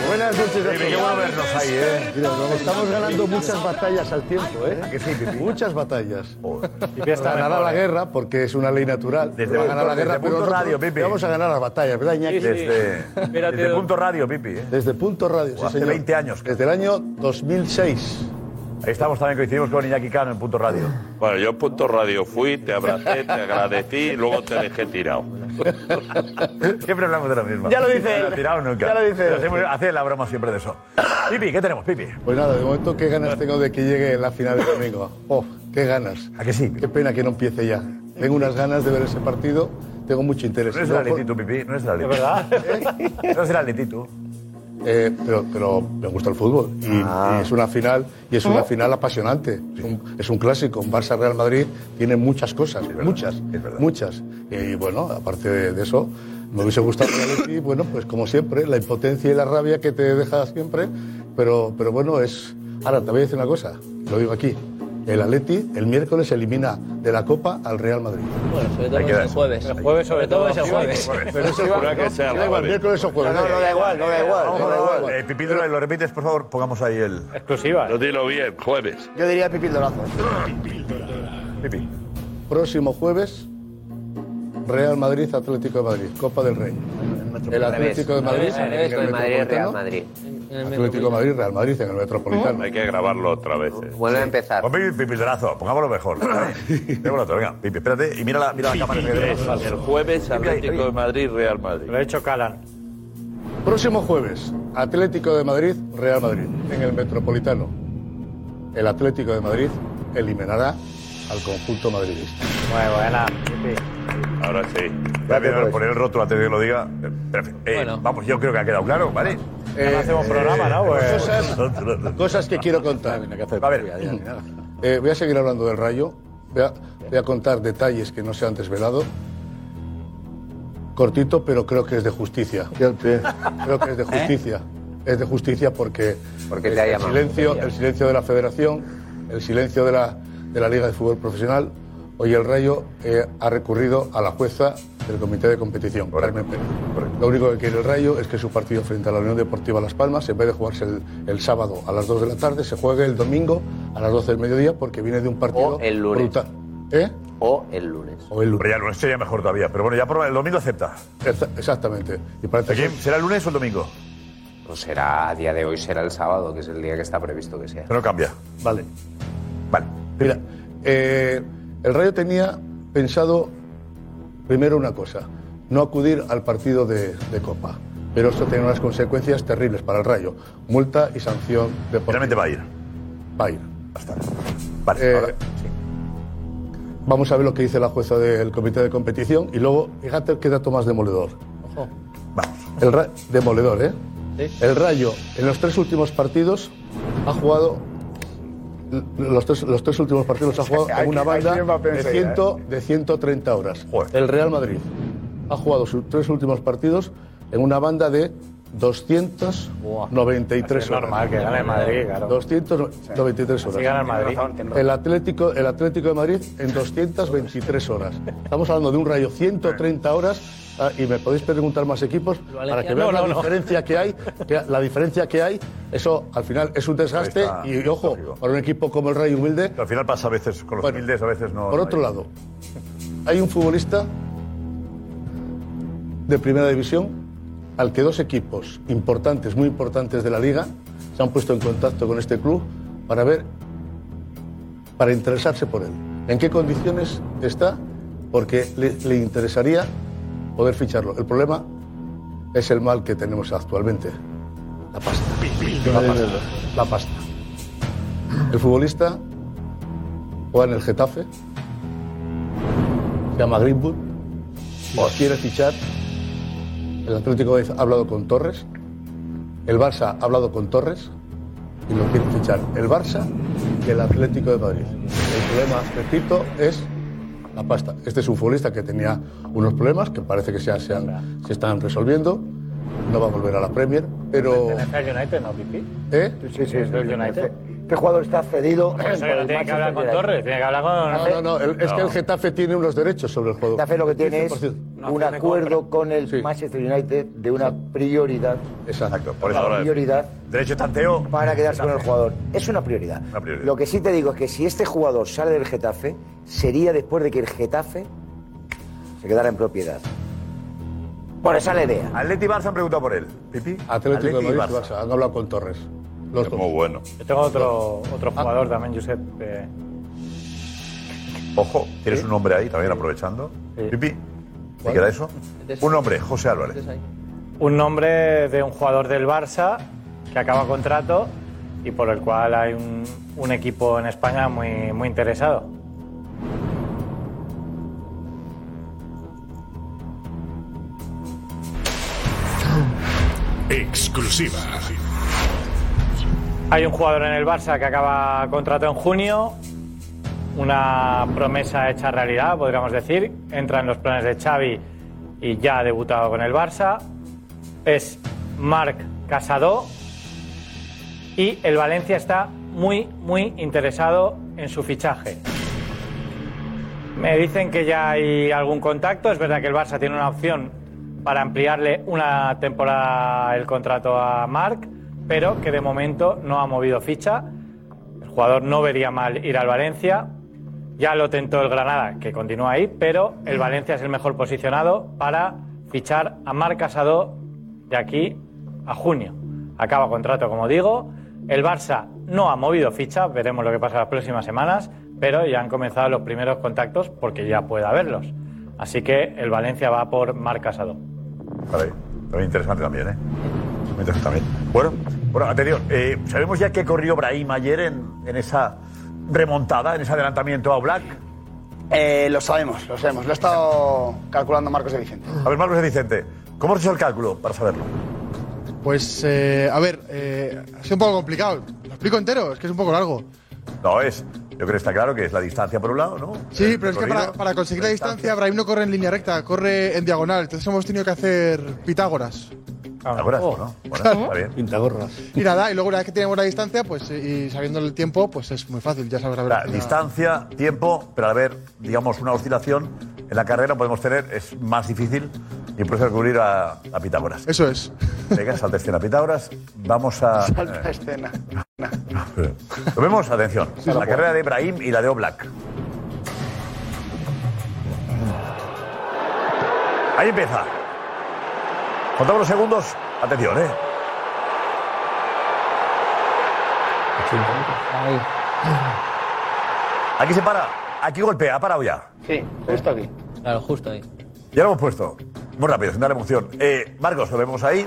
Buenas noches,
Pipi, qué bueno vernos ahí, ¿eh?
Mira, nos estamos ganando muchas batallas al tiempo, ¿eh?
Muchas batallas.
Pipi está
ganará
mejor,
la
¿eh?
guerra porque es una ley natural.
Desde
va a ganar la guerra,
Punto- desde
pero
Punto
nosotros
Radio, Pipi.
vamos a ganar las batallas, ¿verdad, Iñaki?
Desde, desde Punto Radio, Pipi. ¿eh?
Desde Punto Radio, sí,
hace
señor.
20 años.
Desde el año 2006.
Ahí estamos también, coincidimos con Iñaki Cano en Punto Radio.
Bueno, yo en Punto Radio fui, te abracé, te agradecí y luego te dejé tirado.
Siempre hablamos de lo mismo.
Ya lo dice
No
él.
tirado nunca.
Ya lo dice
Pero
él.
siempre Hace la broma siempre de eso. Pipi, ¿qué tenemos, Pipi?
Pues nada, de momento, ¿qué ganas tengo de que llegue la final del domingo? ¡Oh, qué ganas!
¿A que sí?
Qué pena que no empiece ya. Tengo unas ganas de ver ese partido, tengo mucho interés.
No es el
No por-
Atleti, tú, Pipi, no es el Atleti.
¿Es verdad?
No es el Atleti, tú.
Eh, pero, pero me gusta el fútbol y, y es una final y es una final apasionante. Es un, es un clásico. Un Barça Real Madrid tiene muchas cosas, muchas, muchas. Y bueno, aparte de, de eso, me hubiese gustado el Atleti, bueno, pues como siempre, la impotencia y la rabia que te deja siempre. Pero, pero bueno, es. Ahora te voy a decir una cosa. Lo digo aquí. El Atleti el miércoles elimina de la Copa al Real Madrid.
Bueno, sobre todo es el jueves. El
jueves, sobre
todo,
todo,
es el jueves.
Pero eso
Jura que sea
da
la
igual,
Madrid.
miércoles o
Pues
jueves.
No, no,
Eh,
da igual, no da igual,
Vamos a
no da
jugar.
igual. Eh, Pipi, ¿lo lo repites, por favor? Pongamos ahí el...
Exclusiva.
Yo dilo bien, jueves.
Yo diría Pipildorazo.
Pipi.
Próximo jueves, Real Madrid, Atlético de Madrid, Copa del Rey. El Atlético de Madrid,
Al revés,
en
con
el
el Madrid, Real
Metropolitano.
Madrid.
Atlético de Madrid, Real Madrid en el Metropolitano.
Hay que grabarlo otra vez. eh.
Vuelve a empezar.
Pon Pipi, Pipi, pedazo, pongámoslo mejor. Démoslo otro, venga, Pipi, espérate. Y mira la, mira la cámara. que tenemos.
El jueves Atlético de Madrid, Real Madrid.
Lo ha hecho Calan.
Próximo jueves, Atlético de Madrid, Real Madrid en el Metropolitano. El Atlético de Madrid eliminará al conjunto madridista.
Muy buena.
Ahora sí.
Voy a poner- poner el rótulo antes de que lo diga. Pero, en fin, eh, Vamos, yo creo que ha quedado claro, ¿vale?
Eh,
hacemos
programa, ¿no? Pues-
Cosas,
cosas que quiero contar.
A ver.
Eh, voy a seguir hablando del Rayo. voy a, voy a contar detalles que no se han desvelado. Cortito, pero creo que es de justicia. Creo que es de justicia. Es de justicia porque,
¿Eh? Porque te
el,
ha
el
llamado.
silencio, el silencio de la Federación, el silencio de la, de la Liga de Fútbol Profesional. Hoy el Rayo eh, ha recurrido a la jueza del Comité de Competición, Carmen Pérez. Lo único que quiere el Rayo es que su partido frente a la Unión Deportiva Las Palmas, en vez de jugarse el, el sábado a las 2 de la tarde, se juegue el domingo a las 12 del mediodía porque viene de un partido
el lunes.
brutal. ¿Eh?
O el lunes.
O el
lunes. Ya, el lunes sería mejor todavía. Pero bueno, ya por el domingo acepta.
Exactamente. Y parece
que... ¿Será el lunes o el domingo?
Pues será, a día de hoy será el sábado, que es el día que está previsto que sea.
Pero no cambia.
Vale. Mira, eh, el Rayo tenía pensado primero una cosa, no acudir al partido de, de Copa. Pero eso tiene unas consecuencias terribles para el Rayo. Multa y sanción de por
Finalmente va a ir.
Va a ir.
Vale,
Eh, Vamos a ver lo que dice la jueza del comité de competición y luego, fíjate qué dato más demoledor.
Ojo.
El Ra- demoledor, ¿eh? El Rayo en los tres últimos partidos ha jugado l- los tres, los tres últimos partidos ha jugado
Aquí-
en una
aquí
banda
va a
de,
pensar,
100
¿eh?
de 130 horas. El Real Madrid ha jugado sus tres últimos partidos en una banda de 293
Así es
horas.
normal que gane el Madrid, claro.
293 horas.
Así gana el Madrid. Tienes razón, tienes razón.
El Atlético, el Atlético de Madrid en 223 horas. Estamos hablando de un rayo 130 horas ah, y me podéis preguntar más equipos para que
No,
vean
no,
la
no.
diferencia que hay, que la diferencia que hay, eso al final es un desgaste
Ahí
y ojo, para un equipo como el Rayo Humilde.
Al final pasa a veces con los humildes, a veces no.
Por
no
otro
hay.
lado, hay un futbolista de primera división al que dos equipos importantes, muy importantes de la liga, se han puesto en contacto con este club para ver, para interesarse por él. ¿En qué condiciones está? Porque le, le interesaría poder ficharlo. El problema es el mal que tenemos actualmente. La pasta. La pasta. La pasta. El futbolista juega en el Getafe, se llama Greenwood, o quiere fichar. El Atlético de Madrid ha hablado con Torres, el Barça ha hablado con Torres y lo quiere fichar el Barça y el Atlético de Madrid. El problema, repito, es la pasta. Este es un futbolista que tenía unos problemas que parece que ya se, han- se están resolviendo. No va a volver a la Premier, pero.
el United, ¿no, Pipi?
¿Eh?
Sí, sí, es del United.
Este jugador está cedido.
Por eso que no tiene que hablar con Torres, tiene que hablar con...
No, no, no, el- es que el Getafe tiene unos derechos sobre el juego.
Getafe lo que tiene es
15%.
un acuerdo con el Manchester United de una prioridad.
Exacto,
por eso
Una
ahora-
prioridad.
Derecho de tanteo.
Para quedarse con el jugador. Es una prioridad. Lo que sí te digo es que si este jugador sale del Getafe, sería después de que el Getafe se quedara en propiedad. Por esa es la idea.
Atleti y Barça han preguntado por él. Pipi.
Atlético
Atleti y
de Madrid, Barça. Han hablado con Torres. Los dos.
Muy bueno.
Yo tengo otro, otro
Ah.
jugador también, Josep. eh,
Ojo, tienes un nombre ahí también aprovechando. Pipi. ¿Te queda eso? Un nombre, José Álvarez.
un nombre de un jugador del Barça que acaba contrato y por el cual hay un, un equipo en España muy, muy interesado.
Exclusiva.
Hay un jugador en el Barça que acaba contrato en junio, una promesa hecha realidad, podríamos decir. Entra en los planes de Xavi y ya ha debutado con el Barça. Es Marc Casado y el Valencia está muy, muy interesado en su fichaje. Me dicen que ya hay algún contacto. Es verdad que el Barça tiene una opción para ampliarle una temporada el contrato a Marc, pero que de momento no ha movido ficha. El jugador no vería mal ir al Valencia. Ya lo tentó el Granada, que continúa ahí, pero el Valencia es el mejor posicionado para fichar a Marc Casado de aquí a junio. Acaba contrato, como digo. El Barça no ha movido ficha, veremos lo que pasa las próximas semanas, pero ya han comenzado los primeros contactos porque ya puede haberlos. Así que el Valencia va por Marc Casado.
Vale, también interesante también, ¿eh? Muy interesante también. Bueno, bueno, anterior, eh, ¿sabemos ya qué corrió Brahim ayer en, en esa remontada, en ese adelantamiento a Black?
Eh, lo sabemos, lo sabemos. Lo ha estado calculando Marcos de Vicente.
A ver, Marcos de Vicente, ¿cómo has hecho el cálculo para saberlo?
Pues, eh, a ver, eh, ha sido un poco complicado. Lo explico entero, es que es un poco largo.
No, es Yo creo que está claro que es la distancia por un lado, ¿no?
Sí, pero es que para, para conseguir la distancia, Brahim no corre en línea recta, corre en diagonal. Entonces hemos tenido que hacer Pitágoras.
Pitágoras, ¿no? Bueno,
Claro.
está bien. Pitágoras.
Y nada, y luego una vez que tenemos la distancia, pues y sabiendo el tiempo, pues es muy fácil, ya sabes la verdad.
Distancia, tiempo, pero al haber, digamos, una oscilación en la carrera podemos tener, es más difícil y por eso recurrir a, a Pitágoras.
Eso es.
Venga, salta escena Pitágoras. Vamos a.
Salta
eh,
escena.
lo vemos, atención.
Sí,
la
la puedo.
carrera de Ibrahim y la de Oblak. Ahí empieza. Contamos los segundos. Atención, eh. Aquí se para. Aquí golpea. Ha parado ya.
Sí, justo aquí. Claro, justo ahí.
Ya lo hemos puesto. Muy rápido, sin dar emoción. Eh, Marcos, lo vemos ahí.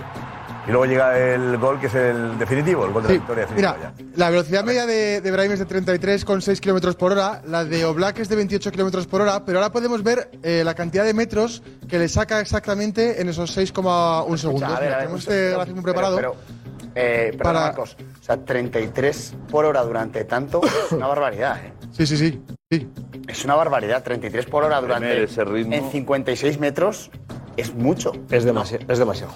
Y luego llega el gol que es el definitivo, el gol de la victoria definitiva.
Mira, la velocidad media de, de Brahim es de 33,6 km por hora, la de Oblak es de 28 km por hora, pero ahora podemos ver eh, la cantidad de metros que le saca exactamente en esos 6,1 segundos.
a ver,
Mira,
a ver,
tenemos
un
este
segundo.
gráfico muy
Pero,
preparado.
pero, eh, perdón,
Para-
Marcos. O sea, 33 por hora durante tanto es una barbaridad, ¿eh?
Sí, sí, sí.
Es una barbaridad. 33 por hora durante.
ese ritmo.
En 56 metros es mucho.
Es demasiado. Es demasiado.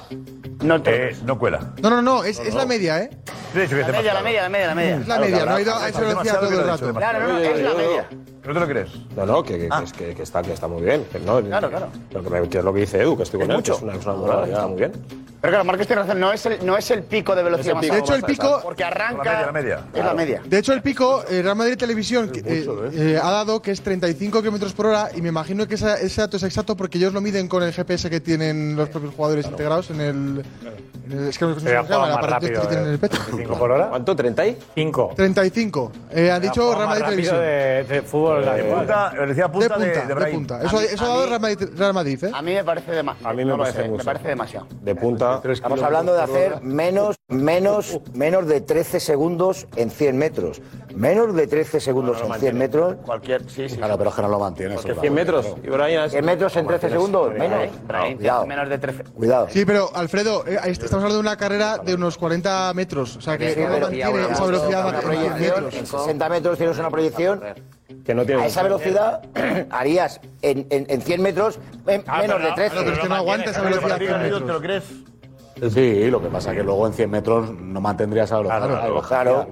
No,
te no cuela.
No, no, no, es,
No,
es
no.
la media, ¿eh?
La media, la media, la media, la media.
Es la media, no ha ido a esa velocidad todo el rato.
¿No te lo crees?
No, no, que, que- es que, que está, que está muy bien. que no,
Ah. Claro, claro.
Pero que, me- que es lo que dice Edu, que estoy con
Es
él, que
mucho.
es una, es una burrada, ya, muy bien.
Pero claro, Marcos tiene razón, no es el, no es el pico de velocidad más
De hecho, el pico.
Porque arranca. Es la
Claro.
media.
De hecho, el pico, eh, Real Madrid Televisión eh, eh, ha dado que es 35 kilómetros por hora y me imagino que esa- ese dato es exacto porque ellos lo miden con el GPS que tienen los propios jugadores integrados en el. en el- es que no sé cómo se
Sería
llama,
jugar
el
más
aparato este
rápido, eh.
que tienen en el pecho.
¿Cinco por hora?
¿Cuánto? ¿30?
5.
35. Eh, ha dicho Real Madrid Televisión.
de, de fútbol.
De
Eh,
punta, velocidad punta de- de Brahim.
punta. Eso,
A mí-
eso ha dado Real Madrid, Real Madrid, ¿eh?
A mí me parece demasiado.
A mí me parece mucho.
Me parece demasiado.
De punta.
Estamos hablando de hacer menos, menos, menos de 13 segundos en 100 metros. Menos de 13 segundos en 100 metros.
Cualquier. Sí, sí.
Claro, pero es que no lo mantiene.
Porque 100 metros, Ibrahim, es-
100 metros en
lo
13
mantienes.
segundos.
Ibrahim,
Menos.
Ibrahim,
Cuidado.
menos de 13.
Cuidado.
Sí, pero Alfredo, eh, ahí está- estamos hablando de una carrera de unos 40 metros. O sea, que
Sí,
no
pero-
mantiene esa velocidad
Una
en 100
proyección,
metros.
En 60 metros tienes una proyección.
Que no
a esa velocidad harías en, en, en 100 metros en- menos de 13.
¿Te lo crees?
Sí, lo que pasa es que luego en 100 metros no mantendrías esa velocidad.
Claro,
claro.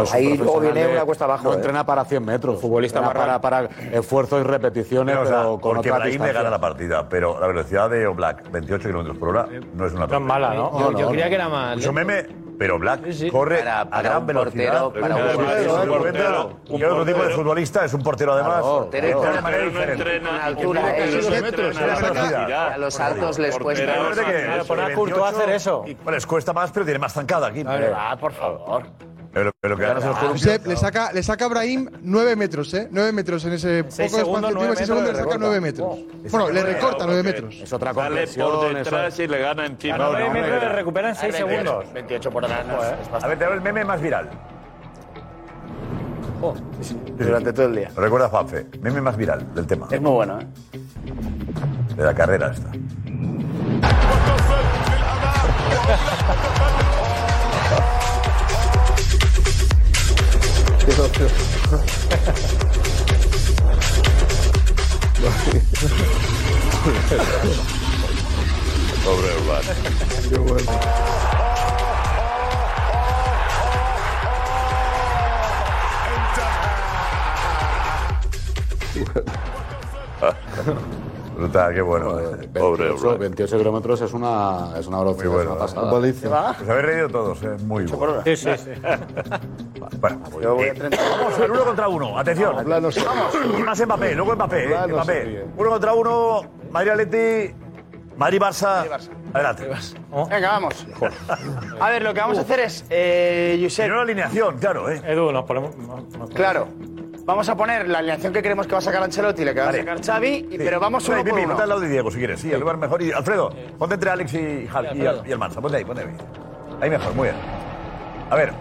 es un
Ahí luego
profesional
viene
de-
una cuesta abajo,
No
¿eh?
entrena para 100 metros. Futbolista para,
marrón.
para esfuerzos y repeticiones,
Pero,
pero,
o sea,
con
porque
otra
Brahim le
distancia.
gana la partida, pero la velocidad de Oblak, 28 kilómetros por hora, no es una
Tan mala, ¿no?
Yo- yo creía que era más
Mucho
lento.
meme, pero Oblak corre
Para-
a
para
gran
un
velocidad.
portero, para un
Es
portero,
es
un portero,
Y el otro tipo de futbolista es un portero además.
portero,
Entrena de
portero
manera
no
diferente.
entrena Con altura,
Entrena
eh,
de
ellos
metros,
entrenan
entrena
a la
velocidad.
velocidad. A los altos les
Portero,
cuesta.
acuérdate que
Claro,
es
poner a
28,
Courtois a hacer eso.
y, bueno, les cuesta más, pero tiene más zancada aquí.
Ah,
por favor. Pero, pero que ganas en los columpios.
Ah, Josep, le saca, le saca a Brahim 9 metros, ¿eh? 9 metros en ese poco
seis
espacio de
segundos,
tiempo, en 6
nueve
segundos le saca 9
metros
metros. Bueno, le recorta 9 metros.
Es
Sale
otra
por detrás y le gana encima.
Ganó nueve metros y le
recupera en
seis segundos.
28 por hora. no, es
A ver, te hago el meme más viral.
Oh. Durante todo el día.
Lo recuerda Juanfe. Meme más viral del tema.
Es muy bueno, ¿eh?
De la carrera esta. Pues,
Pobre Urbán.
Brutal, qué bueno. eh. Pobre
28, 28 kilómetros es una, es una velocidad es
eh.
una pasada.
Os habéis reído todos, ¿eh? Muy bueno.
Sí, sí, sí.
Bueno, eh, vamos, el uno contra uno. Atención. Y más Mbappé, luego Mbappé. eh,
Plano
Mbappé.
serie.
Uno contra uno, Madrid-Atleti, Madrid-Barça. Adelante.
Venga, vamos. A ver, lo que vamos a hacer es. Eh, Josep.
una alineación, claro, ¿eh?
Edu, nos ponemos. claro. Vamos a poner la alineación que creemos que va a sacar Ancelotti, la que va a sacar Xavi, y-
Sí.
pero vamos
Ponte
uno
ahí,
por
Pipi,
uno.
Ponte al lado de Diego, si quieres. Sí, al lugar mejor. Y Alfredo, ponte entre Alex y, Jal- y, al- y el Mansa. Ponte ahí, ponte ahí. Ahí mejor, muy bien. A ver.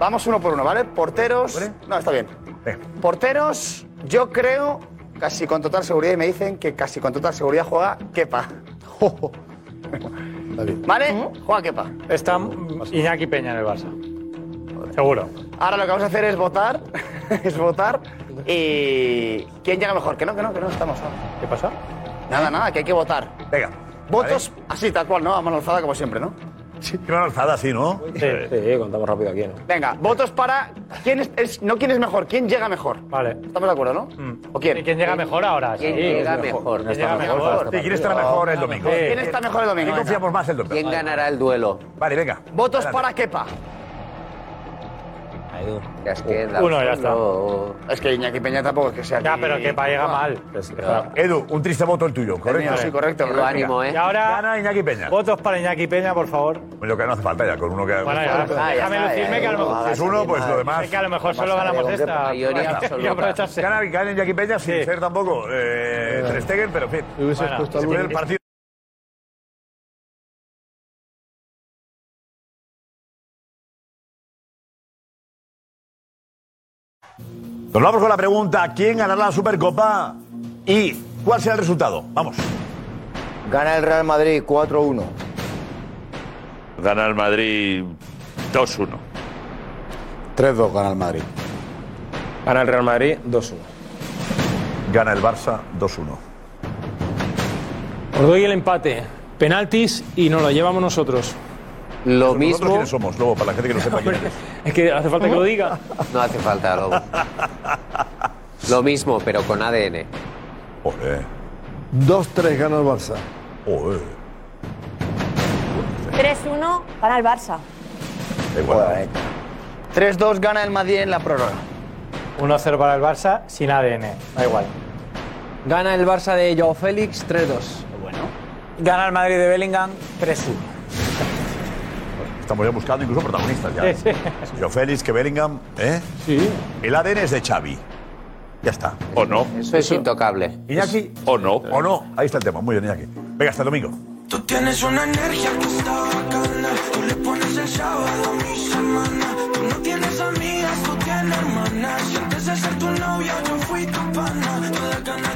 Vamos uno por uno, ¿vale? Porteros. No, está bien. Porteros, yo creo, casi con total seguridad, y me dicen que casi con total seguridad juega Kepa. ¿Vale? Juega Kepa.
Está Iñaki Peña en el Barça. Seguro.
Ahora lo que vamos a hacer es votar. es votar. Y. ¿Quién llega mejor? Que no, que no, que no estamos. ¿Qué pasa? Nada, nada, que hay que votar.
Venga.
Votos así, tal cual, ¿no? A mano alzada, como siempre, ¿no?
Sí, mano alzada, sí, ¿no?
Sí, sí, contamos rápido aquí, ¿no?
Venga, votos para. ¿Quién es, es- no quién es mejor, quién llega mejor. Vale. ¿Estamos de acuerdo, no?
Mm.
¿O quién? ¿Quién
llega mejor
Ah,
ahora?
¿Quién
Sí,
llega
sí,
mejor?
¿Quién llega mejor?
Sí, ¿Quién estará mejor el domingo?
¿Quién está mejor el domingo?
¿Quién
Venga.
confiamos más el domingo?
¿Quién
ganará el duelo? Vale, venga.
Votos
Adelante.
para Kepa.
Ya es que
Uno, ya está.
Danzolo-
Es que Iñaki Peña tampoco es que sea.
Ya, pero Kepa llega mal.
Edu, un triste voto el tuyo,
mío,
¿correcto?
sí, correcto, Edu, correcto. ánimo, ¿eh?
Y ahora.
Gana Iñaki Peña. Pues
Votos para Iñaki Peña, por favor.
Lo que no hace falta ya, con uno que.
Bueno, Ah, ya, déjame lucirme que a lo mejor.
Si es uno, pues lo demás.
Sé que a lo mejor solo ganamos esta. Y aprovecharse.
Gana gana Iñaki Peña sin ser tampoco eh, Ter Stegen, pero en fin.
Hubieses
Bueno,
puesto
se
alguno.
pierde el partido. Nos vamos con la pregunta, ¿quién ganará la Supercopa y cuál será el resultado? Vamos.
Gana el Real Madrid 4-1.
Gana el Madrid 2-1.
3-2 gana el Madrid.
Gana el Real Madrid 2-1.
Gana el Barça 2-1.
Os doy el empate. Penaltis y nos lo llevamos nosotros.
Lo mismo. ¿Quiénes somos, Lobo? Para la gente que no sepa quién eres.
Es que hace falta que lo diga.
No hace falta, Lobo. Lo mismo, pero con ADN.
Joder.
2-3 gana el Barça.
Joder.
3-1 para el Barça.
3-2 eh. gana el Madrid en la prórroga.
1-0 para el Barça sin ADN. Da igual.
Gana el Barça de Joao Félix 3-2.
Gana el Madrid de Bellingham 3-1.
Estamos ya buscando incluso protagonistas ya.
Sí,
Yo Félix, que Bellingham, ¿eh? Sí. El ADN es de Xavi. Ya está.
O no.
Eso es intocable.
Iñaki.
O no.
O no. Ahí está el tema. Muy bien, Iñaki. Venga, hasta el domingo.
Tú tienes una energía que está bacana. Tú le pones el sábado a mi semana. Tú no tienes amigas, tú tienes hermanas. Y antes de ser tu novia, yo fui tu pana. Todas ganas